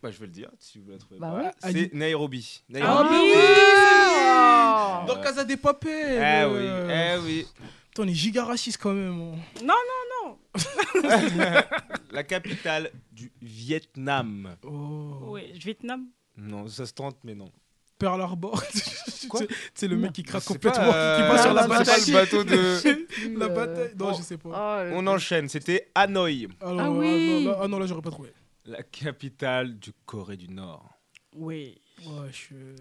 Speaker 4: bah, je vais le dire si vous la trouvez
Speaker 1: Bah
Speaker 4: pas.
Speaker 1: ouais.
Speaker 2: Ah,
Speaker 4: C'est Nairobi.
Speaker 6: Ah
Speaker 4: Nairobi.
Speaker 6: bah oui
Speaker 4: oui.
Speaker 2: Dans Casa des Papés Euh.
Speaker 4: Eh oui, eh oui.
Speaker 2: Putain, on est giga raciste quand même. hein.
Speaker 4: La capitale du Vietnam.
Speaker 2: Oh.
Speaker 6: Ouais, Vietnam.
Speaker 4: Non, ça se tente, mais non.
Speaker 2: Pearl Harbor.
Speaker 4: Quoi
Speaker 2: C'est- C'est le mec qui craque
Speaker 4: C'est
Speaker 2: complètement,
Speaker 4: pas,
Speaker 2: qui va
Speaker 4: euh,
Speaker 2: sur la
Speaker 4: c'est pas le
Speaker 2: bataille.
Speaker 4: bateau de.
Speaker 1: Euh,
Speaker 4: Oh.
Speaker 2: La bataille. euh, Non,
Speaker 4: Bon.
Speaker 2: je sais
Speaker 1: oh,
Speaker 2: pas.
Speaker 4: On enchaîne, c'était Hanoï,
Speaker 2: Alors,
Speaker 1: Ah oui.
Speaker 2: non, là, ah non, là, j'aurais pas trouvé.
Speaker 4: la capitale du Corée du Nord.
Speaker 6: Ouais.
Speaker 2: Ouais, je suis- euh,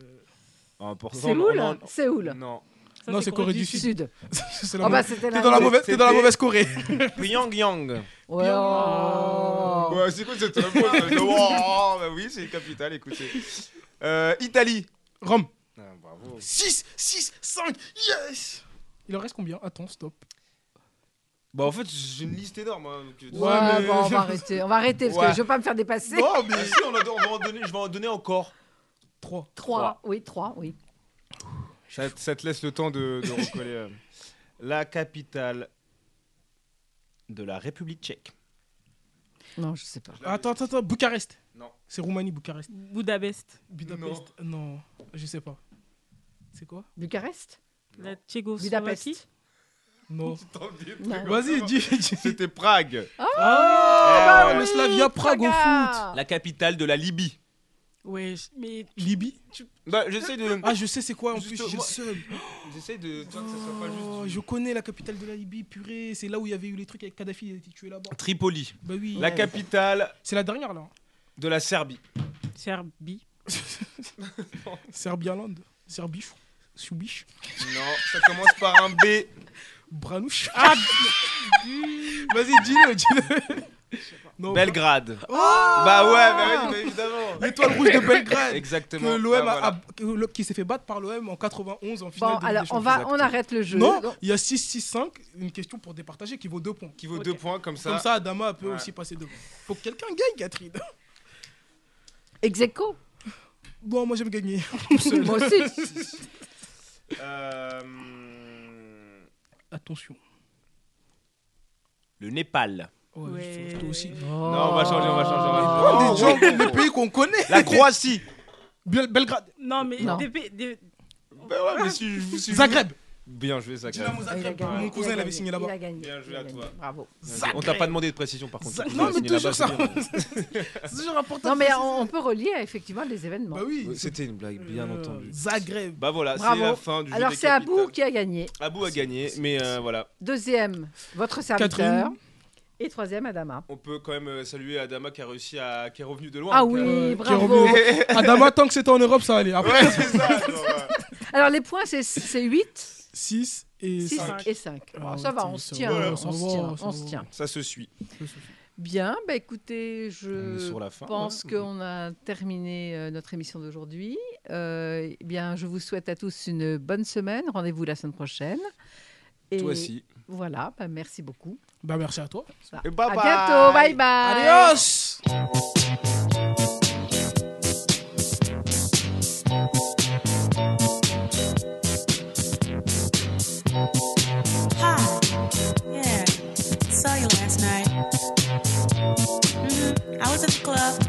Speaker 4: Ah, pour ça,
Speaker 1: C'est
Speaker 4: on-
Speaker 1: où
Speaker 4: on
Speaker 1: là
Speaker 4: en-
Speaker 1: C'est où là
Speaker 4: Non.
Speaker 6: Ça,
Speaker 2: Non, c'est Corée du Sud.
Speaker 1: Sud.
Speaker 2: C'est la
Speaker 1: Oh bah
Speaker 2: mauvaise-
Speaker 1: c'était
Speaker 2: T'es
Speaker 1: là.
Speaker 2: dans la mauvaise, t'es dans la
Speaker 4: C'était-
Speaker 2: mauvaise Corée.
Speaker 4: Pyongyang.
Speaker 1: Ouais, oh.
Speaker 4: Ouais, c'est quoi cette réponse Wow, bah Oui, c'est une capitale, écoutez. Euh, Italie.
Speaker 2: Rome.
Speaker 4: Ah, bravo.
Speaker 2: 6, 6, 5, yes Il en reste combien Attends, stop.
Speaker 4: Bah en fait, j'ai une liste énorme. hein, donc,
Speaker 1: Ouais,
Speaker 2: Ouais, mais-
Speaker 1: bon, on va arrêter. On va arrêter parce
Speaker 4: Ouais.
Speaker 1: que je veux pas me faire dépasser.
Speaker 4: Non, mais si, on, a- on va en donner, je vais en donner encore.
Speaker 2: 3.
Speaker 1: Trois. Oui, trois. Oui.
Speaker 4: Ça, te- ça te laisse le temps de, de recoller. euh. La capitale de la République tchèque.
Speaker 1: Non, je sais pas.
Speaker 2: Attends, attends, attends, Bucarest.
Speaker 4: Non.
Speaker 2: C'est Roumanie, Bucarest.
Speaker 6: Budapest.
Speaker 2: Budapest. Non, je sais pas. C'est quoi
Speaker 1: Bucarest
Speaker 6: La Tchécoslovaquie.
Speaker 1: Budapest
Speaker 2: Non.
Speaker 4: T'en dis des
Speaker 1: Non.
Speaker 4: trucs
Speaker 2: Vas-y,
Speaker 4: encore.
Speaker 2: dis. dis-
Speaker 4: C'était Prague.
Speaker 2: Ah,
Speaker 4: bah
Speaker 2: le Slavia Prague au foot.
Speaker 1: Oh. Praga.
Speaker 4: La capitale de la Libye.
Speaker 6: Ouais, je- mais
Speaker 2: Libye
Speaker 4: Bah, j'essaie de.
Speaker 2: Ah, je sais c'est quoi en
Speaker 4: Juste
Speaker 2: plus, j'ai le
Speaker 4: moi-
Speaker 2: seum.
Speaker 4: J'essaie de. tu vois, que ça soit pas juste
Speaker 2: Oh,
Speaker 4: du-
Speaker 2: je connais la capitale de la Libye, purée. C'est là où il y avait eu les trucs avec Kadhafi, il a été tué là-bas.
Speaker 4: Tripoli.
Speaker 2: Bah oui.
Speaker 4: La capitale
Speaker 2: C'est la dernière là. hein.
Speaker 4: de la Serbie.
Speaker 6: Serbie.
Speaker 2: Serbie-Land. Serbie, Soubiche,
Speaker 4: Non, ça commence par un B.
Speaker 2: Branouche.
Speaker 4: Ah,
Speaker 2: Vas-y, dis-le, dis-le. Non,
Speaker 4: Belgrade.
Speaker 2: Oh
Speaker 4: bah ouais, bah oui, bah évidemment.
Speaker 2: L'étoile rouge de Belgrade.
Speaker 4: Exactement.
Speaker 2: que l'OM
Speaker 4: Bah,
Speaker 2: a-
Speaker 4: voilà.
Speaker 2: a- que le- qui s'est fait battre par l'OM en 91 en
Speaker 1: Bon,
Speaker 2: finale. de Ligue
Speaker 1: alors
Speaker 2: des
Speaker 1: on
Speaker 2: Champions.
Speaker 1: va, on arrête le jeu.
Speaker 2: Non, il y a 6-6-5, une question pour départager qui vaut 2 points.
Speaker 4: Qui vaut deux points comme ça.
Speaker 2: Comme ça, Adama peut
Speaker 4: Ouais.
Speaker 2: aussi passer devant. Faut que quelqu'un gagne, Catherine.
Speaker 1: Execo.
Speaker 2: Bon, moi j'aime gagner.
Speaker 1: Moi aussi.
Speaker 4: Euh,
Speaker 2: Attention.
Speaker 4: Le Népal.
Speaker 2: Oh, Ouais,
Speaker 6: Ouais.
Speaker 2: je- Toi aussi.
Speaker 1: Oh.
Speaker 4: Non, on va changer, on va changer.
Speaker 2: Oh,
Speaker 4: On va
Speaker 2: des gens,
Speaker 4: changer.
Speaker 2: des pays qu'on connaît.
Speaker 4: La Croatie.
Speaker 2: Bel- Belgrade.
Speaker 6: Non, mais
Speaker 1: Non.
Speaker 6: des pays- des-
Speaker 4: bah ouais, mais si je vous suis.
Speaker 2: Zagreb.
Speaker 4: Bien joué, Zagreb.
Speaker 2: Dynamo
Speaker 1: Ah, il a
Speaker 2: Zagreb.
Speaker 1: gagné,
Speaker 2: Mon
Speaker 1: il a
Speaker 2: cousin l'avait
Speaker 1: gagné,
Speaker 2: signé
Speaker 1: Il
Speaker 2: là-bas.
Speaker 1: a gagné.
Speaker 4: Bien joué
Speaker 1: il a
Speaker 4: à
Speaker 1: gagné.
Speaker 4: toi.
Speaker 1: Bravo.
Speaker 4: On t'a pas demandé de précision par contre.
Speaker 2: Za-
Speaker 4: Tu
Speaker 2: Non,
Speaker 4: l'as
Speaker 2: mais
Speaker 4: signé là-bas,
Speaker 2: toujours ça.
Speaker 4: c'est bien.
Speaker 2: C'est toujours important.
Speaker 1: Non,
Speaker 2: de
Speaker 1: mais
Speaker 2: préciser.
Speaker 1: on, on peut relier effectivement les événements.
Speaker 2: Bah oui.
Speaker 4: Ouais, C'était une blague, bien
Speaker 2: Euh,
Speaker 4: entendu.
Speaker 2: Zagreb.
Speaker 4: Bah voilà, c'est
Speaker 1: Bravo.
Speaker 4: la fin du jeu
Speaker 1: Alors
Speaker 4: des
Speaker 1: c'est
Speaker 4: capitales.
Speaker 1: Abou qui a gagné.
Speaker 4: Abou a gagné, mais euh, voilà.
Speaker 1: Deuxième, votre serviteur.
Speaker 2: Catherine.
Speaker 1: Et troisième, Adama.
Speaker 4: On peut quand même euh, saluer Adama qui a réussi à. qui est revenu de loin.
Speaker 1: Ah
Speaker 4: Donc,
Speaker 1: oui,
Speaker 4: euh,
Speaker 2: qui est
Speaker 1: bravo.
Speaker 2: revenu. Adama, tant que c'était en Europe, ça allait. Après,
Speaker 4: Ouais, c'est ça. genre, euh,
Speaker 1: Alors les points, c'est 8.
Speaker 2: 6 et
Speaker 1: 6
Speaker 2: cinq.
Speaker 1: et 5.
Speaker 2: Ah,
Speaker 1: ça va,
Speaker 2: ouais,
Speaker 1: on se
Speaker 2: ça
Speaker 1: tient,
Speaker 2: va,
Speaker 1: on
Speaker 2: ça
Speaker 1: se
Speaker 2: va,
Speaker 1: tient,
Speaker 2: ça
Speaker 1: on se
Speaker 2: va.
Speaker 1: tient.
Speaker 4: Ça se suit.
Speaker 1: Bien, bah écoutez,
Speaker 4: On est
Speaker 1: je
Speaker 4: sur la fin.
Speaker 1: pense
Speaker 2: hein.
Speaker 4: ouais.
Speaker 1: qu'on a terminé euh, notre émission d'aujourd'hui. Euh, eh bien, je vous souhaite à tous une bonne semaine. Rendez-vous la semaine prochaine. Et
Speaker 4: Toi aussi.
Speaker 1: Voilà, bah, merci beaucoup.
Speaker 2: Bah, merci à toi.
Speaker 4: Et bye
Speaker 1: à
Speaker 4: bye.
Speaker 1: bientôt, bye bye.
Speaker 2: Adios!
Speaker 7: Hi. Yeah. Saw you last night. hmm I was at the club.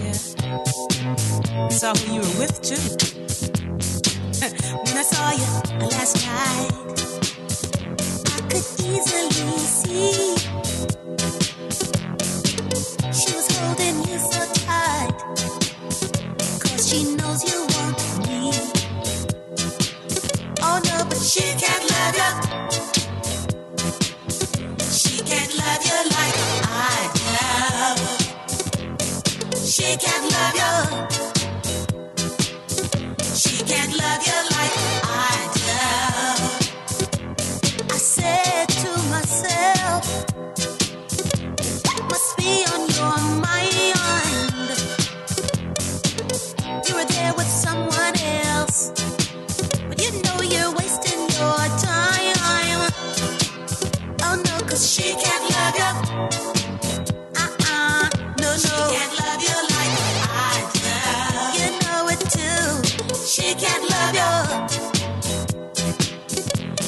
Speaker 7: Yeah. Saw who you were with too. when I saw you last night, I could easily see she was holding you so tight. Cause she knows you want me. Oh no, but she can't love you. She can't love you like I can. She can't love you. She can't love you like I can. I said to myself, must be on your mind. You were there with someone else, but you know you're wasting your time. Oh no, cause she can't love you. Uh-uh, no, no. She can't love you like I do. You know it too. She can't love you.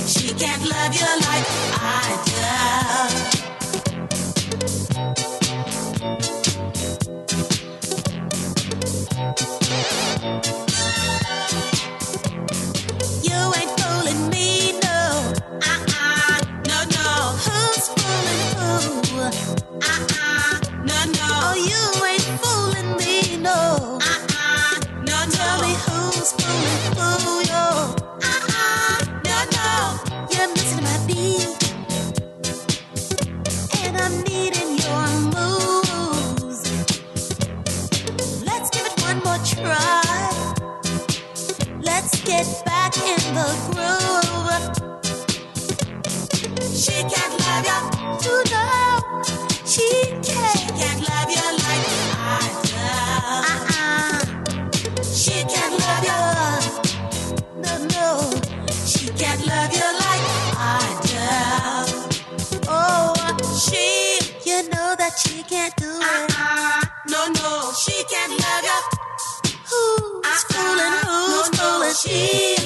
Speaker 7: She can't love you like I do. You ain't fooling me, no. Uh-uh, no, no. Who's fooling who? Uh-uh, no, no. Oh, you ain't fooling me, no. Uh-uh, no, no. Tell me who's fooling who, yo. Uh-uh, no, no. You're missing my beat. And I'm needing your moves. Let's give it one more try. Let's get back in the groove. She can't love you to know. She can't. She can't love you like I do. Uh-uh. She can't love you. No, no. She can't love you like I do. Oh, she. You know that she can't do it. Uh-uh. No, no. She can't love you. Who's fooling? Who's fooling? She.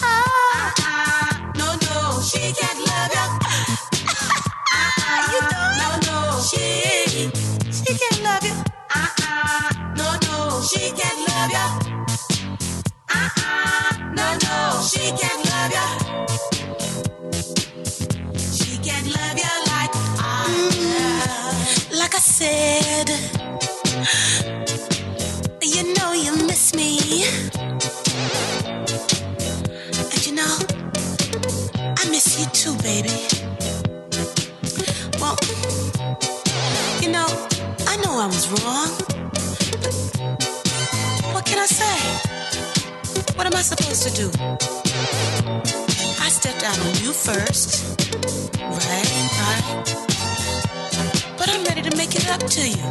Speaker 7: Ah, ah, no, no, she can't love you. Ah, ah, you don't. No, no, she. She can't love you. Ah, ah, no, no, she can't love you. Ah, ah, no, no, she can't love you. She can't love you like I do. Like I said. You know you miss me. And you know, I miss you too, baby. Well, you know, I know I was wrong. What can I say? What am I supposed to do? I stepped out on you first. Right, right. But I'm ready to make it up to you.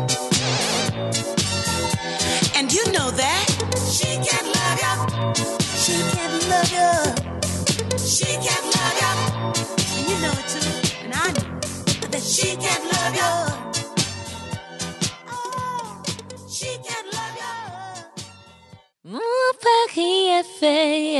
Speaker 7: And you know that. She can love ya. She can love ya. She can love ya. And you know it too. And I know that she can love ya. Oh, she can love ya.
Speaker 10: Mon Paris est fait